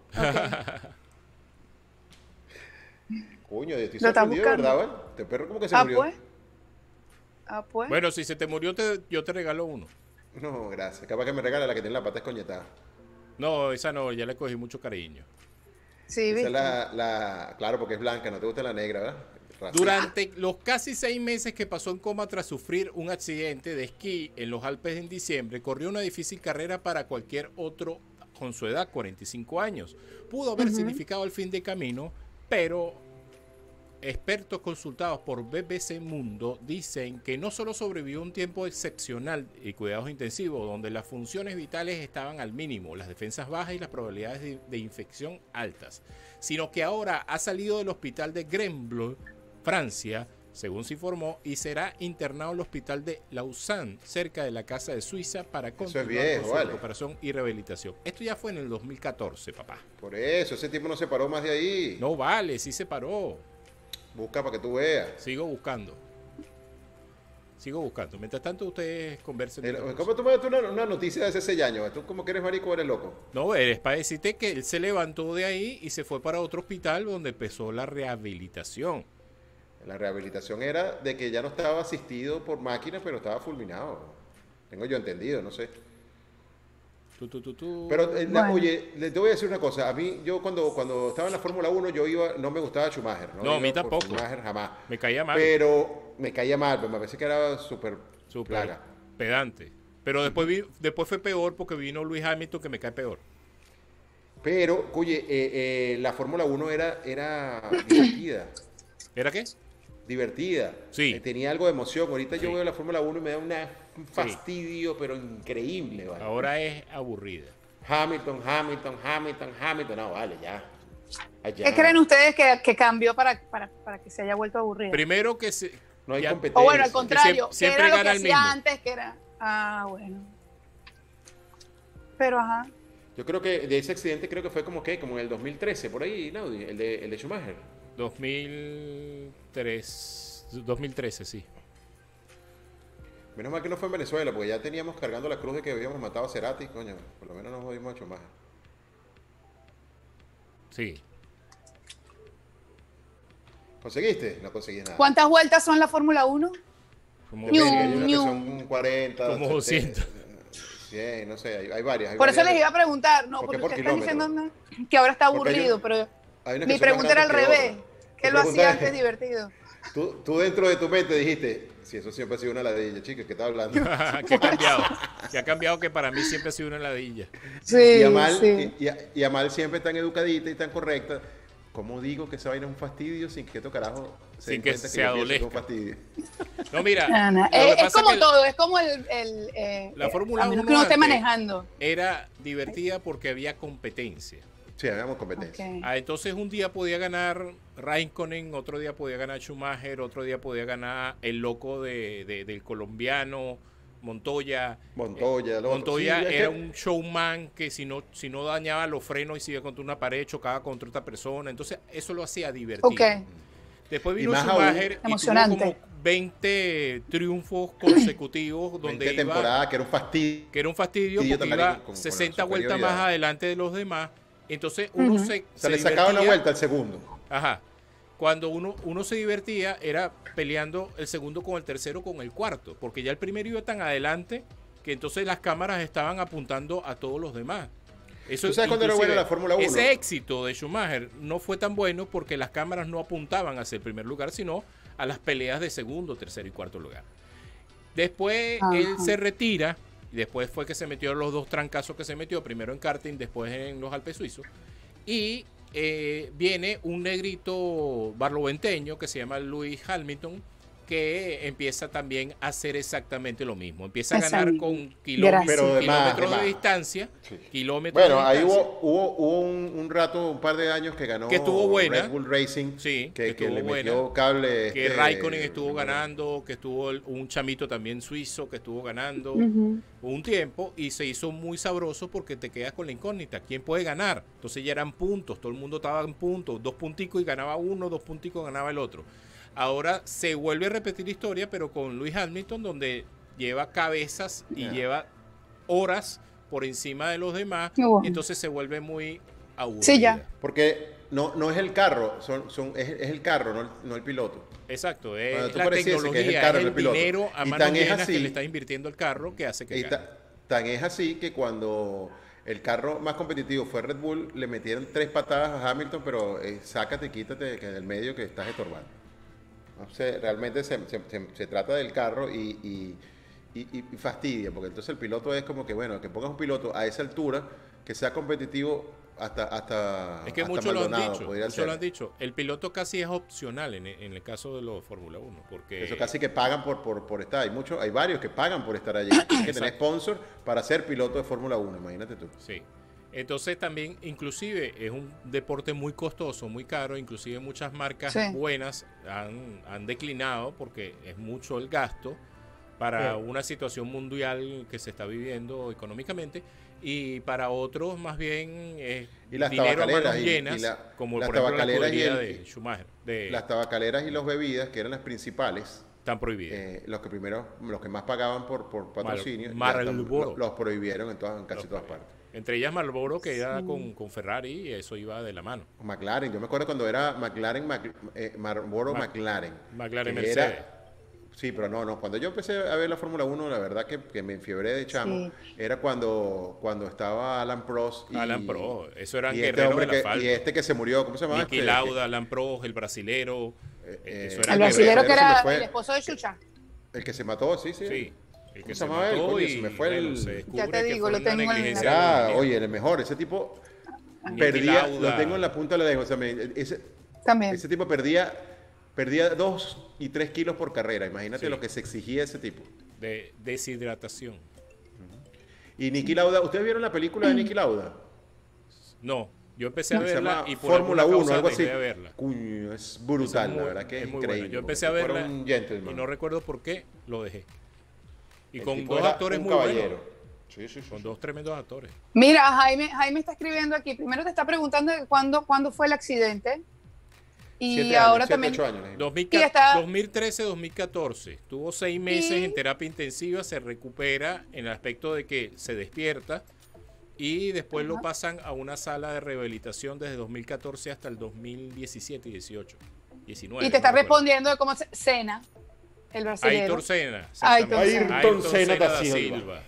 B: Coño, yo estoy
C: Lo está
B: sorprendido,
C: buscando.
B: ¿verdad, Val? Este perro como que se
C: Ah,
B: murió.
C: pues. Ah, pues.
A: Bueno, si se te murió, te- yo te regalo uno.
B: No, gracias. Capaz que me regala la que tiene la pata escoñetada.
A: No, esa no, ya le cogí mucho cariño.
C: sí,
B: Esa
C: viste.
B: es la, la- Claro, porque es blanca, no te gusta la negra, ¿verdad? Racista.
A: Durante los casi seis meses que pasó en coma tras sufrir un accidente de esquí en los Alpes en diciembre, corrió una difícil carrera para cualquier otro con su edad, 45 años. Pudo haber significado el fin de camino, pero expertos consultados por BBC Mundo dicen que no solo sobrevivió un tiempo excepcional y cuidados intensivos, donde las funciones vitales estaban al mínimo, las defensas bajas y las probabilidades de, de infección altas, sino que ahora ha salido del hospital de Grenoble, Francia, según se informó, y será internado en el hospital de Lausanne, cerca de la casa de Suiza, para
B: es
A: continuar
B: viejo,
A: con su
B: vale.
A: recuperación y rehabilitación. Esto ya fue en el 2014, papá.
B: Por eso, ese tipo no se paró más de ahí.
A: No vale, sí se paró.
B: Busca para que tú veas.
A: Sigo buscando. Sigo buscando. Mientras tanto, ustedes conversen.
B: El-
A: otra cosa.
B: ¿Cómo tú me das tú una, una noticia de hace seis años? ¿Tú como que eres marico o eres loco?
A: No, eres para decirte que él se levantó de ahí y se fue para otro hospital donde empezó la rehabilitación.
B: La rehabilitación era de que ya no estaba asistido por máquina, pero estaba fulminado. Tengo yo entendido, no sé.
A: Tú, tú, tú, tú.
B: Pero, eh, la-
C: Bueno.
B: oye, le- te voy a decir una cosa. A mí, yo cuando, cuando estaba en la Fórmula 1, yo iba, no me gustaba Schumacher. No,
A: No, a mí
B: Iba por
A: tampoco.
B: Schumacher jamás.
A: me caía mal.
B: Pero me caía mal, pero me parece que era súper
A: Súper
B: plaga.
A: pedante. Pero después, vi- después fue peor porque vino Luis Hamilton que me cae peor.
B: Pero, oye, eh, eh, la Fórmula 1 era, era divertida.
A: ¿Era qué?
B: divertida.
A: Sí.
B: Eh, Tenía algo de emoción. Ahorita yo
A: Sí.
B: veo la Fórmula 1 y me da una- un fastidio, pero increíble, ¿vale?
A: Ahora es aburrida.
B: Hamilton, Hamilton, Hamilton, Hamilton. No, vale, ya. Ay, ya.
C: ¿Qué creen ustedes que, que cambió para, para, para que se haya vuelto aburrido?
A: Primero que se.
B: No hay
A: ya-
B: competencia.
C: O bueno, al
B: Que siem-
C: contrario, que
A: siempre
C: era lo que
A: gana el
C: hacía
A: mismo.
C: antes, que era. Ah, bueno. Pero ajá.
B: Yo creo que de ese accidente creo que fue como que, como en el 2013, por ahí, Naudi, el de, el de Schumacher.
A: 2003. 2013, sí.
B: Menos mal que no fue en Venezuela, porque ya teníamos cargando la cruz de que habíamos matado a Cerati, coño. Por lo menos nos jodimos a Schumacher.
A: Sí.
B: ¿Conseguiste? No conseguí nada.
C: ¿Cuántas vueltas son la Fórmula 1?
A: Como
B: Depende,
C: Ñu,
B: hay unas que
C: ñu.
B: son 40,
A: Como
B: 70,
A: 200.
B: 100, no sé, hay, hay varias. hay
C: Por eso
B: varias.
C: les iba a preguntar, no,
B: ¿Por
C: porque
B: qué por
C: ustedes están diciendo
B: kilómetro?
C: no, que ahora está
B: Porque hay
C: aburrido,
B: un-
C: pero
B: Hay unas que
C: mi
B: son más
C: pregunta era al
B: grandes
C: revés,
B: otras.
C: que
B: Tu
C: lo
B: pregunta
C: hacía
B: es-
C: antes divertido.
B: Tú, tú dentro de tu mente dijiste, si eso siempre ha sido una ladilla, chica, ¿qué estás hablando?
A: Ah, que ha cambiado. Que ha cambiado que para mí siempre ha sido una ladilla.
C: Sí,
B: y, Amal,
C: sí.
B: y, y a- y Amal siempre tan educadita y tan correcta. ¿Cómo digo que esa vaina es un fastidio sin que estos carajos se
A: Sin
B: den
A: que
B: cuenta
A: se
B: yo pienso que es un
A: adolezca?
B: fastidio?
A: No, mira.
C: No, no,
A: lo que
C: eh, Es, es
A: pasa
C: como
A: que
C: todo, es como el... el, eh,
A: La
C: eh,
A: Fórmula
C: a menos
A: 1
C: que uno esté
A: antes.
C: manejando.
A: Era divertida porque había competencia.
B: Sí, hagamos competencia.
C: Ok.
A: Ah, entonces un día podía ganar Raikkonen, otro día podía ganar Schumacher, otro día podía ganar el loco de, de- del colombiano Montoya.
B: Montoya, lo otro.
A: Montoya
B: Sí, es
A: era
B: que-
A: un showman que si no, si no dañaba los frenos y se iba contra una pared, chocaba contra otra persona. Entonces eso lo hacía divertido.
C: Ok.
A: Después
B: Y
A: vino
B: más
A: Schumacher
B: aún-
A: y tuvo
C: Emocionante.
A: como 20 triunfos consecutivos donde
B: 20
A: iba,
B: temporada, que era un fastidio.
A: que era un fastidio
B: Sí, yo
A: porque
B: también
A: iba
B: con- con la
A: 60 vueltas más
B: superioridad.
A: adelante de los demás. Entonces uno
C: Ujú.
A: se,
B: O sea, le sacaba una
A: divertía-
B: vuelta al segundo.
A: Ajá. Cuando uno, uno se divertía era peleando el segundo con el tercero, con el cuarto, porque ya el primero iba tan adelante que entonces las cámaras estaban apuntando a todos los demás. Eso,
B: ¿Tú sabes cuándo era
A: inclusive,
B: buena la Fórmula uno?
A: Ese éxito de Schumacher no fue tan bueno porque las cámaras no apuntaban hacia el primer lugar, sino a las peleas de segundo, tercero y cuarto lugar. Después
C: Ajá.
A: él se retira, y después fue que se metió en los dos trancazos que se metió, primero en karting, después en los Alpes Suizos. Y eh, viene un negrito barloventeño que se llama Luis Hamilton, que empieza también a hacer exactamente lo mismo. Empieza a
C: Esa
A: ganar
C: misma.
A: con
C: Gracias.
A: kilómetros,
B: Pero de más,
A: kilómetros de
B: de más.
A: distancia.
B: Sí.
A: Kilómetros
B: Bueno,
A: de
B: ahí
A: distancia.
B: hubo, hubo, hubo un, un rato, un par de años que ganó
A: Que estuvo buena.
B: Red Bull Racing,
A: Sí,
B: que,
A: que
B: que
A: estuvo
B: le
A: buena.
B: metió cable.
A: que
B: este,
A: Raikkonen estuvo
B: bueno,
A: ganando, que estuvo el- un chamito también suizo que estuvo ganando
C: Ujú.
A: un tiempo y se hizo muy sabroso porque te quedas con la incógnita, ¿quién puede ganar? Entonces ya eran puntos, todo el mundo estaba en puntos, dos punticos y ganaba uno, dos punticos y ganaba el otro. Ahora se vuelve a repetir la historia, pero con Luis Hamilton, donde lleva cabezas y
B: Ya.
A: lleva horas por encima de los demás,
C: Qué bueno.
A: entonces se vuelve muy aburrida.
C: Sí, ya.
B: Porque no, no es el carro, son, son, es, es el carro, no el, no el piloto.
A: Exacto, es
B: Bueno, tú
A: la
B: pareciese que es el
A: tecnología, es el,
B: carro, el piloto.
A: dinero a
B: Y
A: mano
B: tan es
A: llena que
B: así-
A: le está invirtiendo el carro que hace que
B: Y
A: gane.
B: ta- tan es así que cuando el carro más competitivo fue Red Bull, le metieron tres patadas a Hamilton, pero eh, sácate, quítate que del medio que estás estorbando. No sé, realmente se, se- se- se trata del carro y, y- y- y fastidia, porque entonces el piloto es como que, bueno, que pongas un piloto a esa altura, que sea competitivo hasta hasta
A: Es que
B: Ah, hasta
A: muchos lo han
B: Maldonado,
A: dicho,
B: podría
A: muchos lo
B: ser.
A: han dicho. El piloto casi es opcional en, en el caso de los Fórmula 1, porque
B: Eso casi que pagan por, por, por estar. Hay muchos, hay varios que pagan por estar allí. Hay que tener
A: Exacto.
B: sponsor para ser piloto de Fórmula 1, imagínate tú.
A: sí. Entonces también inclusive es un deporte muy costoso, muy caro, inclusive muchas marcas
C: Sí.
A: buenas han, han declinado porque es mucho el gasto para
E: Sí.
A: una situación mundial que se está viviendo económicamente y para otros más bien es
B: Y las
A: dinero a manos
B: tabacaleras y- y
A: llenas,
B: la-
A: como
B: las
A: por ejemplo la
B: tabacaleras y
A: escudería
B: el-
A: de Schumacher, de,
B: Las tabacaleras y las bebidas, que eran las principales,
A: están prohibidas.
B: eh, los que primero, los que más pagaban por, por patrocinio, ya
A: Marlboro.
B: estamos- lo- los prohibieron en, todas, en casi
A: Los
B: todas
A: prohibieron.
B: partes.
A: Entre ellas Marlboro, que era
C: Sí.
A: con, con Ferrari, y eso iba de la mano.
B: McLaren, yo me acuerdo cuando era McLaren, Mac- eh, Marlboro
A: Mac-
B: McLaren.
A: McLaren
B: que era-
A: Mercedes.
B: sí, pero no, no. Cuando yo empecé a ver la Fórmula 1, la verdad que, que me enfiebré de chamo, era cuando, cuando estaba Alan Prost y,
A: Alan Pro, eso eran
B: y este,
A: guerreros
B: hombre
A: del
B: que,
A: asfalto.
B: y este que se murió, ¿cómo se Este, llama?
A: Niki Lauda, Alan Pro, el brasilero.
B: eh,
A: eso
B: Al
C: El
A: eran guerreros.
C: brasilero que
B: se me
C: era
B: fue.
C: el esposo de Chucha.
B: El que se mató, sí, sí.
A: Sí, el que
B: ¿Cómo se
A: se
B: llamaba él?
A: mató
B: Coño,
A: y
B: se me fue
A: bueno,
B: el-
A: se
B: Ya te
A: descubre que
C: digo,
A: fue
C: lo
A: una
C: tengo en la-
A: negligencia
B: Era,
A: del
B: oye, el mejor. Ese tipo
A: Niki
B: perdía, lo
A: Lauda.
B: tengo en la punta de la lengua. O sea, me- ese,
C: Eh. También.
B: ese tipo perdía, perdía dos y tres kilos por carrera. Imagínate
A: Sí.
B: lo que se exigía ese tipo.
A: de deshidratación.
B: Y
C: Mm.
B: Niki Lauda, ¿ustedes vieron la película de Niki Lauda?
A: No, yo empecé a
B: Se
A: verla
B: llama
A: y por
B: Fórmula
A: alguna
B: 1,
A: causa
B: algo
A: dejé
B: así.
A: de verla.
B: Cuño, es
A: Esa es
B: brutal,
A: muy-
B: la verdad que es,
A: muy buena.
B: increíble.
A: Yo empecé a
B: porque fuera
A: verla
B: un
A: y
B: gentleman.
A: no recuerdo por qué lo dejé. Y
B: El
A: con
B: tipo
A: dos
B: era
A: actores
B: un
A: muy
B: caballero.
A: buenos.
B: Sí, sí, sí,
A: Con
B: sí.
A: dos tremendos actores.
C: Mira, Jaime, Jaime está escribiendo aquí. Primero te está preguntando de cuándo, cuándo fue el accidente. Y
B: Siete años,
C: ahora
B: siete,
C: también.
B: ocho años, la gente.
A: 2000
C: Y está-
A: 2013-2014. Tuvo seis meses
C: Y-
A: en terapia intensiva, se recupera en el aspecto de que se despierta y después lo
C: Ajá.
A: pasan a una sala de rehabilitación desde 2014 hasta el 2017 y 18. 19,
C: y te está
A: no recuerdo.
C: respondiendo de cómo se cena el brasileño.
A: Ayrton Senna.
C: Ayrton
A: exactamente.
C: Senna.
E: Ayrton Senna da Silva.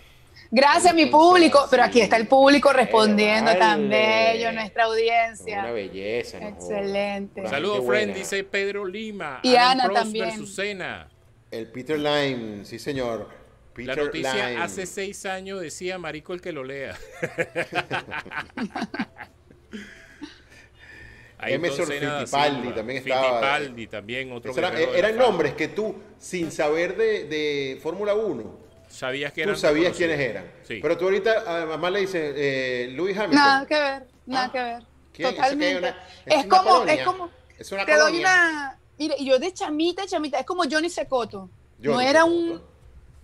C: Gracias, mi
F: Ayrton
C: público.
F: Senna,
C: Pero
F: sí.
C: aquí está el
B: Eh,
C: público respondiendo
F: vale.
C: tan bello, nuestra
F: Una
C: audiencia.
F: belleza. no jodas.
C: Excelente.
F: Pura
A: Saludos,
F: gente
A: friend,
F: buena.
A: dice Pedro Lima.
C: Y
A: Alan
C: Ana
A: Prost
C: también.
A: versus Senna.
B: El Peter Lime, sí, señor. Peter
A: La noticia
B: Lime.
A: hace seis años decía Marico el que lo lea.
B: Emerson
A: entonces nada,
B: Fittipaldi
A: Silva.
B: también estaba.
A: Fittipaldi también, otro
B: Ese era-
A: guerrero de la
B: eran
A: fama.
B: nombres que tú, sin saber de, de Fórmula 1,
A: Sabías que
B: tú
A: eran
B: sabías
A: reconocidos.
B: quiénes eran.
A: Sí.
B: Pero tú ahorita además le dices eh, Luis Hamilton.
C: Nada que ver, nada
B: Ah,
C: que ver.
B: ¿Quién? Eso que
C: Totalmente.
B: una-
C: es,
B: una
C: como,
B: colonia.
C: es como,
B: Es una
C: te doy
B: colonia.
C: una. Mire, y yo de chamita, chamita, es como Johnny Secoto.
B: Yo
C: no
B: sé,
C: era
B: ¿no?
C: un.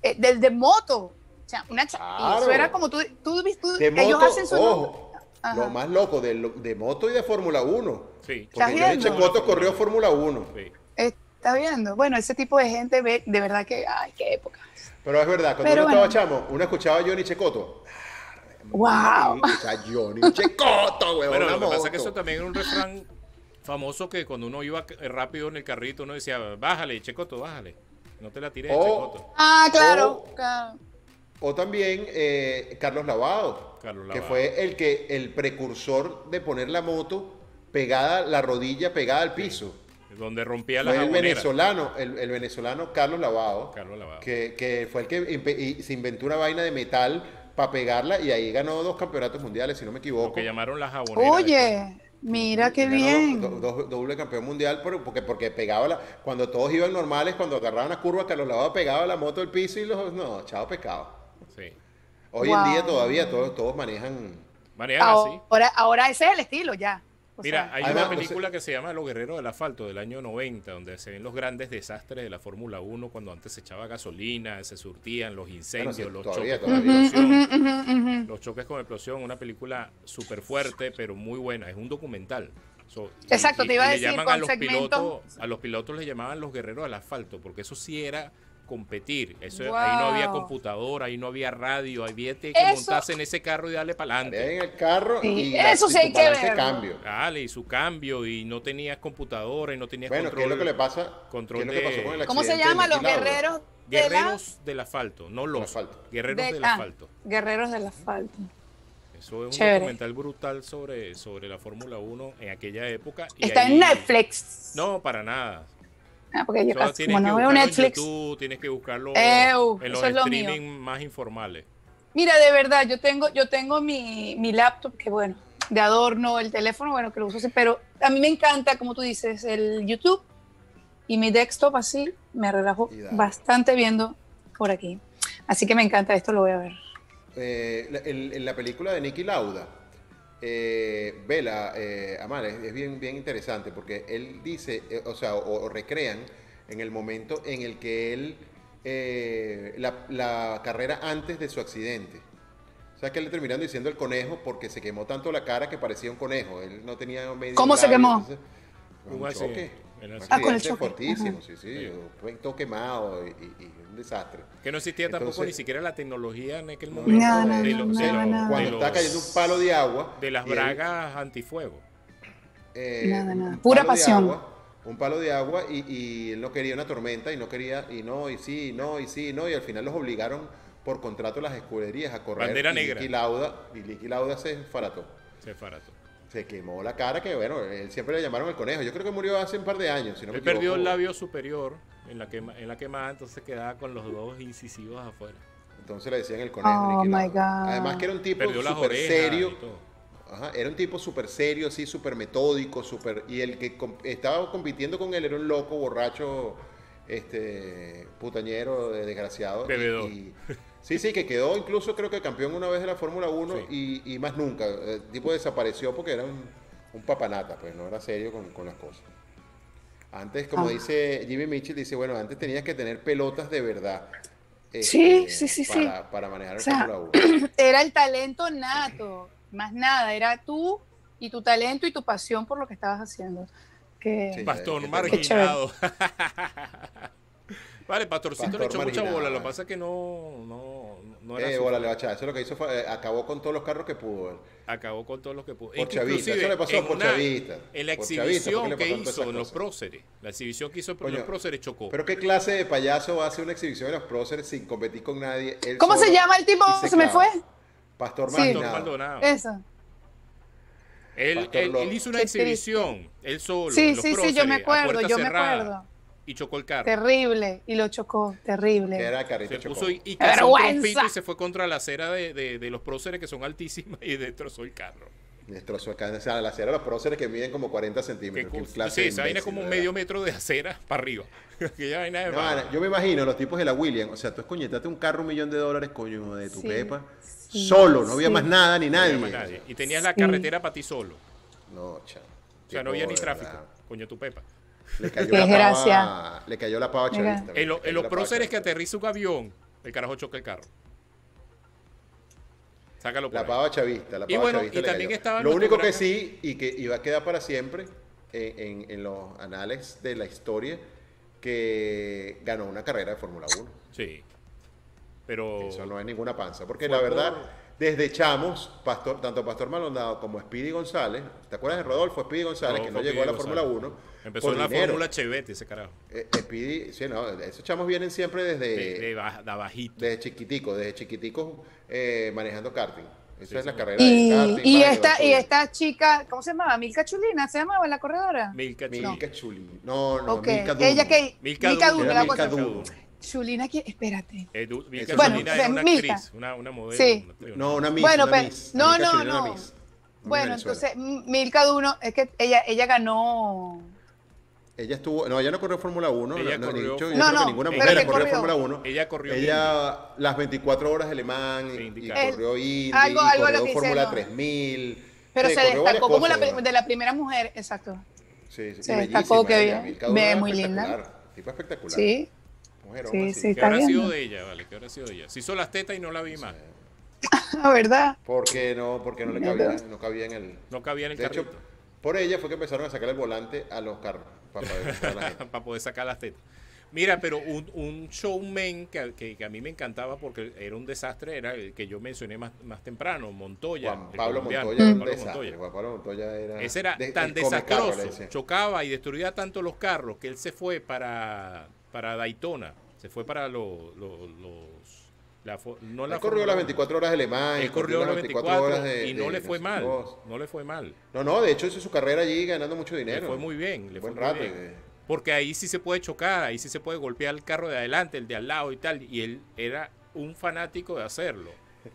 C: eh, del de moto. O sea, una cha-
B: Claro.
C: Eso era como tú. tú, tú-
B: De
C: ellos
B: moto,
C: hacen su.
B: ojo,
C: Ajá.
B: lo más loco de, lo- de moto y de Fórmula 1.
A: Sí.
C: ¿Estás
B: Porque Johnny
C: viendo?
B: Checoto corrió Fórmula 1.
A: Sí.
C: Es- ¿Estás viendo? Bueno, ese tipo de gente ve, de verdad que, ay, qué época.
B: Pero es verdad, cuando
C: Pero
B: uno
C: bueno. Ah.
B: estaba chamo, uno escuchaba a Johnny Checoto.
C: ¡Wow!
B: O sea, Johnny Checoto, weón.
A: Bueno,
B: una
A: lo que pasa
B: moto.
A: es que eso también era un refrán famoso que cuando uno iba eh, rápido en el carrito, uno decía, bájale, Checoto, bájale. No te la tires,
B: Oh.
A: Checoto.
C: Ah, claro.
B: Oh.
C: claro.
B: O también eh, Carlos Lavado,
A: Carlos
B: que
A: Lavado.
B: fue el que el precursor de poner la moto pegada, la rodilla pegada al piso.
A: Donde rompía la
B: Fue el
A: jabonera.
B: venezolano, el, el venezolano Carlos Lavado,
A: Carlos Lavado.
B: Que, que fue el que impe- y se inventó una vaina de metal para pegarla y ahí ganó dos campeonatos mundiales, si no me
A: Lo
B: equivoco.
A: que llamaron la jabonera. después.
C: Oye, mira qué
B: Ganó
C: bien.
B: do- do- doble campeón mundial pero- porque, porque pegaba la. Cuando todos iban normales, cuando agarraban la curva, Carlos Lavado pegaba la moto al piso y los. No, chao, pecado.
A: Sí.
B: Hoy
C: Wow.
B: en día todavía todos, todos manejan.
A: Manejan así.
C: Ahora, ahora ese es el estilo ya. O
A: Mira,
C: sea,
A: hay
B: Además,
A: una
B: o sea-
A: película que se llama Los Guerreros del Asfalto del año 90, donde se ven los grandes desastres de la Fórmula 1 cuando antes se echaba gasolina, se surtían los incendios,
B: Bueno, sí,
A: los
B: todavía,
A: choques con
B: todavía.
A: explosión.
C: ujú, ujú.
A: Los choques con explosión, una película súper fuerte, pero muy buena. Es un documental. So,
C: Exacto, te iba a
A: le
C: decir,
A: llaman
C: con
A: los
C: segmentos.
A: pilotos, a los pilotos les llamaban los guerreros al asfalto, porque eso sí era competir. Eso, Ahí no había
C: Wow.
A: computadora, ahí no había radio, había que
C: Eso-
A: montarse en ese carro y darle para
B: Estaría
A: adelante.
B: en el carro
C: Sí,
B: y la-
C: eso
B: y
C: sí hay
B: tu
C: que
B: balance
C: verlo.
B: cambio.
A: Dale, y su cambio, y no tenías computadora, y no tenías
B: Bueno, ¿qué es
A: control.
B: lo que le pasa?
A: control
B: ¿Qué es lo que
A: de-
B: pasó con el
C: ¿Cómo se
B: accidente de
C: llama? Los
B: Niki Lauda?
C: guerreros de la-
A: Guerreros del asfalto, no los.
B: asfalto.
A: Guerreros
C: de-
A: del
C: ah,
A: asfalto.
C: Guerreros del asfalto.
A: Eso es
C: Chévere.
A: un documental brutal sobre, sobre la Fórmula 1 en aquella época. y
C: Está
A: ahí-
C: en Netflix.
A: No, para nada.
C: Ah, porque yo
A: Solo
C: casi,
A: tienes
C: como no
A: que
C: veo
A: buscarlo
C: Netflix.
A: en YouTube, tienes que buscarlo
C: Eu,
A: en los
C: eso es lo mío.
A: streaming más informales.
C: Mira, de verdad, yo tengo, yo tengo mi, mi laptop, que bueno, de adorno, el teléfono, bueno, que lo uso así, pero a mí me encanta, como tú dices, el YouTube y mi desktop así, me relajo
B: Y dale.
C: bastante viendo por aquí. Así que me encanta esto, lo voy a ver.
B: Eh, la- en, en la película de Nicky Lauda, eh, Vela, eh, Amar, es, es bien, bien interesante porque él dice, eh, o sea, o, o recrean en el momento en el que él, eh, la, la carrera antes de su accidente. O sea, que le terminaron diciendo el conejo porque se quemó tanto la cara que parecía un conejo. Él no tenía medio
C: ¿Cómo se
B: labio,
C: quemó?
B: entonces,
A: Un
B: un
A: accidente,
B: choque.
A: el
B: Un
A: accidente.
C: Ah, con el
B: accidente
C: choque,
B: Fortísimo,
C: ajá.
B: sí,
A: Sí.
B: sí. un Cuento quemado y, y- y un desastre.
A: Que no existía tampoco
B: Entonces-
A: ni siquiera la tecnología en aquel
B: No,
A: momento.
C: no, no,
A: de
C: no,
A: los-
C: no,
A: de
C: no,
A: los-
C: no.
A: de
B: Cuando
A: los-
B: está cayendo un palo de agua.
A: De las
B: y él-
A: bragas antifuego.
B: eh,
C: Nada, nada.
B: un
C: Pura
B: palo de
C: pasión.
B: agua, un palo de agua y, y él no quería una tormenta y no quería, y no, y sí, y no, y sí, y no, y al final los obligaron por contrato las escuderías a correr.
A: Bandera
B: y
A: negra.
B: Niki Lauda, y Niki Lauda se farató.
A: Se farató.
B: Se quemó la cara, que bueno, él siempre le llamaron el conejo. Yo creo que murió hace un par de años, si no me
A: Él perdió
B: equivoco.
A: el labio superior en la, quema, en la quemada, entonces quedaba con los dos incisivos afuera.
B: Entonces le decían el conejo.
C: Oh,
B: Niki
C: my
B: Lauda.
C: God.
B: Además que era un tipo
A: Perdió las
B: súper
A: orejas.
B: serio.
A: y todo.
B: Ajá, era un tipo súper serio, sí, súper metódico, súper... Y el que com- estaba compitiendo con él era un loco, borracho, este, putañero, de- desgraciado. y-
A: Bebedor.
B: y- sí, sí, que quedó incluso creo que campeón una vez de la Fórmula 1 y, y más nunca. eh, El tipo desapareció porque era un, un papanata, pues no era serio con, con las cosas. Antes, como
C: Ah.
B: dice Jimmy Mitchell, dice, bueno, antes tenías que tener pelotas de verdad. este,
C: Sí, sí, sí, sí.
B: para, Para manejar
C: O
B: el
C: sea,
B: Fórmula 1.
C: Era el talento nato, más nada, era tú y tu talento y tu pasión por lo que estabas haciendo. Que
B: Sí.
A: Pastor
B: Eh, Qué
A: marginado. vale, Pastorcito le
B: Pastor
A: echó mucha
B: marginado,
A: bola. Lo que
B: vale.
A: pasa es que no, no, no era
B: Eh,
A: su-
B: bola, le va a echar. Eso lo que hizo fue, eh, acabó con todos los carros que pudo. eh.
A: Acabó con todos los que pudo.
B: Por chavista, eso le pasó
A: en
B: por
A: una-
B: chavista.
A: En la
B: Por chavista, ¿por
A: exhibición
B: qué le
A: que
B: pasaron todas
A: hizo
B: esas
A: en los
B: cosas?
A: próceres. La exhibición que hizo en
B: Coño,
A: los próceres chocó.
B: Pero qué clase de payaso hace una exhibición de los próceres sin competir con nadie. él
C: ¿Cómo se
B: solo,
C: llama el tipo?
B: y
C: ¿Se me
B: clava?
C: fue?
B: Pastor
C: Sí.
A: Pastor
B: Maldonado.
A: Maldonado.
C: Eso.
A: Él,
B: Pastor
A: él-
B: Lobo.
A: él hizo una
C: Qué
A: exhibición, él solo.
C: Sí,
A: en los
C: sí, sí, yo me
A: próceres, a
C: acuerdo,
A: puerta
C: yo me
A: cerrada,
C: acuerdo.
A: Y chocó el carro.
C: Terrible. Y lo chocó, terrible.
B: Que era el carrito
A: Se
B: chocó.
A: puso y, y
C: ¡Qué
A: cazó un
C: vergüenza!
A: trompito y se fue contra la acera de, de- de los próceres que son altísimas y destrozó el carro.
B: Destrozó el can- o sea, la acera de los próceres que miden como 40
A: Qué
B: centímetros. Qué
A: cosa.
B: clase
A: Sí,
B: de
A: esa vaina es
B: imbécil,
A: como un
B: de
A: medio
B: verdad.
A: metro de acera para arriba. Aquella vaina de
B: No,
A: barro.
B: Ana, yo me imagino los tipos de la William. O sea, tú escoñetaste un carro un millón de dólares, coño, de tu
C: Sí,
B: pepa.
C: sí,
B: solo, no había
C: sí.
B: más nada ni
A: No
B: nadie.
A: había más nadie. Y tenías la
C: Sí.
A: carretera para ti solo.
B: No, chao.
A: O sea, no había ni
B: Tipo, de
A: tráfico.
B: verdad.
A: Coño, tu pepa.
B: Le cayó
C: Qué
B: la pava,
C: desgracia.
B: le cayó la pava
C: Mira.
B: chavista.
A: En, lo-
B: le cayó
A: en los
B: la pava
A: próceres que
B: chavista.
A: aterriza un avión, el carajo choca el carro. Sácalo por
B: La
A: ahí.
B: pava chavista, la
A: Y
B: pava
A: bueno,
B: chavista
A: y
B: le
A: también
B: cayó.
A: estaba
B: Lo
A: nuestro
B: único
A: gran-
B: que eh, sí, y que iba a quedar para siempre en, en- en los anales de la historia, que ganó una carrera de Fórmula 1.
A: Sí. Pero.
B: Eso no es ninguna panza, porque
A: Oh. Fue
B: la verdad,
A: por-
B: desde chamos, Pastor, tanto Pastor Malondado como Speedy González, ¿te acuerdas de Rodolfo Speedy González, que no
A: Rodolfo
B: llegó a la
A: Pío
B: Fórmula
A: González.
B: 1?
A: Empezó
B: por
A: en la
B: dinero?
A: Fórmula Chevette ese carajo.
B: Eh, Speedy, sí, no, esos chamos vienen siempre
A: De,
B: desde,
A: de baj- de abajito.
B: desde chiquitico, desde chiquitico eh, manejando karting.
A: Sí,
B: Esa es la
A: señor.
B: carrera
C: Y,
B: de karting.
C: y
B: vale,
C: esta, y
B: basura.
C: esta chica, ¿cómo se llamaba? Milka Chulina, ¿se llamaba la corredora?
A: Milka Chulina.
B: Milka Chuli. No, no,
C: ok,
B: Milka Duro.
C: ella que...
A: Milka
C: Milka
A: Duro,
C: Duro,
B: era
C: la
B: Milka
C: cosa.
B: Duro.
C: Chulina, ¿quién? espérate.
A: Eh, du- Milka
B: Bueno,
A: Chulina
C: o
A: era
C: sea,
A: una
C: Milka.
A: actriz, una, una modelo.
C: Sí.
A: una actriz,
B: No, una Miss.
C: Bueno,
B: una
C: pe-
B: Miss.
C: no,
B: Milka
C: no,
B: Chuli era una
C: no.
B: Miss. Muy
C: Bueno,
B: Venezuela.
C: entonces M- Milka Duro, es que ella, ella ganó...
B: Ella estuvo, no, ella no corrió Fórmula 1,
A: Ella
B: no, no,
A: corrió-
B: dicho, yo
C: No,
B: creo que
C: no,
B: ninguna
A: pero
B: mujer
A: que
B: corrió
C: corrió.
B: Fórmula 1.
A: Ella corrió
B: Ella las 24 horas de Le Mans, y- y,
A: Indica.
B: corrió Indy,
C: algo-
B: y
C: algo lo
B: corrió
C: que hice,
B: Fórmula
C: no.
B: 3000.
C: Pero
B: Sí,
C: se
B: corrió varias
C: destacó como la,
B: cosas,
C: pri-
B: ¿verdad?
C: de la primera mujer, exacto.
B: Sí, sí,
C: se
B: y
C: destacó
B: bellísima
C: que
B: ella,
C: bien.
B: Milka Duro
C: Ve,
B: era
C: muy linda.
B: espectacular, Tipo espectacular.
C: Sí.
B: Mujer,
C: Sí,
B: hombre,
C: sí,
B: sí.
A: ¿Qué
C: está
A: habrá sido
C: viendo.
A: de ella, vale? ¿Qué habrá sido de ella? Se hizo las tetas y no la vi más.
C: La verdad.
B: ¿Por qué no? Porque no le
C: Mira.
B: cabía, no cabía en el.
A: No cabía en el
B: De hecho,
A: carrito
B: por ella fue que empezaron a sacar el volante a los carros para poder entrar a la gente.
A: para poder sacar las tetas. Mira, pero un, un showman que, que- que a mí me encantaba porque era un desastre, era el que yo mencioné más, más temprano, Montoya.
B: Juan
A: el
B: Pablo
A: colombiano,
B: Montoya era
A: Juan
B: un
A: Pablo
B: desastre.
A: Montoya.
B: Juan Pablo Montoya era.
A: Ese era
B: de-
A: tan
B: el come carro, le
A: desastroso,
B: decían.
A: chocaba y destruía tanto los carros que él se fue para, para Daytona, se fue para los... los, los- la fo- no la
B: Él corrió
A: Fórmula
B: las
A: uno.
B: 24 horas de Le Mans.
A: Él
B: Ah, y
A: corrió las 24
B: horas de-
A: y no
B: de-
A: le
B: de
A: fue
B: sé
A: mal,
B: cosas.
A: no le fue mal.
B: No, no, de hecho hizo su carrera allí ganando mucho dinero.
A: Le fue muy bien, le fue
B: Buen
A: muy
B: rato,
A: bien.
B: eh.
A: Porque ahí sí se puede chocar, ahí sí se puede golpear el carro de adelante, el de al lado y tal. Y él era un fanático de hacerlo.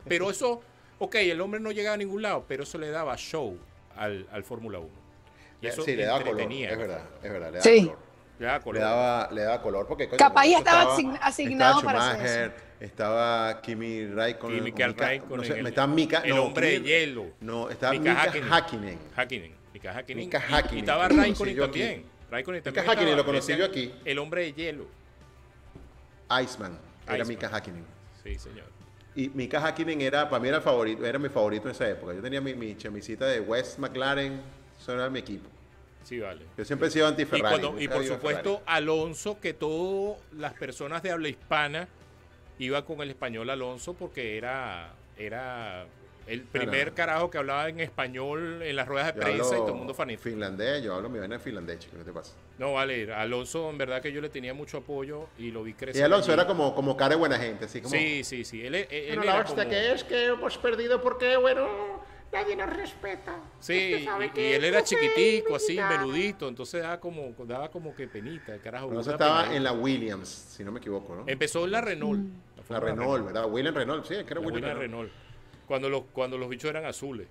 A: Pero eso, ok, el hombre no llegaba a ningún lado, pero eso le daba show al, al Fórmula 1. Y
B: Eh,
A: eso
B: sí, le daba color.
A: entretenía.
B: Es verdad, es verdad, le daba
C: Sí.
B: color.
A: Le daba color.
B: Le daba, le daba color porque coño,
C: Capaz ya
B: cuando
C: estaba
B: eso
C: asign- asignado
B: estaba
C: para hacer
B: Schumacher, Estaba Kimi Raikkonen.
A: Y
B: o
A: Mikael
B: Mika-
A: Raikkonen,
B: No sé,
A: el-
B: estaba Mika.
A: el
B: no,
A: hombre de
B: Kimi-
A: hielo.
B: No, estaba
A: Mika
B: Mika
A: Hakkinen.
B: Hakkinen.
A: Hakkinen. Mika Hakkinen.
B: Mika
A: Y- Y,
B: Hakkinen,
A: estaba
B: que lo
A: Raikkonen
B: conocí yo aquí.
A: también. Raikkonen también.
B: Hakkinen
A: estaba,
B: lo conocí
A: decían,
B: yo aquí.
A: El hombre de hielo.
B: Iceman. Era
A: Iceman.
B: Mika Hakkinen.
A: Sí, señor.
B: Y Mika Hakkinen era, para mí era el favorito, era mi favorito en esa época. Yo tenía mi, mi chemisita de West McLaren, eso era mi equipo.
A: Sí, vale.
B: Yo siempre he sido
A: Y,
B: anti-Ferrari.
A: cuando,
B: nunca
A: y por
B: he ido a
A: supuesto, Alonso, que todas las personas de habla hispana iba con el español Alonso porque era, era el primer
B: Claro.
A: carajo que hablaba en español en las ruedas de
B: Ferrari. Yo
A: prensa y
B: hablo
A: todo el mundo fanático.
B: Finlandés, yo hablo mi vaina en finlandés, chico, ¿qué te pasa?
A: No, vale, Alonso en verdad que yo le tenía mucho apoyo y lo vi crecer.
B: Y Alonso
A: allí.
B: era como, como cara de buena gente, así como...
A: Sí, sí, sí. Él, él- él
E: Pero
A: era
E: la hostia
A: como-
E: que es que hemos perdido porque, bueno, nadie nos respeta. Usted
A: Sí,
E: sabe
A: y, y
E: que
A: él era
E: yo soy
A: chiquitico, así,
E: militar.
A: menudito, entonces daba como, daba como que penita, el carajo.
B: Alonso
A: una
B: estaba
A: penadita.
B: en la Williams, si no me equivoco, ¿no?
A: Empezó en la Renault.
B: la Renault, ¿verdad? William Renault, sí, es que era
A: La
B: William
A: buena
B: Renault.
A: Renault. Cuando los, cuando los bichos eran azules.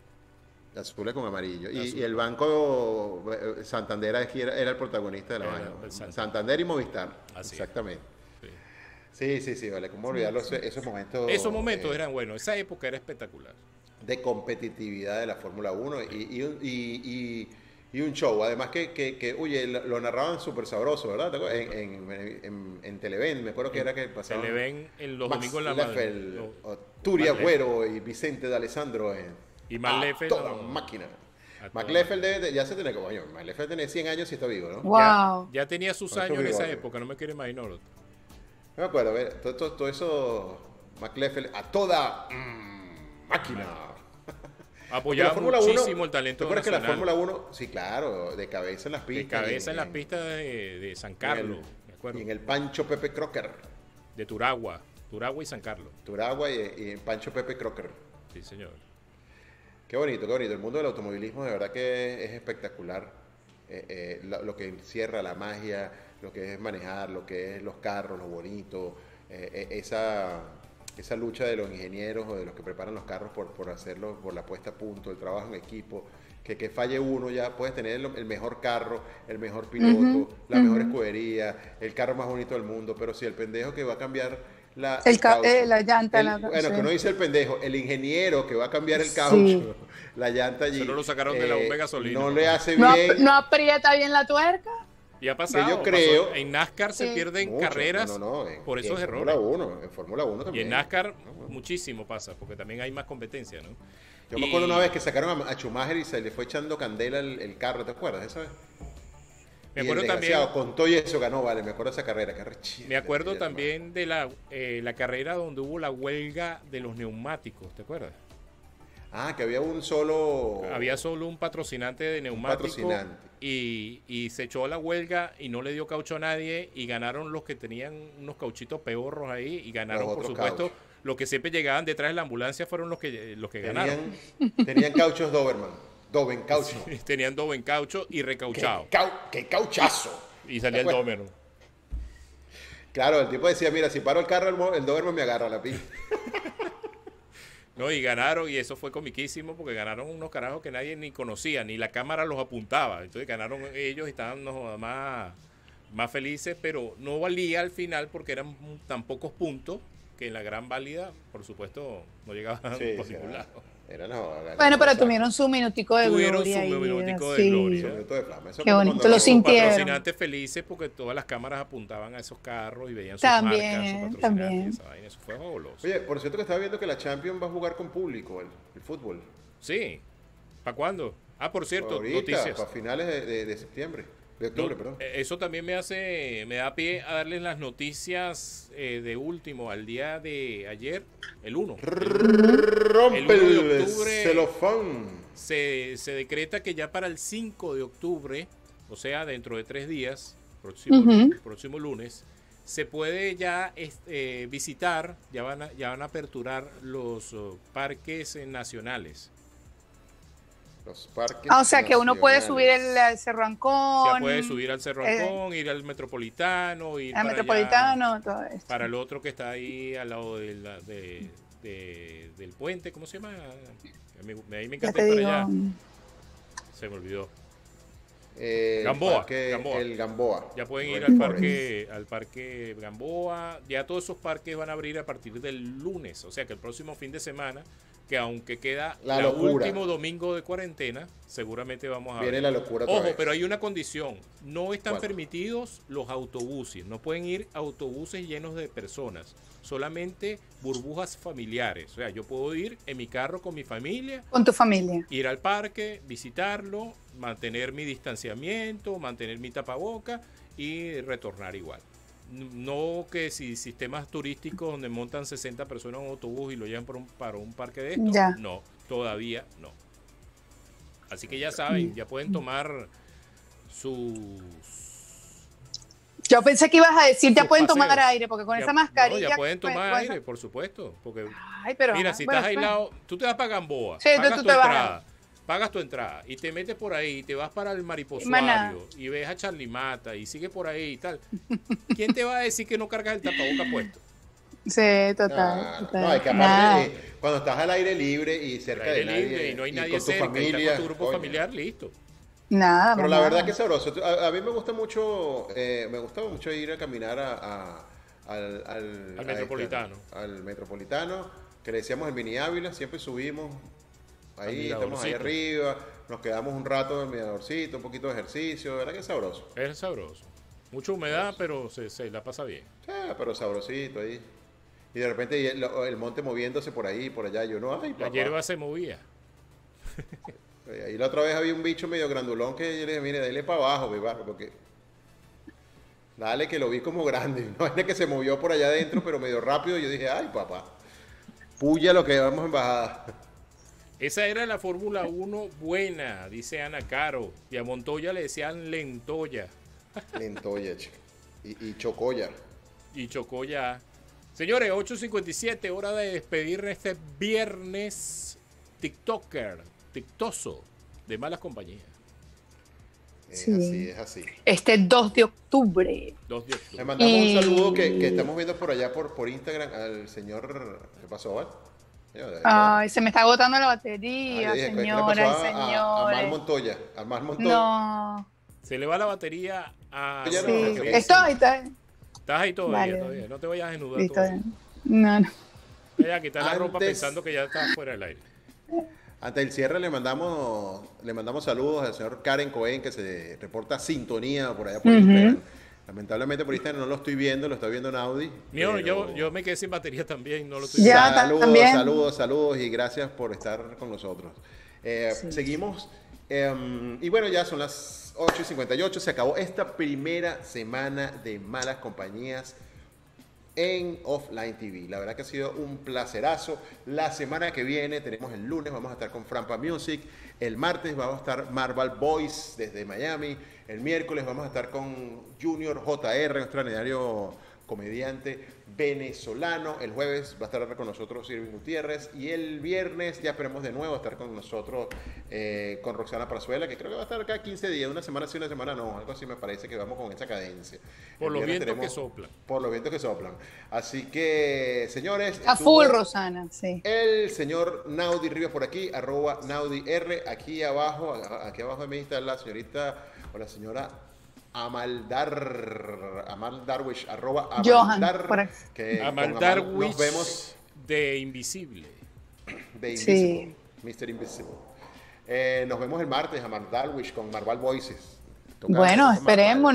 B: Azules con amarillo. Y,
A: Azul.
B: y el banco eh, Santander aquí era, era el protagonista de la
A: Era
B: vaina.
A: el Santander.
B: Santander y Movistar.
A: Así es.
B: Exactamente.
A: Sí.
B: Sí, sí, sí, vale. ¿Cómo olvidar los- esos momentos?
A: Esos momentos
B: eh,
A: eran buenos. Esa época era espectacular.
B: de competitividad de la Fórmula 1 y, y un- y- y- y un show. Además que, que, que, oye, lo lo narraban súper sabroso, ¿verdad? ¿Te acuerdas? En, en, en- en Televen, me acuerdo que era que
A: Se
B: pasaban
A: le ven en los
B: Ah. Max
A: domingos en la
B: Leffel,
A: madre. no,
B: o Turia
A: Max
B: Güero y Vicente D'Alessandro en
A: Y Max
B: a
A: Leffel,
B: toda
A: no.
B: máquina.
A: A toda
B: Max Leffel debe de- ya se tiene como, coño, Max Leffel tiene 100 años y está vivo, ¿no?
C: Wow.
A: Ya, ya tenía sus
B: Con
A: años en
B: esos
A: esa
B: bigotes.
A: época, no me quiero imaginar.
B: No me acuerdo, a ver, todo, todo- todo eso, Max Leffel, a toda mm, máquina. Porque
A: Apoyaba
B: uno-
A: muchísimo el
B: ¿Te
A: talento
B: acuerdas que la
A: nacional.
B: Fórmula 1, sí, claro, de cabeza en las pistas.
A: de cabeza
B: y
A: en las pistas de, de San Carlos, me
B: Y
A: acuerdo.
B: en el Pancho Pepe Crocker.
A: De Turagua. Turagua y San Carlos.
B: Turagua y, y en Pancho Pepe Crocker.
A: Sí, señor.
B: Qué bonito, qué bonito. El mundo del automovilismo de verdad que es espectacular. Eh, eh, lo, lo que encierra la magia, lo que es manejar, lo que es los carros, lo bonito, eh, eh, esa, esa lucha de los ingenieros o de los que preparan los carros por, por hacerlo, por la puesta a punto, el trabajo en equipo, que, que falle uno ya puedes tener el, el mejor carro, el mejor piloto, la mejor escudería, el carro más bonito del mundo, pero si el pendejo que va a cambiar la,
C: El ca-
B: caucho,
C: eh, la llanta,
B: el-
C: la-
B: bueno, que
C: sí.
B: uno dice el pendejo, el ingeniero que va a cambiar el
C: Sí.
B: caucho, la llanta allí. eh,
A: Eso no lo sacaron de la bomba de gasolina.
B: No le hace
C: No,
B: bien.
C: ap- no aprieta bien la tuerca.
A: Y ha pasado.
B: yo
A: pasó.
B: creo-
A: En NASCAR se
C: Sí.
A: pierden
B: mucho.
A: carreras
B: No, no, no, en-
A: por esos
B: en
A: errores.
B: Fórmula 1, en Fórmula 1
A: Y
B: también.
A: en NASCAR
B: eh. No, no.
A: muchísimo pasa, porque también hay más competencia, ¿no?
B: Yo me
A: Y-
B: acuerdo una vez que sacaron a, a Schumacher y se le fue echando candela el, el carro, ¿te acuerdas? de ¿Esa vez?
A: Me
B: y el
A: acuerdo también-
B: desgraciado, Con todo y eso ganó, vale, me acuerdo de esa carrera, que arrechera,
A: Me acuerdo
B: mira,
A: también de la, eh, la carrera donde hubo la huelga de los neumáticos, ¿te acuerdas?
B: hermano. Ah, que había un solo...
A: Había solo un patrocinante de neumáticos
B: patrocinante.
A: y, y se echó la huelga y no le dio caucho a nadie y ganaron los que tenían unos cauchitos peorros ahí y ganaron,
B: Los
A: por
B: otros
A: supuesto,
B: cauchos.
A: los que siempre llegaban detrás de la ambulancia fueron los que, los que ganaron.
B: Tenían, tenían cauchos Doberman. Doben caucho.
A: Tenían doble en caucho y recauchado.
B: ¡Qué, cau- qué cauchazo!
A: Y salía el
B: Bueno.
A: Doberman.
B: Claro, el tipo decía, mira, si paro el carro, el, mo- el Doberman me agarra la pinta.
A: No, y ganaron, y eso fue comiquísimo porque ganaron unos carajos que nadie ni conocía, ni la cámara los apuntaba. Entonces ganaron ellos y estaban no joda, más, más felices, pero no valía al final porque eran tan pocos puntos que en la gran válida, por supuesto, no llegaban
B: Sí,
A: por
B: sí,
A: ningún
B: era-
A: lado.
B: era una-
C: Bueno, pero
B: exacto.
C: tuvieron su minutico de
A: Tuvieron
C: gloria.
A: su
C: ahí,
A: minutico de
C: sí.
A: gloria.
B: Su minuto de fama. Eso
C: Qué
B: como
C: bonito,
B: cuando
C: lo
B: los
C: sintieron.
B: patrocina-
A: Patrocinantes felices porque todas las cámaras apuntaban a esos carros y veían sus
C: También,
A: marcas, sus patrocinantes,
C: también.
A: esa vaina, Eso fue fabuloso.
B: Oye, por cierto que estaba viendo que la Champions va a jugar con público, el, el fútbol.
A: Sí. ¿Para cuándo? Ah, por cierto,
B: Ahorita,
A: noticias.
B: para finales de, de- de septiembre. De octubre,
A: No,
B: perdón.
A: eh, Eso también me hace, me da pie a darles las noticias eh, de último al día de ayer, el 1.
B: Rompe
A: el uno
B: el,
A: de octubre-
B: celofán.
A: Se, se decreta que ya para el 5 de octubre, o sea, dentro de tres días, próximo,
C: Ujú.
A: próximo lunes, se puede ya este, eh, visitar, ya van, a, ya van a aperturar los oh, parques eh, nacionales.
B: Los parques.
C: Ah, o sea que uno puede
B: nacionales.
C: subir el, al Cerro Ancón,
A: Ya puede subir al Cerro
C: eh,
A: Ancón, ir al Metropolitano, ir
C: al
A: para allá.
C: Metropolitano, todo esto.
A: para el otro que está ahí al lado de la- de- de- del puente, ¿cómo se llama? A mí- me- ahí me
C: Ya
A: encanta
C: te
A: ir
C: digo.
A: para allá. Se me olvidó.
B: Eh, el
A: Gamboa,
B: parque-
A: Gamboa.
B: El Gamboa.
A: Ya pueden ir
B: Red
A: al
B: Forest.
A: parque, al parque Gamboa. Ya todos esos parques van a abrir a partir del lunes, o sea que el próximo fin de semana, que aunque queda
B: La
A: el
B: locura.
A: último domingo de cuarentena, seguramente vamos a
B: Viene
A: abrir.
B: la locura otra
A: Ojo,
B: vez.
A: pero hay una condición. No están
B: ¿Cuál?
A: permitidos los autobuses. No pueden ir autobuses llenos de personas. Solamente burbujas familiares. O sea, yo puedo ir en mi carro con mi familia,
C: Con tu familia.
A: ir al parque, visitarlo, mantener mi distanciamiento, mantener mi tapaboca y retornar igual. N- No que si sistemas turísticos donde montan 60 personas en un autobús y lo llevan para un, para un parque de estos,
C: Ya.
A: no, todavía no. Así que ya saben, ya pueden tomar sus...
C: Yo pensé que ibas a decir, ya
A: Los
C: pueden tomar
A: paseos.
C: aire, porque con
A: ya-
C: esa
A: no,
C: mascarilla.
A: ya pueden
C: pues,
A: tomar
C: bueno.
A: aire, por supuesto, porque
C: Ay, pero.
A: Mira, si
C: bueno, pues.
A: estás
C: está.
A: aislado, tú te vas para Gamboa,
C: Sí,
A: pagas
C: tú- tú
A: tu
C: te vas.
A: entrada, pagas tu entrada y te metes por ahí, te vas para el
C: Maná.
A: mariposuario y ves a Charly Mata y sigue por ahí y tal. ¿Quién te va a decir que no cargas el tapaboca puesto?
C: Sí, total.
B: Ah,
C: total.
B: No, es que
C: Nada.
B: aparte, eh, cuando estás al aire libre y cerca
A: Al aire
B: de nadie,
A: libre y no hay nadie
B: con tu
A: cerca, y
B: familia,
A: estás con tu grupo
B: coño.
A: familiar, listo.
C: Nada,
B: Pero la
C: mamá.
B: verdad que es sabroso. Tú- A, a mí me gusta mucho, eh, me gustaba mucho ir a caminar a, a- al,
A: Al
B: a
A: Metropolitano.
B: este, al Metropolitano, que le decíamos el Mini Ávila, siempre subimos. Ahí
A: Al
B: estamos ahí
A: miradorcito.
B: arriba, nos quedamos un rato en el miradorcito, un poquito de ejercicio, ¿verdad que es sabroso?
A: Es sabroso. Mucha humedad, pero se, se la pasa bien.
B: Ah, pero sabrosito ahí. Y de repente y el, el monte moviéndose por ahí, por allá, yo no, ay,
A: La
B: papá.
A: hierba se movía.
B: Eh, Y la otra vez había un bicho medio grandulón que yo le dije, mire, dale para abajo, mi barro, porque. Dale, que lo vi como grande. No es que se movió por allá adentro, pero medio rápido. y Yo dije, ay, papá. Puya lo que vamos en bajada.
A: Esa era la Fórmula 1 buena, dice Ana Caro. Y a Montoya le decían lentoya.
B: Lentoya, chico. Y, y Chocoya.
A: y chocó ya. Señores, 8.57, hora de despedirme este viernes TikToker, TikToso, de malas compañías.
B: Es
C: Sí.
B: así, es así.
C: Este 2 de octubre.
A: Dos días.
B: Le mandamos
C: Y-
B: un saludo que, que estamos viendo por allá por, por Instagram al señor. ¿Qué pasó, Val? Señora,
C: Ay, se me está agotando la
B: ah,
C: batería,
B: yo dije, ¿qué le pasó
C: señoras y
B: a- a- a Mar
C: señores.
B: Montoya. A Mar Montoya.
C: No.
A: Se le va la batería a...
B: Ya no,
C: Sí.
B: no, no, no.
C: Estoy, estoy.
A: Estás ahí todavía,
C: Vale.
A: todavía. No te vayas a desnudar
C: Listo.
A: todavía.
C: No, no.
A: Te vayas a quitar la ropa
B: Antes-
A: pensando que ya estás fuera del aire.
B: Antes del cierre le mandamos, le mandamos saludos al señor Karen Cohen que se reporta sintonía por allá por
C: Ujú.
B: Instagram. Lamentablemente por Instagram no lo estoy viendo, lo está viendo en Audi.
A: Mío,
B: pero-
A: yo, yo me quedé sin batería también, no lo estoy
C: Ya, ta-
B: Saludos,
C: también.
B: saludos, saludos y gracias por estar con nosotros. Eh, Seguimos Em, y bueno, ya son las 8 y 58. Se acabó esta primera semana de Malas Compañías en Offline TV. La verdad que ha sido un placerazo. La semana que viene tenemos el lunes, vamos a estar con Frampa Music. El martes vamos a estar Marvel Boys desde Miami. El miércoles vamos a estar con Junior JR, nuestro anidario comediante venezolano. El jueves va a estar con nosotros Irving Gutiérrez. Y el viernes ya esperemos de nuevo estar con nosotros eh, con Roxana Prazuela, que creo que va a estar cada 15 días, una semana sí, una semana no. Algo así me parece que vamos con esa cadencia.
A: Por
B: El
A: los
B: viernes
A: vientos que soplan.
B: Por los vientos que soplan. Así que, señores.
C: A
B: estuvo
C: full, Rosana, sí.
B: El señor Naudi Rivas por aquí, arroba Naudi R. Aquí abajo, a- aquí abajo de mí está la señorita o la señora Amaldar, Amal Darwish, arroba Amal
C: Johan,
B: Dar-
C: por aquí.
B: que Eh, con Amal
A: Amaldar
B: Nos vemos
A: de Invisible.
B: de
C: Sí.
B: Invisible, Mr. Invisible. Eh, nos vemos el martes, Amal Darwish con Marval Voices. Toca-
C: Bueno,
B: toca
C: esperemos,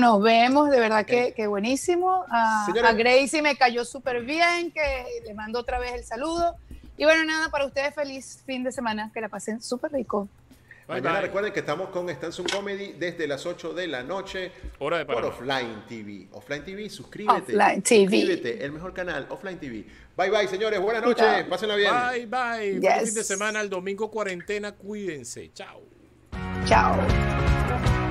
B: Marval.
C: nos vemos, de verdad
B: Ok.
C: que, que buenísimo. A,
B: Señora-
C: a Gracie me cayó súper bien, que le mando otra vez el saludo. Y bueno, nada, para ustedes feliz fin de semana, que la pasen súper rico.
A: Bye,
B: Mañana
A: bye.
B: recuerden que estamos con Stanson Comedy desde las 8 de la noche
A: Hora de
B: por
A: Panamá.
B: Offline TV. Offline TV, suscríbete.
C: Offline TV.
B: Suscríbete, el mejor canal, Offline TV. Bye bye, señores. Buenas
C: Y
B: noches.
C: chao.
B: Pásenla bien.
A: Bye, bye. Buen
C: Yes.
A: fin de semana, el domingo cuarentena. Cuídense. Chao.
C: Chao.